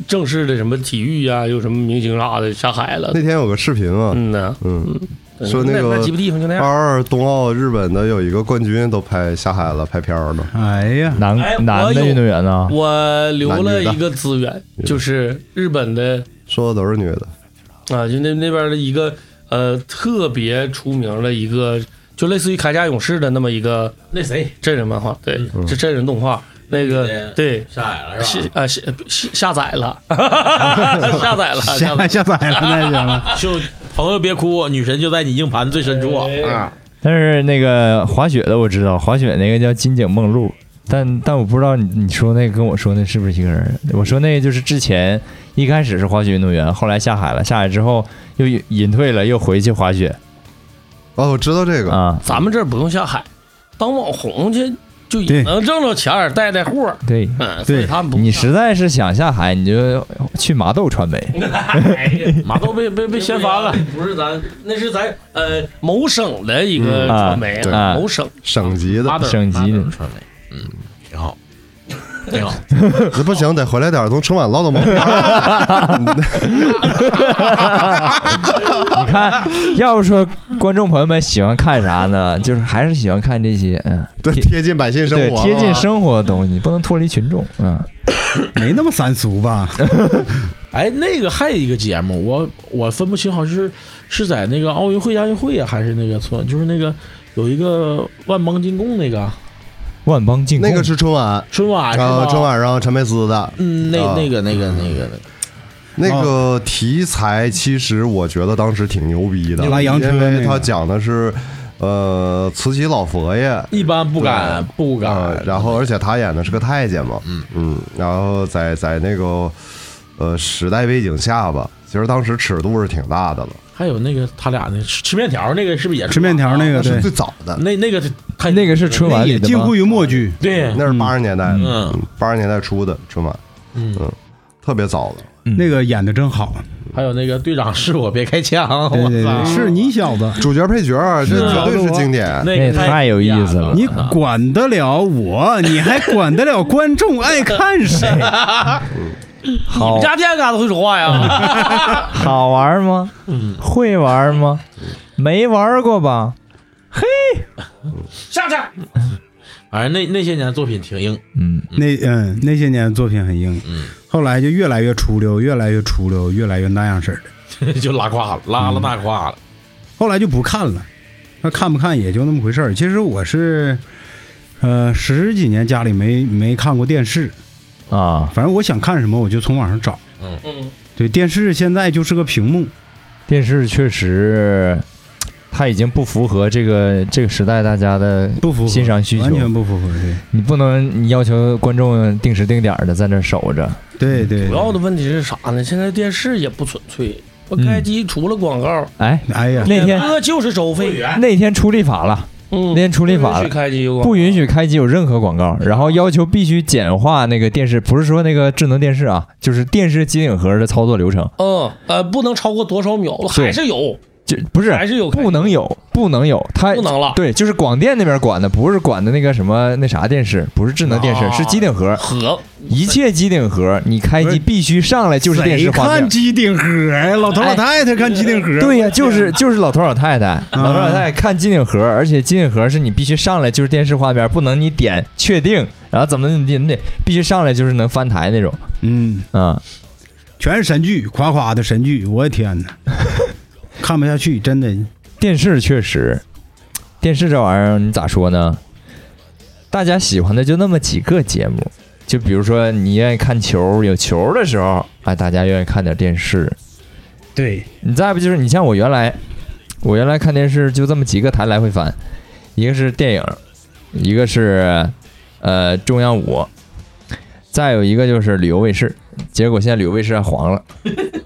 S5: 正式的什么体育呀、有什么明星啥的下海了
S2: 那。天有个视频啊，
S5: 嗯呐，
S2: 嗯，说
S5: 那
S2: 那个
S5: 那几个地方就那
S2: 二
S5: 样。
S2: 二冬奥日本的有一个冠军都拍下海了，拍片儿了。
S4: 哎呀，
S1: 男
S5: 哎我
S1: 男的
S5: 有
S1: 运动员啊呢？
S5: 我留了一个资源，就是日本的
S2: 说的都是女的，
S5: 啊，就那那边的一个呃特别出名的一个，就类似于铠甲勇士的那么一个
S3: 那谁
S5: 真人漫画，对，是真人动画。那个
S3: 嗯
S5: 对，
S3: 下海了
S5: 下
S3: 是吧？
S5: 啊下下下载 了，下载了，下
S4: 下
S5: 载
S4: 下载了那行了。
S3: 就朋友别哭，女神就在你硬盘最深处啊！
S1: 但是那个滑雪的我知道，滑雪那个叫金井梦露，但但我不知道你你说那个跟我说那是不是一个人？我说那个就是之前一开始是滑雪运动员，后来下海了，下海之后又隐隐退了，又回去滑雪
S2: 哦，我知道这个，
S1: 啊。
S5: 咱们这儿不用下海，当网红去就也
S4: 对
S5: 能挣着钱儿，带带货。
S1: 对，
S5: 嗯，所以
S4: 对
S5: 他们不
S1: 你实在是想下海，你就去麻豆传媒。
S3: 马豆被被被掀翻了，，
S5: 不是咱，那是咱呃某省的一个
S1: 嗯啊
S5: 传媒，
S1: 对
S5: 某省
S2: 省级的，
S1: 省级的
S3: 传媒，嗯，挺好，挺好。
S2: 这不行，得回来点儿，从春晚唠到毛片儿。
S1: 你看，要不说观众朋友们喜欢看啥呢？就是还是喜欢看这些，嗯，
S2: 对，贴近百姓生
S1: 对
S2: 活，啊
S1: 贴
S4: 啊
S1: 近生活的东西，你不能脱离群众，嗯。
S4: 没那么三俗吧？
S3: 哎，那个还有一个节目，我我分不清，好像是是在那个奥运会、亚运会啊，还是那个村，就是那个有一个万邦进贡那个
S1: 万邦进贡，
S2: 那个是春晚，
S3: 春晚是吧
S2: 啊，春，晚上陈佩斯的
S3: 嗯，那
S2: 啊
S3: 那个那个那个，
S2: 那个题材，其实我觉得当时挺牛逼的，
S4: 你拉洋车
S2: 因
S4: 那
S2: 为
S4: 个
S2: 他讲的是，呃，慈禧老佛爷，
S3: 一般不敢不
S2: 啊，
S3: 敢，
S2: 然后而且他演的是个太监嘛，嗯然后在在那个呃时代背景下吧，其实当时尺度是挺大的了，
S3: 还有那个他俩那吃吃面条那个是不是也是
S4: 吃面条那个
S2: 那是
S4: 对
S2: 最，早的，
S3: 那那个太
S1: 那个是春晚里
S4: 也
S1: 的
S4: 近
S1: 吗
S4: 乎？于默剧。
S3: 对
S2: 那是八十年代的，
S3: 嗯
S2: 八十年代初的春晚，
S3: 嗯
S2: 特别早了。
S4: 那个演的真好，
S3: 还有那个队长是我别开枪，
S4: 对对
S3: 我操
S4: 对，是你小子，
S2: 主角配角儿，这
S3: 是啊
S2: 绝对是经典。
S3: 那
S1: 那
S3: 个
S1: 也太有意思了
S4: 你管得了我，你还管得了观众爱看谁？
S5: 你
S1: 好
S5: 们家店嘎子会说话呀？
S1: 好玩吗？会玩吗？没玩过吧？
S5: 下去。
S3: 反正那那些年的作品挺硬，
S1: 嗯，
S4: 那嗯，那些年作品很硬，后来就越来越出溜，越来越出溜，越来越那样式儿的。
S3: 就拉胯了，拉了大胯了。
S4: 后来就不看了，那看不看也就那么回事儿。其实我是，呃，十几年家里没没看过电视，
S1: 啊，
S4: 反正我想看什么我就从网上找。
S5: 嗯，
S4: 对，电视现在就是个屏幕，
S1: 电视确实，它已经不符合这个这个时代大家的，
S4: 不符合
S1: 欣赏需求
S4: 完全不符合。对
S1: 你不能你要求观众定时定点的在那儿守着，
S4: 对对，
S5: 主要的问题是啥呢？现在电视也不纯粹，我开机除了广告，
S1: 哎，
S4: 哎呀，
S1: 嗯那天
S5: 歌就是收费。
S1: 那天出立法了，
S5: 嗯
S1: 那天出立法了
S5: 不允许。开机嗯有广告
S1: 不允许开机有任何广告，然后要求必须简化那个电视，不是说那个智能电视啊，就是电视机顶盒的操作流程，
S5: 嗯呃，不能超过多少秒，
S1: 对
S5: 还是有，
S1: 就不是
S5: 还是有开机，
S1: 不能有，不能有，它
S5: 不能了，
S1: 对，就是广电那边管的，不是管的那个什么那啥电视，不是智能电视，
S5: 啊
S1: 是机顶盒，
S5: 和
S1: 一切机顶盒，你开
S4: 不
S1: 机
S4: 是
S1: 必须上来就是电视
S4: 谁
S1: 画面哎
S4: 看。机顶盒呀？老头老太太看机顶 盒，
S1: 对呀、就是就是老头老太太，老头老太太看机顶盒，而且机顶盒是你必须上来就是电视画面，不能你点确定，然后怎么怎么地，你得必须上来就是能翻台那种
S4: 嗯，
S1: 啊、
S4: 全是神剧，夸夸的神剧，我的天 哪，看不下去，真的。
S1: 电视确实，电视这玩意儿你咋说呢？大家喜欢的就那么几个节目，就比如说你愿意看球，有球的时候，哎，大家愿意看点电视。
S4: 对，
S1: 你再不就是你像我原来，我原来看电视就这么几个台来回翻，一个是电影，一个是呃中央五，再有一个就是旅游卫视。结果现在旅游卫视还黄了，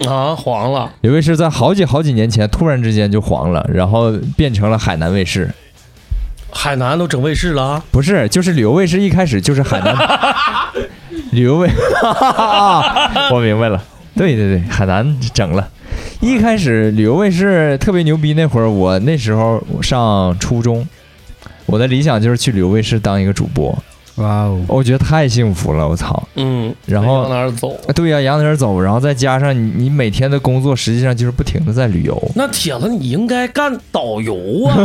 S5: 啊黄了，
S1: 旅游卫视在好几好几年前突然之间就黄了，然后变成了海南卫视。
S5: 海南都整卫视了啊，
S1: 不是，就是旅游卫视一开始就是海南 旅游卫， 啊我明白了。对对对，海南整了。一开始旅游卫视特别牛逼，那会儿我那时候上初中，我的理想就是去旅游卫视当一个主播，
S4: 哇哦，
S1: 我觉得太幸福了，我操！
S5: 嗯，
S1: 然后
S5: 往哪儿走？
S1: 啊对呀、杨子儿走，然后再加上你你每天的工作实际上就是不停的在旅游，
S5: 那铁子，你应该干导游啊！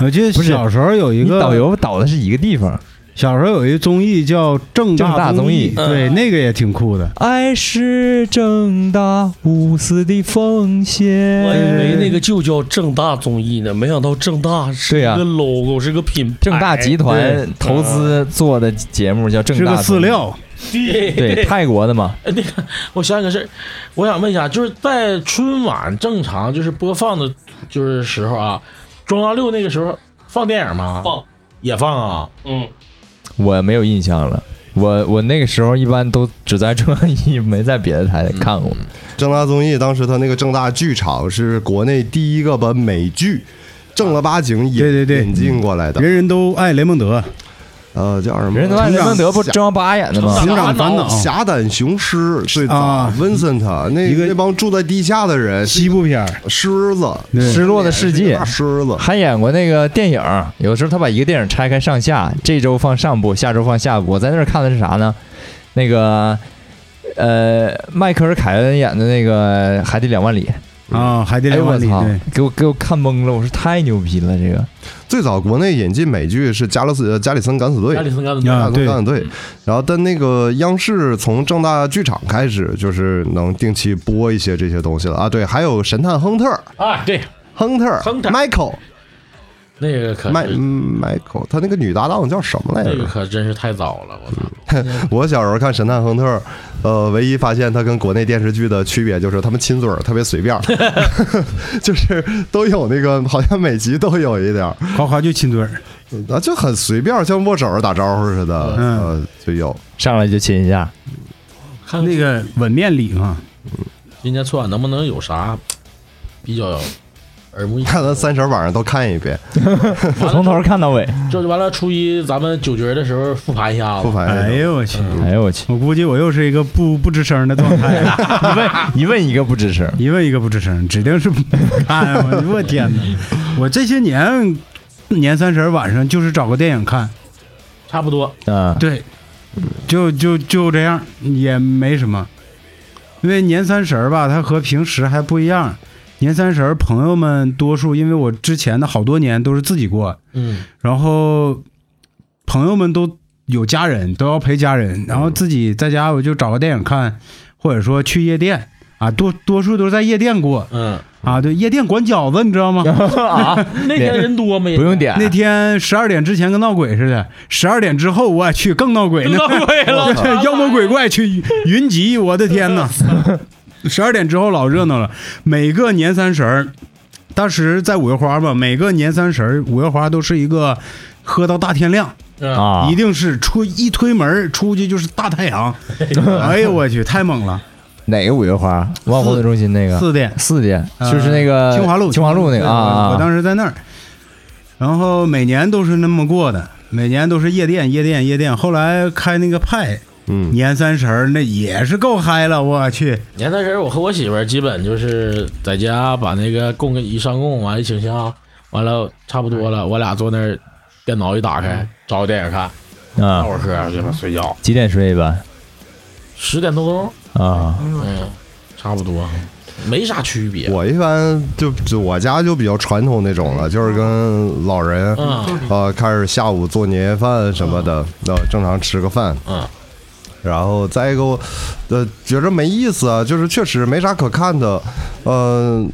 S4: 我记得
S1: 不是
S4: 小时候有一
S1: 你
S4: 个
S1: 导，游导的是一个地方，
S4: 小时候有一综艺叫《正
S1: 正大
S4: 大
S1: 综艺
S4: 艺》，对，
S5: 嗯
S4: 那个也挺酷的。
S1: 爱是正大无私的奉献。
S5: 我以为那个就叫正大综艺呢，没想到正大是
S1: 对
S5: 一
S1: 呀
S5: 个 logo，是个品牌，啊
S1: 正大集
S4: 哎对
S1: 团投资做的节目叫正
S4: 是
S1: 大
S4: 个
S1: 综
S4: 饲
S1: 艺，
S4: 料，
S1: 对泰国的 嘛，
S3: 哎，那个，我想起个事儿，我想问一下，就是在春晚正常就是播放的，就是时候啊，中央六那个时候放电影吗？
S5: 放，
S3: 也放啊。
S5: 嗯，
S1: 我没有印象了。我我那个时候一般都只在中央一，没在别的台看过。
S4: 嗯
S2: 正大综艺当时他那个正大剧场是国内第一个把美剧正儿八经引
S4: 对对对
S2: 引进过来的，
S4: 人人都爱雷蒙德，
S2: 呃，叫什么？
S1: 人都爱雷蒙德不
S2: 侠
S1: 中央八演的吗？
S4: 寻找烦恼，
S2: 侠胆雄狮最早
S4: 啊
S2: ，Vincent 那
S4: 一个
S2: 那帮住在地下的人，
S4: 西部片儿，
S2: 狮子，
S4: 对
S1: 失落的世界
S2: 大狮子，
S1: 还演过那个电影儿，有时候他把一个电影拆开上下，这周放上部，下周放下部。我在那儿看的是啥呢？那个呃，迈克尔·凯恩演的那个《海底两万里》。
S4: 啊，海底
S1: 哎
S4: 两
S1: 我
S4: 万里，
S1: 操
S4: 对，
S1: 给我给我看懵了，我说太牛逼了这个。
S2: 最早国内引进美剧是加勒斯呃加里森敢死队
S3: 亚。里森干
S4: 啊
S3: 的，
S2: 加里森
S4: 对
S2: 敢死队，然后但那个央视从正大剧场开始，就是能定期播一些这些东西了啊。对，还有神探亨特尔，
S3: 哎，对，
S2: 亨特尔
S3: 亨特尔
S2: ，Michael，
S3: 那个可
S2: 麦
S3: 是
S2: 嗯 Michael，他那个女搭档叫什么来
S3: 那
S2: 着？
S3: 个可真是太早了，我操！
S2: 我小时候看《神探亨特尔》，呃，唯一发现他跟国内电视剧的区别就是他们亲嘴儿特别随 便儿，就是都有那个，好像每集都有一点儿，
S4: 夸夸就亲嘴儿，
S2: 啊，就很随便儿，像握手儿打招呼似的，
S4: 嗯
S2: 呃，就有。
S1: 上来就亲一下。
S3: 看
S4: 那个吻面礼嘛，
S3: 今年春晚能不能有啥比较耳目一
S2: 看
S3: 新
S2: 他三十晚上都看一遍，
S1: 我从头看到尾。
S3: 这就完了，初一咱们九局的时候复盘一下
S2: 不
S3: 子。
S2: 烦人。
S4: 哎呦我去，
S1: 哎呦我去！
S4: 我估计我又是一个不不吱声的状态，
S1: 一问一问一个不吱声。
S4: 一问一个不吱声，指定是不看。我我天哪！我这些年年三十晚上就是找个电影看，
S3: 差不多。
S1: 啊，
S4: 对，就就就这样，也没什么。因为年三十吧，它和平时还不一样。年三十朋友们多数，因为我之前的好多年都是自己过，
S3: 嗯，
S4: 然后朋友们都有家人，都要陪家人，然后自己在家我就找个电影看，或者说去夜店啊，多多数都是在夜店过
S3: 嗯，
S4: 啊。对，夜店管饺子，你知道吗？
S3: 那天人多吗？
S1: 不用点。
S4: 那天十二点之前跟闹鬼似的，十二点之后我去更闹鬼呢，
S5: 闹鬼 了
S4: 妖魔鬼怪去云集，我的天呐！十二点之后老热闹了，每个年三十儿，当时在五月花吧，每个年三十儿五月花都是一个喝到大天亮，
S3: 啊，
S1: 啊
S4: 一，定是出一推门儿出去就是大太阳，哎呦我去，太猛了！
S1: 哪个五月花？万活动中心那个
S4: 四点
S1: 四点，
S4: 呃
S1: 哎就是那个
S4: 清华路，
S1: 清华路那个
S4: 对
S1: 啊
S4: 我
S1: 啊
S4: 我当时在那儿，然后每年都是那么过的，每年都是夜店夜店夜店。后来开那个派，
S2: 嗯，
S4: 年三十儿那也是够嗨了，我去，
S3: 年三十儿我和我媳妇儿基本就是在家把那个供一上供，完了请香，完了差不多了，我俩坐那儿，电脑一打开，找个电影看，大
S1: 啊
S3: 伙，儿喝，就睡觉，
S1: 几点睡一般
S3: 十点多钟，
S1: 啊？
S3: 嗯，差不多，没啥区别。
S2: 我一般就就我家就比较传统那种了，就是跟老人
S3: 嗯
S2: 呃开始下午做年夜饭什么的，那正常吃个饭，
S3: 嗯，
S2: 然后再一个，我呃，觉着没意思啊，就是确实没啥可看的，呃，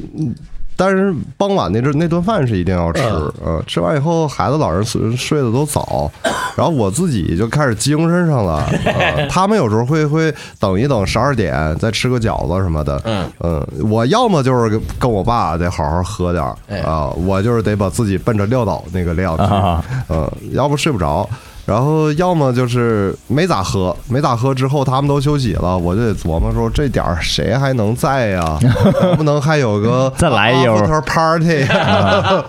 S2: 但是傍晚那阵那顿饭是一定要吃，
S3: 哎
S2: 呃，吃完以后孩子老人睡睡得都 早，然后我自己就开始精神上了， 呃、他们有时候会会等一等十二点再吃个饺子什么的，呃
S3: 嗯
S2: 我要么就是跟跟我爸得好好喝点儿
S3: 哎
S2: 啊、我就是得把自己奔着撂倒那个量去，
S1: 啊
S2: 嗯，要不睡不着，然后要么就是没咋喝，没咋喝之后他们都休息了，我就得琢磨说这点儿谁还能在呀、 能不能还有个
S1: 再来一啊
S2: after 啊 party？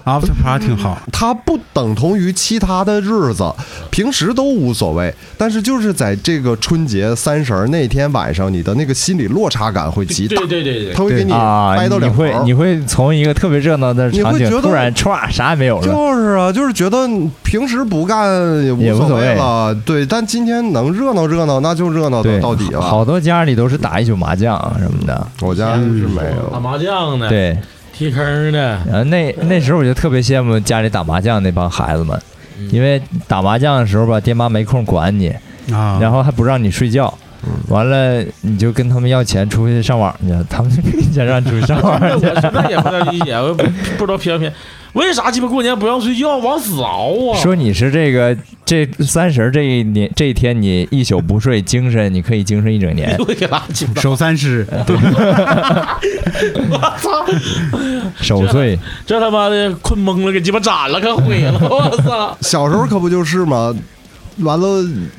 S4: after party 挺好。
S2: 它不等同于其他的日子，平时都无所谓，但是就是在这个春节三十儿那天晚上，你的那个心理落差感会极大，
S3: 对对对对，
S2: 他会给你
S1: 啊！
S2: 掰到
S1: 你
S2: 两头
S1: 会
S2: 儿。
S1: 你会从一个特别热闹的
S2: 你会
S1: 场景
S2: 觉得
S1: 突然歘啥也没有了，
S2: 就是啊，就是觉得平时不干也
S1: 也无
S2: 无所
S1: 所
S2: 谓
S1: 谓
S2: 了，对。但今天能热闹热闹，那就热闹到
S1: 对，
S2: 到底了。
S1: 好多家里都是打一宿麻将啊什么的，
S2: 我家是没
S3: 打
S2: 有。
S3: 麻将呢，
S1: 对。
S3: 踢坑 呢，
S1: 然后那那时候我就特别羡慕家里打麻将那帮孩子们，
S3: 嗯
S1: 因为打麻将的时候吧，爹妈没空管你，
S4: 啊，
S1: 然后还不让你睡觉。
S3: 嗯
S1: 完了，你就跟他们要钱出去上网去，他们就给你钱让你出去上 网
S3: 那
S1: 去。
S3: 我实在也不太理解， 我也不不知道偏不偏，为啥鸡巴过年不让睡觉，往死熬啊？。
S1: 说你是这个这三十儿这一年这一天，你一宿不睡，精神你可以精神一整年
S3: 我给拉鸡巴，
S4: 守三师，
S3: 我操！
S1: 守岁
S3: 这他妈的困懵了，给鸡巴斩了，可毁了！我操！
S2: 小时候可不就是吗？完了，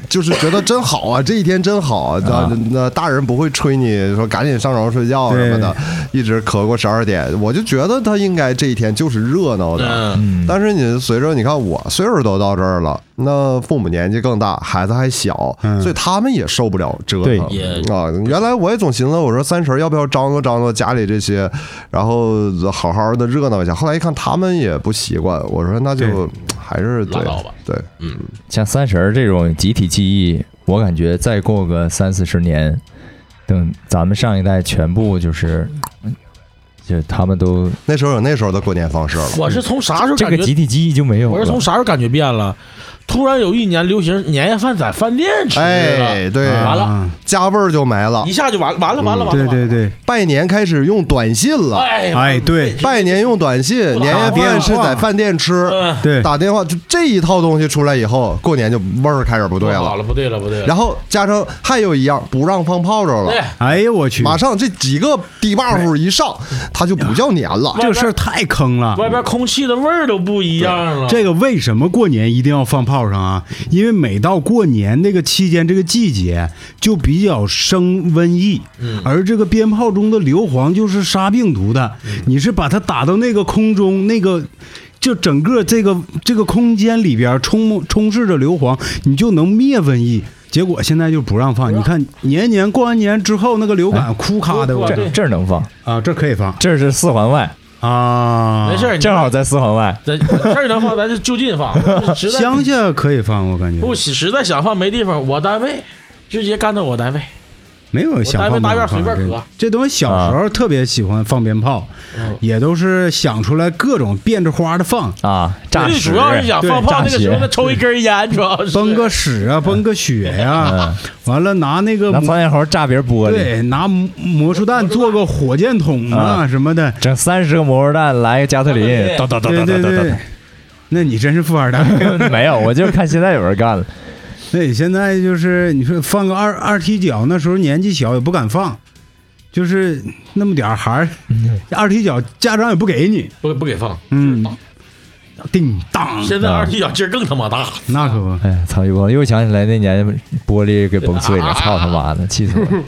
S2: 就是觉得真好啊，这一天真好啊！那
S1: 啊
S2: 那大人不会催你说赶紧上床睡觉什么的，一直咳过十二点，我就觉得他应该这一天就是热闹的。
S3: 嗯，
S2: 但是你随着你看我岁数都到这儿了，那父母年纪更大，孩子还小，
S4: 嗯
S2: 所以他们也受不了折
S1: 对
S2: 腾
S3: 也
S2: 啊。原来我也总寻思，我说三十儿要不要张罗张罗家里这些，然后好好的热闹一下。后来一看他们也不习惯，我说那就还是
S3: 拉
S2: 对
S3: 倒吧
S2: 对，
S1: 像三十儿这种集体记忆，我感觉再过个三四十年，等咱们上一代全部就是，就他们都
S2: 那时候有那时候的过年方式了。
S3: 我是从啥时候
S1: 这
S3: 感
S1: 个
S3: 觉？
S1: 集体记忆就没有
S3: 我是
S1: 了
S3: 从。啥时候感觉变了？突然有一年流行年夜饭在饭店吃了，
S2: 哎，对，
S3: 完了
S4: 啊
S2: 家味儿就没了
S3: 一。下就完完了，完了，完了。
S4: 嗯对对对，
S2: 拜年开始用短信了，
S3: 哎
S4: 哎，对
S2: 拜年用短信，年夜饭是在饭店吃。
S3: 嗯，
S4: 对，
S2: 打电话，就这一套东西出来以后，过年就味儿开始不对
S3: 不好
S2: 了。
S3: 了，不对了，不对了。
S2: 然后加上还有一样，不让放炮仗了
S3: 对，，
S4: 哎呦我去，
S2: 马上这几个低 buff 一上，它就不叫年了。
S3: 嗯
S4: 这事儿太坑了，
S3: 外边空气的味儿都不一样了。
S4: 这个为什么过年一定要放炮仗啊？因为每到过年这个期间，这个季节就比较生瘟疫，
S3: 嗯
S4: 而这个鞭炮中的硫磺就是杀病毒的。
S3: 嗯
S4: 你是把它打到那个空中，那个就整个这个这个空间里边充充斥着硫磺，你就能灭瘟疫。结果现在就不让放，你看年年过完年之后，那个流
S3: 哎
S4: 感哭咔的，我
S3: 对
S1: 这这儿能放，
S4: 啊，这可以放
S1: 这是四环外，
S4: 啊，
S3: 没事儿，你
S1: 正好在四环外。
S3: 咱这儿能放，咱就就近 放。实在
S4: 乡下可以放，我感觉
S3: 不喜实在想放没地方，我单位直接干到我单位。
S4: 没有想
S3: 我单位
S4: 放鞭炮
S3: 大院随便
S4: 这
S3: 搁啊
S4: 这东西小时候特别喜欢放鞭炮，
S3: 嗯
S4: 也都是想出来各种变着花的放，
S1: 啊，炸
S3: 最
S1: 屎，
S3: 主要是想放炮，
S1: 炸
S3: 那个时候
S1: 屎
S3: 那抽一根烟，主要是嗯
S4: 崩个屎啊，崩个雪呀、 完了拿那个
S1: 拿窜天猴炸别人玻璃，
S4: 对拿魔魔术弹做个火箭筒啊
S1: 啊
S4: 什么的，
S1: 整三十个蘑菇蛋，来个加特林，
S3: 加
S1: 噔噔
S4: 对
S1: 噔
S4: 对
S1: 噔
S4: 对
S1: 噔。
S4: 那你真是富 二代。
S1: 噔。 没有，我就是看现在有人干了，
S4: 那你现在就是你说放个二二踢脚，那时候年纪小也不敢放，就是那么点儿孩儿，二踢脚家长也不给你，
S3: 不不给放。
S4: 嗯，叮当，
S3: 现在二踢脚劲儿更他妈大。
S4: 那可不。
S1: 哎，操！我又想起来那年玻璃给崩碎了，操他妈的，气死我了！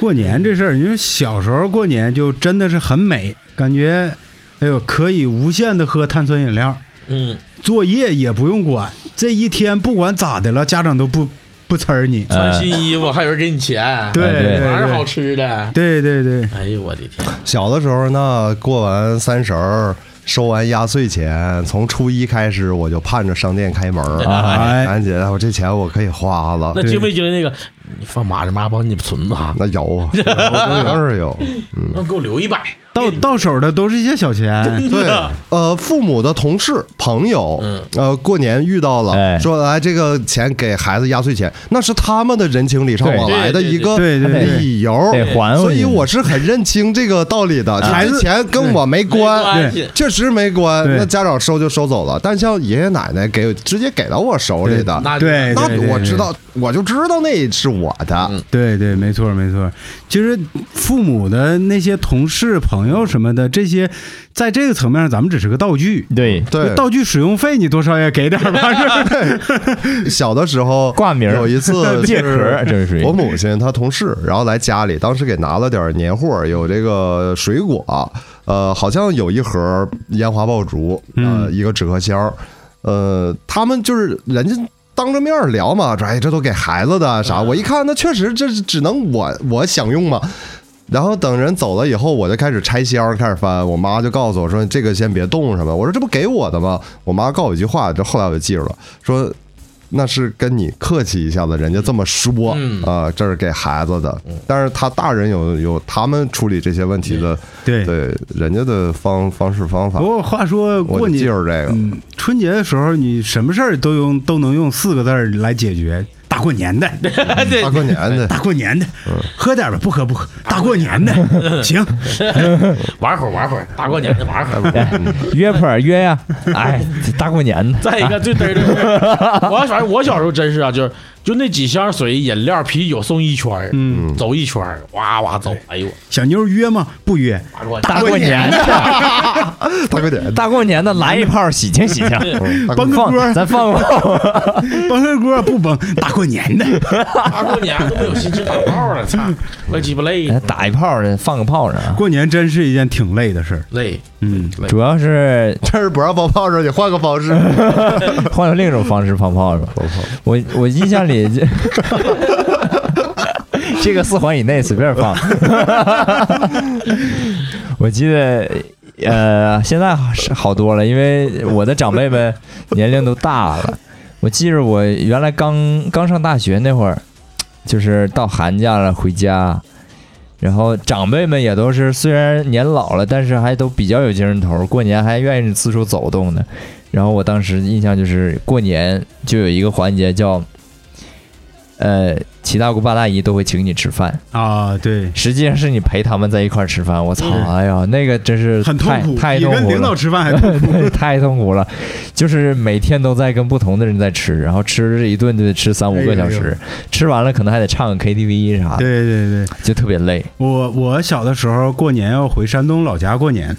S4: 过年这事儿，你说小时候过年就真的是很美，感觉，哎呦，可以无限的喝碳酸饮料。
S3: 嗯，
S4: 作业也不用管，这一天不管咋的了，家长都不 不呲儿你。
S3: 穿新衣服还有人给你钱，
S4: 对
S1: 对
S4: 对
S3: 哪是
S4: 对
S3: 好吃的？
S4: 对对对，
S3: 哎呦我的 天！
S2: 小的时候呢，过完三十儿，收完压岁钱，从初一开始我就盼着商店开门儿，
S4: 哎
S2: 赶紧，我这钱我可以花了
S3: 那。经没经那个，你放马上妈帮你存吧，
S2: 那有，我当是有。
S3: 那给我留一百，
S4: 到到手的都是一些小
S3: 哎
S4: 钱，
S2: 对，呃，父母的同事、朋友，
S4: 嗯
S2: 呃，过年遇到
S1: 哎
S2: 了，说哎，这个钱给孩子压岁钱，那是他们的人情礼尚
S1: 对
S2: 往来的一个
S4: 对对对对
S2: 理由，
S1: 得还回去
S2: 所以我是很认清这个道理的，
S4: 孩
S2: 就
S4: 子
S2: 这钱跟我没
S3: 没
S2: 关。
S3: 关系。
S2: 确实没关，
S4: 对
S2: 那家长收就收走了。但像爷爷奶奶给直接给到我手里的，
S3: 那
S4: 对
S2: 那
S4: 对对嗯
S2: 我
S4: 对
S2: 知道，我就知道那是我的。
S4: 对对，没错没错。其实父母的那些同事、朋友什么的，这些在这个层面上，咱们只是个道具。
S1: 对，
S2: 对，
S4: 道具使用费你多少也给点 儿吧，是吧？
S2: 小的时候
S1: 挂名儿
S2: 有一次
S1: 借壳儿这是属于
S2: 我母亲她同事，然后来家里，当时给拿了点儿年货，有这个水果，呃，好像有一盒烟花爆竹，呃，一个纸壳箱儿，呃，他们就是人家。当着面儿聊嘛，说哎，这都给孩子的啥？我一看，那确实这是只能我我享用嘛。然后等人走了以后，我就开始拆箱，开始翻。我妈就告诉我说：“这个先别动什么。”我说：“这不给我的吗？”我妈告诉我一句话，这后来我就记住了，说：“那是跟你客气一下子，人家这么说啊、
S3: 嗯
S2: 这是给孩子的。但是他大人有有他们处理这些问题的，
S4: 对。
S2: 对人家的方方式方法
S4: 不。过话说
S2: 我
S4: 过
S2: 就记
S4: 年，
S2: 住这个，
S4: 嗯，春节的时候你什么事儿都用都能用四个字儿来解决。大过 年的，
S2: 大过年 的，
S4: 大过年的，
S1: 嗯
S4: 喝点儿吧，不喝不喝。大过年的，行，
S3: 玩会儿玩会儿，大过年的玩会儿。
S1: 约谱儿约呀、哎，大过年的，
S3: 再一个最嘚儿的是，我反正我小时候真是啊，就是就那几箱水、饮料、啤酒送一圈儿，
S4: 嗯
S3: 走一圈儿，哇哇走，哎呦，
S4: 小妞儿约吗？不约，
S3: 大过
S1: 大过年的，
S2: 大过年的，
S1: 大过年的来一炮，喜庆喜庆，
S2: 嗯大过
S4: 崩
S2: 年
S4: 个
S1: 放
S4: 锅儿，
S1: 咱放放，
S4: 崩个锅儿不崩。大过 年的，
S3: 大过年都没有心情打炮
S5: 啊
S3: 了，操，那鸡巴累
S1: 打一炮的，放个炮仗啊。
S4: 过年真是一件挺累的事儿。
S3: 累，
S4: 嗯，
S1: 主要是
S2: 这是不让放炮仗，你换个方式。
S1: 换了另一种方式放炮仗。我我印象里这， 这个四环以内随便放。 我记得，呃，现在是好多了，因为我的长辈们年龄都大了。我记着我原来刚刚上大学那会儿，就是到寒假了回家，然后长辈们也都是虽然年老了，但是还都比较有精神头儿，过年还愿意四处走动呢。然后我当时印象就是过年就有一个环节叫，呃，七大姑八大姨都会请你吃饭，
S4: 啊，对，
S1: 实际上是你陪他们在一块儿吃饭。我操，
S4: 嗯
S1: 哎呀，那个真是
S4: 很痛
S1: 太
S4: 苦，
S1: 太
S4: 比
S1: 痛
S4: 跟
S1: 苦
S4: 领导
S1: 了。
S4: 吃饭还 痛苦。
S1: 对，太痛苦了，就是每天都在跟不同的人在吃，然后吃这一顿就得吃三五个小
S4: 哎呦哎
S1: 时，吃完了可能还得唱个 KTV 啥的，
S4: 对对对，
S1: 就特别累。
S4: 我我小的时候过年要回山东老家过年，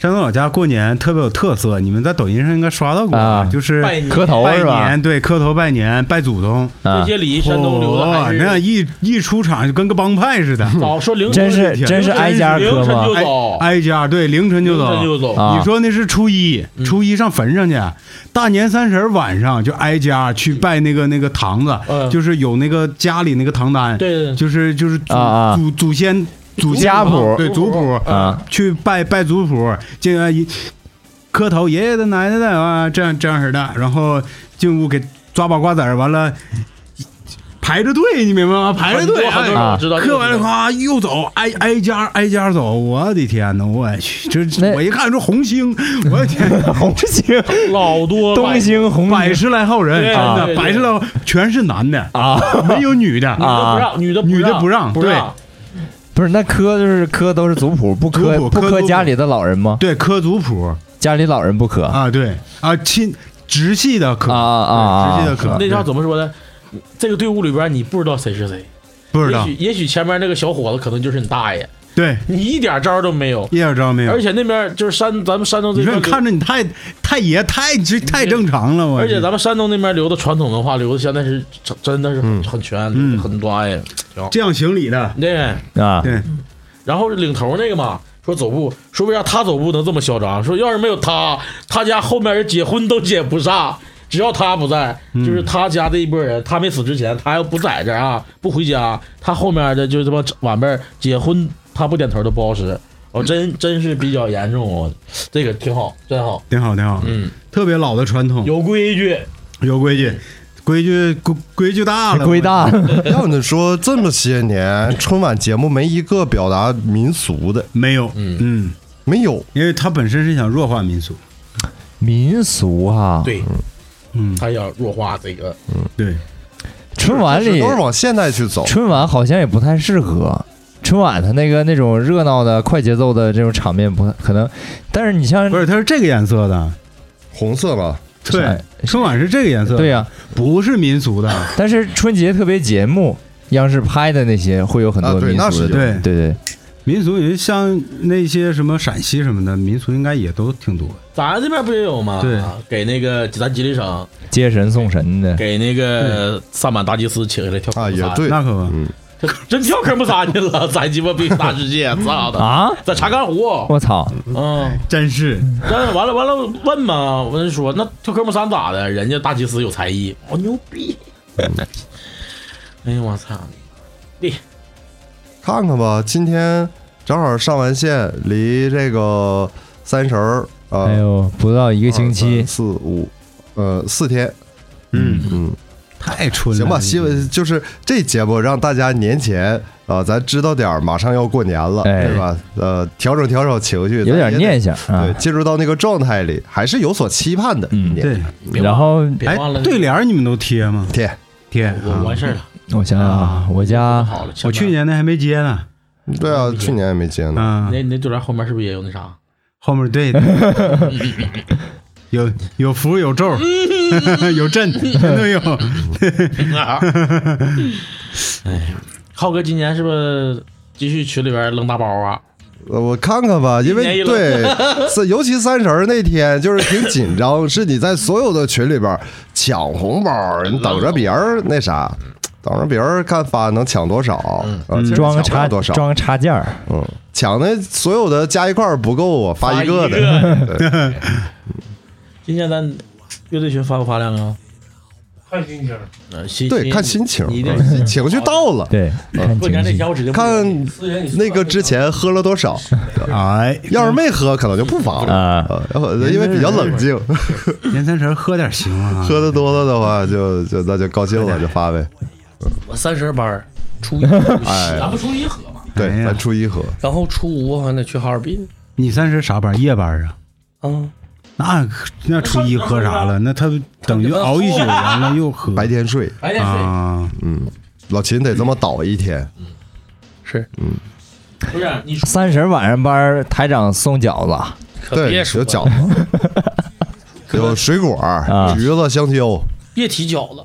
S4: 山东老家过年特别有特色，你们在抖音上应该刷到过，
S1: 啊
S4: 就是
S3: 拜年
S1: 磕头
S4: 嗯拜
S1: 是吧？
S4: 年，对，磕头拜年拜祖宗，
S3: 这
S1: 啊，
S3: 些礼仪山东留的
S4: 哇
S3: 还
S4: 那
S3: 是
S4: 一一出场就跟个帮派似的，
S3: 早说凌
S1: 真
S3: 晨
S1: 是真是挨家
S3: 凌
S1: 磕
S3: 晨
S1: 吗
S3: 就？走，
S4: 挨家对凌晨就
S3: 凌晨
S4: 走。
S3: 就走，
S1: 啊
S4: 你说那是初一，
S3: 嗯
S4: 初一上坟上去，大年三十晚上就挨家去拜那个那个堂子，
S3: 嗯
S4: 就是有那个家里那个堂单，
S3: 对对
S4: 就是就是祖
S1: 啊啊
S4: 祖祖先祖先
S1: 家谱
S4: 对族
S3: 哦
S4: 谱，
S1: 啊，
S4: 去拜拜族谱，进来一磕头，爷爷的奶奶的啊，这样这样式的，然后进屋给抓把瓜子儿，完了排着队，你明白吗？排着队，
S3: 很多很
S4: 哎
S3: 多
S1: 啊
S3: 人知道
S4: 磕完了，夸又走，挨挨家挨家走，我的天呐，我去，这这
S1: 那
S4: 我一看这红星， 我的天，
S1: 红星、
S3: 老 多
S1: 东兴、 红
S4: 百
S1: 星
S4: 十来号人，
S3: 对
S4: 真
S3: 对
S4: 的
S3: 对
S4: 百十来号全是男的，
S1: 啊，
S4: 没有女的
S1: 啊
S3: 女的不让，
S4: 女
S3: 女
S4: 的
S3: 的
S4: 不让
S3: 不
S4: 对
S3: 让，
S1: 不是那磕就是磕都是族谱，不磕
S4: 族谱
S1: 不
S4: 磕
S1: 磕
S4: 族
S1: 家
S4: 谱
S1: 里的老人吗？
S4: 对，磕族谱
S1: 家里老人不磕
S4: 啊，对啊，亲直系的磕
S1: 啊啊
S4: 对
S1: 啊！
S4: 直系的磕，
S3: 那叫怎么说呢？这个队伍里边，你不知道谁是谁，
S4: 不知
S3: 也
S4: 道
S3: 许，也许前面那个小伙子可能就是你大爷，
S4: 对，
S3: 你一点招都没有，
S4: 一点招没有
S3: 而。且那边就是山，咱们山东这
S4: 你说
S3: 边
S4: 你看着你太太爷太这太正常了，我
S3: 而且咱们山东那边留的传统文化留的现在是真真的是很很全，
S4: 嗯
S3: 很多哎，
S4: 这样行礼的，
S3: 对。
S1: 啊，
S4: 对，
S3: 然后领头那个嘛，说走步，说为啥他走步能这么嚣张？说要是没有他，他家后面人结婚都结不上。只要他不在，就是他家这一波人，他没死之前，他要不在这儿啊，不回家，他后面的就是这帮晚辈儿结婚，他不点头都不好使。哦，真真是比较严重哦，这个挺好，真好，
S4: 挺好，挺好，
S3: 嗯，
S4: 特别老的传统，
S3: 有规矩，
S4: 有规矩，规矩规规矩大了，
S1: 龟大
S2: 要你说这么些年春晚节目没一个表达民俗的，
S4: 没有，
S3: 嗯
S4: 嗯，
S2: 没有。
S4: 因为他本身是想弱化民俗，
S1: 民俗啊哈、
S3: 对
S4: 嗯，
S3: 他要弱化这个，
S1: 嗯
S4: 对，
S1: 春晚
S2: 这
S1: 里
S2: 都是往现代去走，
S1: 春晚好像也不太适合。春晚它那个那种热闹的、快节奏的这种场面不太可能，但是你像
S4: 不是，他是这个颜色的，
S2: 红色吧，
S4: 对，春晚是这个颜色，
S1: 对呀、啊
S4: 不是民俗的，
S1: 但是春节特别节目，央视拍的那些会有很
S2: 啊
S1: 多
S2: 对
S1: 民
S2: 那
S1: 俗
S2: 是
S1: 的，
S2: 有
S1: 对对
S4: 民俗也像那些什么陕西什么的，民俗应该也都挺多。
S3: 咱这边不也有吗？啊
S4: 对，
S3: 给那个咱吉林省
S1: 对，接神送神的，
S3: 给那个萨满大祭司请下来跳科
S2: 啊，
S3: 目
S2: 也
S3: 三，
S2: 对，
S4: 那可不，
S2: 嗯，
S3: 这 真跳科目三去了，咱鸡巴比大世界，操的，
S1: 啊！
S3: 在查干湖，
S1: 我操，
S3: 嗯，
S4: 真是
S3: 但完了完了问嘛，我就说那跳科目三咋的？人家大祭司有才艺，我牛逼， 哎呦我操，
S2: 看看吧，今天正好上完线，离这个三十儿啊，
S1: 哎呦，不到一
S2: 一
S1: 个星期，
S2: 四五，呃，四天，
S4: 嗯，
S2: 嗯，
S4: 太
S1: 嗯
S4: 春了。
S2: 行吧，新闻就是这节目让大家年前啊、呃咱知道点儿，马上要过年了，
S1: 哎
S2: 对吧？呃，调整调整情绪，
S1: 有
S2: 咱
S1: 点
S2: 也得
S1: 念想啊
S2: 对，。进入到那个状态里，还是有所期盼的。
S1: 嗯
S2: 年
S4: 对，
S3: 别忘
S1: 然后
S3: 别
S4: 哎
S3: 忘了，
S4: 对联儿你们都贴吗？
S2: 天，
S4: 贴，啊
S3: 我完事儿了，
S1: 我想想啊，我家
S3: 好了，
S4: 我去年那还没接呢。
S2: 对啊，去年也没接呢。
S4: 啊，
S3: 那那对联后面是不是也有那 啥？
S4: 后面对， 有有福有咒， 有 阵，真的有。
S3: 哎浩哥今年是不是继续群里边扔大包啊？
S2: 呃我看看吧，因
S3: 一年一
S2: 为
S3: 轮
S2: 对，是尤其三十儿那天就是挺紧张，是你在所有的群里边儿抢红包儿，你等着别人那啥，
S3: 嗯
S2: 等着别人看发能抢多少，啊其实
S1: 装个
S2: 抢不了
S1: 插
S2: 多少，
S1: 装个插件儿，
S2: 嗯，抢的所有的加一块儿不够啊，发一个的。对
S3: 今天咱乐队群发不发量啊？
S5: 看心情。
S3: 呃，心
S2: 对，看心情，
S3: 你得
S2: 嗯情绪到了，
S1: 对，看
S3: 过年
S1: 情绪
S3: 那天我指定不
S2: 看
S3: 给你
S2: 那个之前喝了多少，
S4: 哎，
S2: 要是没喝，可能就不发了，
S1: 啊，
S2: 呃因为比较冷静，
S4: 年三十儿喝点行吗？
S2: 喝的多了的话，就就那就高兴了，就发呗。
S5: 我三十班儿，初一，
S2: 哎
S5: 咱不初一喝嘛，
S2: 对
S4: 哎，呀
S2: 咱初一喝，
S5: 然后初五我好像得去哈尔滨。
S4: 你三十啥班？夜班啊？
S5: 啊，
S4: 那那初一喝啥了？那他等于熬一宿，完了又喝
S2: 白天睡，
S5: 白天睡
S4: 啊。
S2: 老秦得这么倒一天，
S4: 嗯
S5: 是
S3: 不是你
S1: 三十晚上班儿台长送饺子，
S5: 可
S2: 对，
S5: 别
S2: 有
S5: 说了
S2: 饺子，有水果儿、
S1: 啊
S2: 橘子、香蕉，
S5: 别提饺子，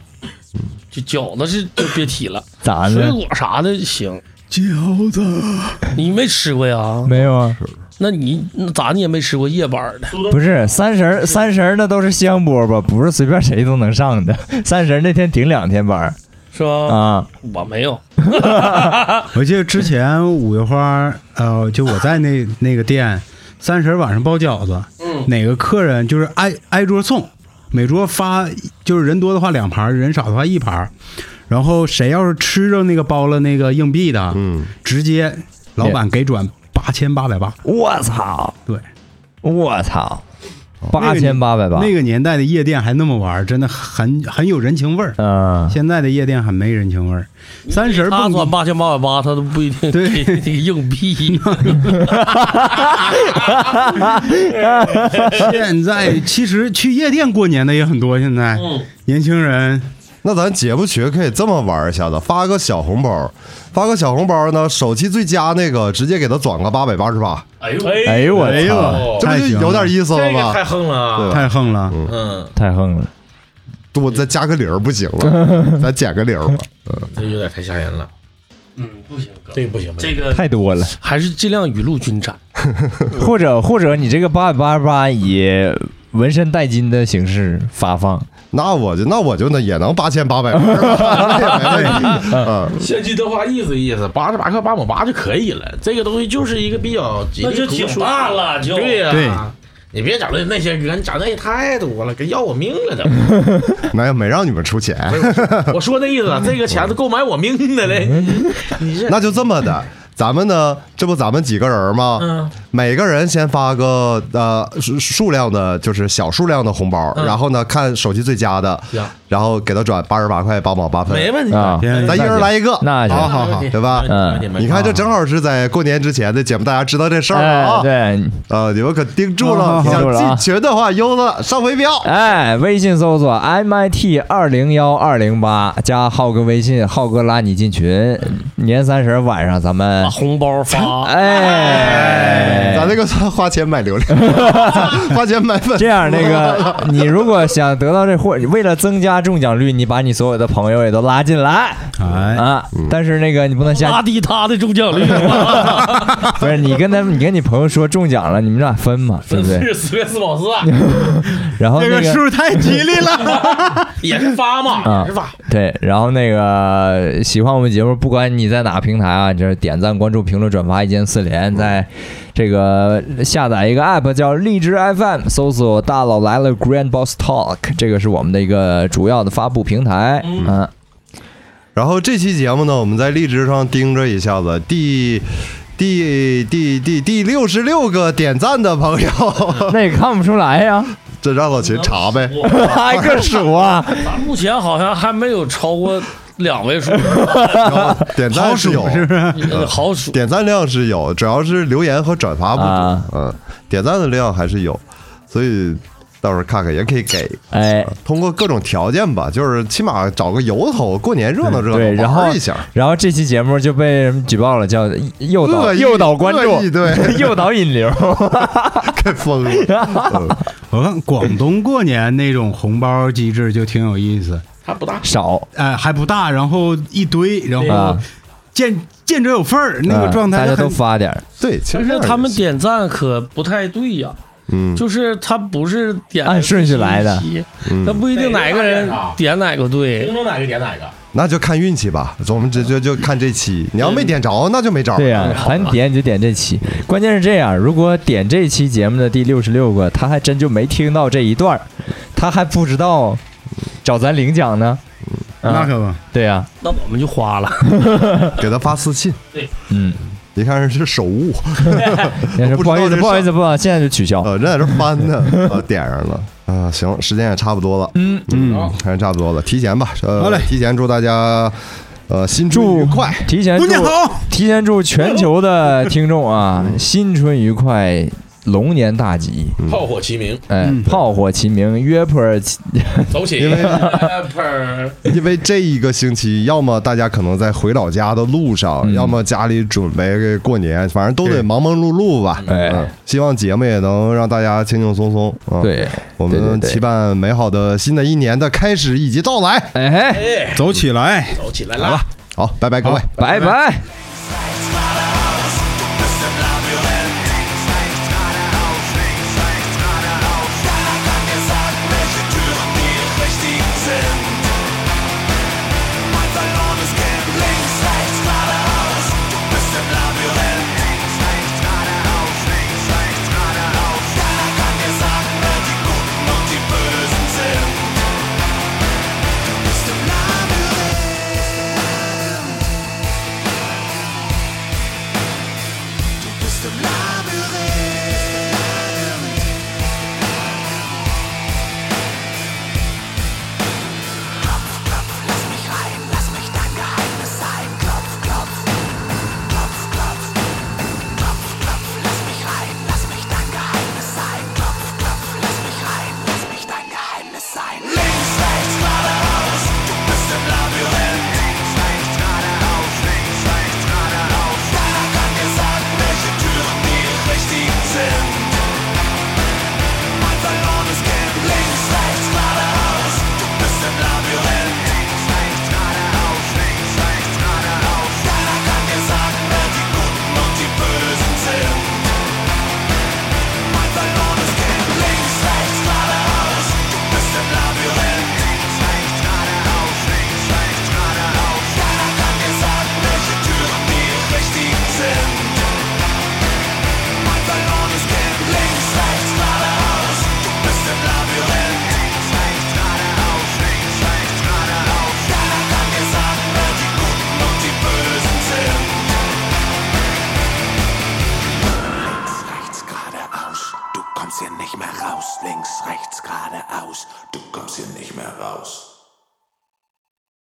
S5: 就饺子是就别提了，
S1: 咋
S5: 水
S1: 的？
S5: 果啥的行，
S4: 饺子，
S5: 你没吃过呀？
S1: 没有啊，
S5: 那你那咋你也没吃过夜班儿的？
S1: 不是三十儿三十儿那都是香饽饽，不是随便谁都能上的。三十儿那天顶两天班儿
S5: 是吧？
S1: 啊，
S5: 我没有，
S4: 我记得之前五月花，呃，就我在那那个店，三十晚上包饺子，哪个客人就是挨挨桌送，每桌发，就是人多的话两盘儿，人少的话一盘儿，然后谁要是吃着那个包了那个硬币的，
S2: 嗯，
S4: 直接老板给转八千八百八，
S1: 我操，
S4: 对，
S1: 我操，
S4: 那
S1: 八
S4: 个年
S1: 千八百八，
S4: 那个年代的夜店还那么玩儿，真的很很有人情味儿。
S1: 嗯，
S4: 现在的夜店很没人情味儿，三十儿
S5: 他
S4: 蹦迪
S5: 转八千八百八，他都不一定
S4: 对
S5: 给 那个 硬币。
S4: 现在其实去夜店过年的也很多，现在、年轻人
S2: 那咱节目群可以这么玩一下子，发个小红包，发个小红包呢，手气最佳那个直接给他转个八百八十八，
S3: 哎呦
S1: 哎呦我
S4: 哎呦
S1: 操，
S2: 这不
S4: 太
S2: 就
S4: 行
S2: 有点意思了
S3: 这个
S2: 吧
S3: 太？横了啊，
S2: 对
S4: 太横了。
S3: 嗯，
S1: 太横了，
S2: 我再加个零儿不行
S4: 嗯
S2: 了，咱减个零儿吧。
S3: 这有点太吓人了，
S5: 嗯，不行，哥，
S3: 这个不行，不行
S5: 这个
S1: 太多了。
S5: 还是尽量雨露均沾。
S1: 或者或者你这个八百八十八以纹身带金的形式发放，
S2: 那我就那我就那也能八千八百分儿 吧，那也没问题啊。
S3: 先去德华意思意思，八十八克八亩八就可以了。这个东西就是一个比较吉利
S5: 那就挺
S3: 图书
S5: 大了就
S3: 对呀、
S4: 对
S3: 你别整那那些歌，你整那也太多了，给要我命了都。
S2: 那也没让你们出钱，
S3: 我说那意思，这个钱子够买我命的嘞。你这
S2: 那就这么的。咱们呢？这不咱们几个人吗？
S3: 嗯
S2: 每个人先发个呃数数量的，就是小数量的红包，
S3: 嗯
S2: 然后呢看手机最佳的，
S3: 行
S2: 然后给他转八十八块八毛八分，
S3: 没问题，
S1: 啊，
S4: 行
S2: 咱一人来一个，
S1: 那行
S2: 好好好，对吧？
S1: 嗯
S2: 你看，这正好是在过年之前的节目，大家知道这事儿了
S1: 哎
S2: 啊。
S1: 对，
S2: 呃，你们可盯住了，
S1: 嗯
S2: 你
S1: 盯住了
S2: 想
S1: 啊
S2: 进群的话，悠子上回标。
S1: 哎，微信搜索 MIT 二零幺二零八，加浩哥微信，浩哥拉你进群。年三十晚上咱们
S5: 把，红包
S4: 啊
S5: 发，
S1: 哎，
S2: 咱这个花钱买流量， 花钱买粉丝
S1: 这样，那个你如果想得到这货，为了增加中奖率，你把你所有的朋友也都拉进来
S4: 哎，
S1: 啊。但是那个你不能
S5: 拉
S1: 下，
S5: 低他的中奖率，
S1: 不是你跟他，你跟你朋友说中奖了，你们俩分嘛，对不对？
S5: 是四月四保四，
S1: 然后
S4: 这
S1: 那
S4: 个数太吉利了，
S3: 也是发嘛，
S1: 啊
S3: 也是发。
S1: 对，然后那个喜欢我们节目，不管你在哪个平台啊，就是点赞、关注、评论、转发一键四连，在这个下载一个 app 叫荔枝 FM，搜索“大佬来了 Grand Boss Talk”，这个是我们的一个主要的发布平台。嗯，
S2: 然后这期节目呢，我们在荔枝上盯着一下子，第第第第第六十六个点赞的朋友，
S1: 那也看不出来呀，
S2: 这让老秦查 呗。
S1: 挨个数啊。
S5: 目前好像还没有超过两位数，
S2: 然后点赞是有，
S5: 呃好数。
S2: 点赞量是有，主要是留言和转发不
S1: 啊
S2: 多，嗯，点赞的量还是有，所以到时候看看也可以给，
S1: 哎，
S2: 通过各种条件吧，就是起码找个由头，过年热闹热闹，
S1: 对，然
S2: 玩
S1: 后
S2: 一下，
S1: 然后这期节目就被人举报了，叫诱导
S2: 恶意
S1: 诱导关
S2: 恶
S1: 注
S2: 意， 对，
S1: 诱导引流。
S2: 太疯了。嗯
S4: 我看广东过年那种红包机制就挺有意思，
S3: 它不大，
S1: 少
S4: 哎，还不大，然后一堆，然后
S1: 啊
S4: 见见者有份儿，那个状态
S1: 嗯大
S4: 就
S1: 家
S4: 很
S1: 都发点儿
S2: 对，其
S5: 但
S2: 实
S5: 是他们
S2: 这样也行
S5: 点赞可不太对呀，
S2: 嗯，
S5: 就是他不是点
S1: 按顺序来的
S5: 信息，
S2: 嗯
S5: 他不一定哪个人点哪个对
S3: 听。众哪个点哪个。
S2: 那就看运气吧，我们这就就看这期，你要没点着，那就没招。
S1: 对呀、咱点你就点这期，关键是这样，如果点这期节目的第六十六个，他还真就没听到这一段儿，他还不知道找咱领奖呢。
S4: 嗯那
S1: 啊，
S4: 可不。
S1: 对呀、
S5: 那我们就花了，
S2: 给他发私信，
S1: 嗯，
S2: 一看是手误，
S1: 但是
S2: 不知
S1: 不
S2: 道
S1: 好意思，
S2: 这
S1: 不好意
S2: 事
S1: 思，不好意思，现在就取消。
S2: 呃，人在这翻呢， 啊，点上了，啊，行，时间也差不多了，
S1: 嗯
S2: 嗯，还是差不多了，提前吧，呃，
S4: 好嘞
S2: 提前祝大家，呃，新春愉快，
S1: 提前
S4: 过
S1: 祝
S4: 年好，
S1: 提前祝全球的听众啊，新春愉快，龙年大吉！
S3: 炮火齐鸣，
S1: 哎
S4: 嗯，
S1: 炮火齐鸣，约炮儿齐
S3: 走起！
S2: 因为
S3: Rapper
S2: 因为这一个星期，要么大家可能在回老家的路上，
S1: 嗯
S2: 要么家里准备过年，反正都得
S4: 对
S2: 忙忙碌碌吧，
S1: 哎
S2: 嗯，希望节目也能让大家轻轻松松，啊，
S1: 对，
S2: 我
S1: 对对
S2: 们
S1: 对
S2: 期盼美好的新的一年的开始以及到来。
S1: 哎，
S4: 走起来。
S3: 走起来啦！
S2: 好，拜拜各位。
S1: 拜拜。
S7: Bist im Labyrinth. raus, links, rechts, geradeaus, du kommst hier nicht mehr raus.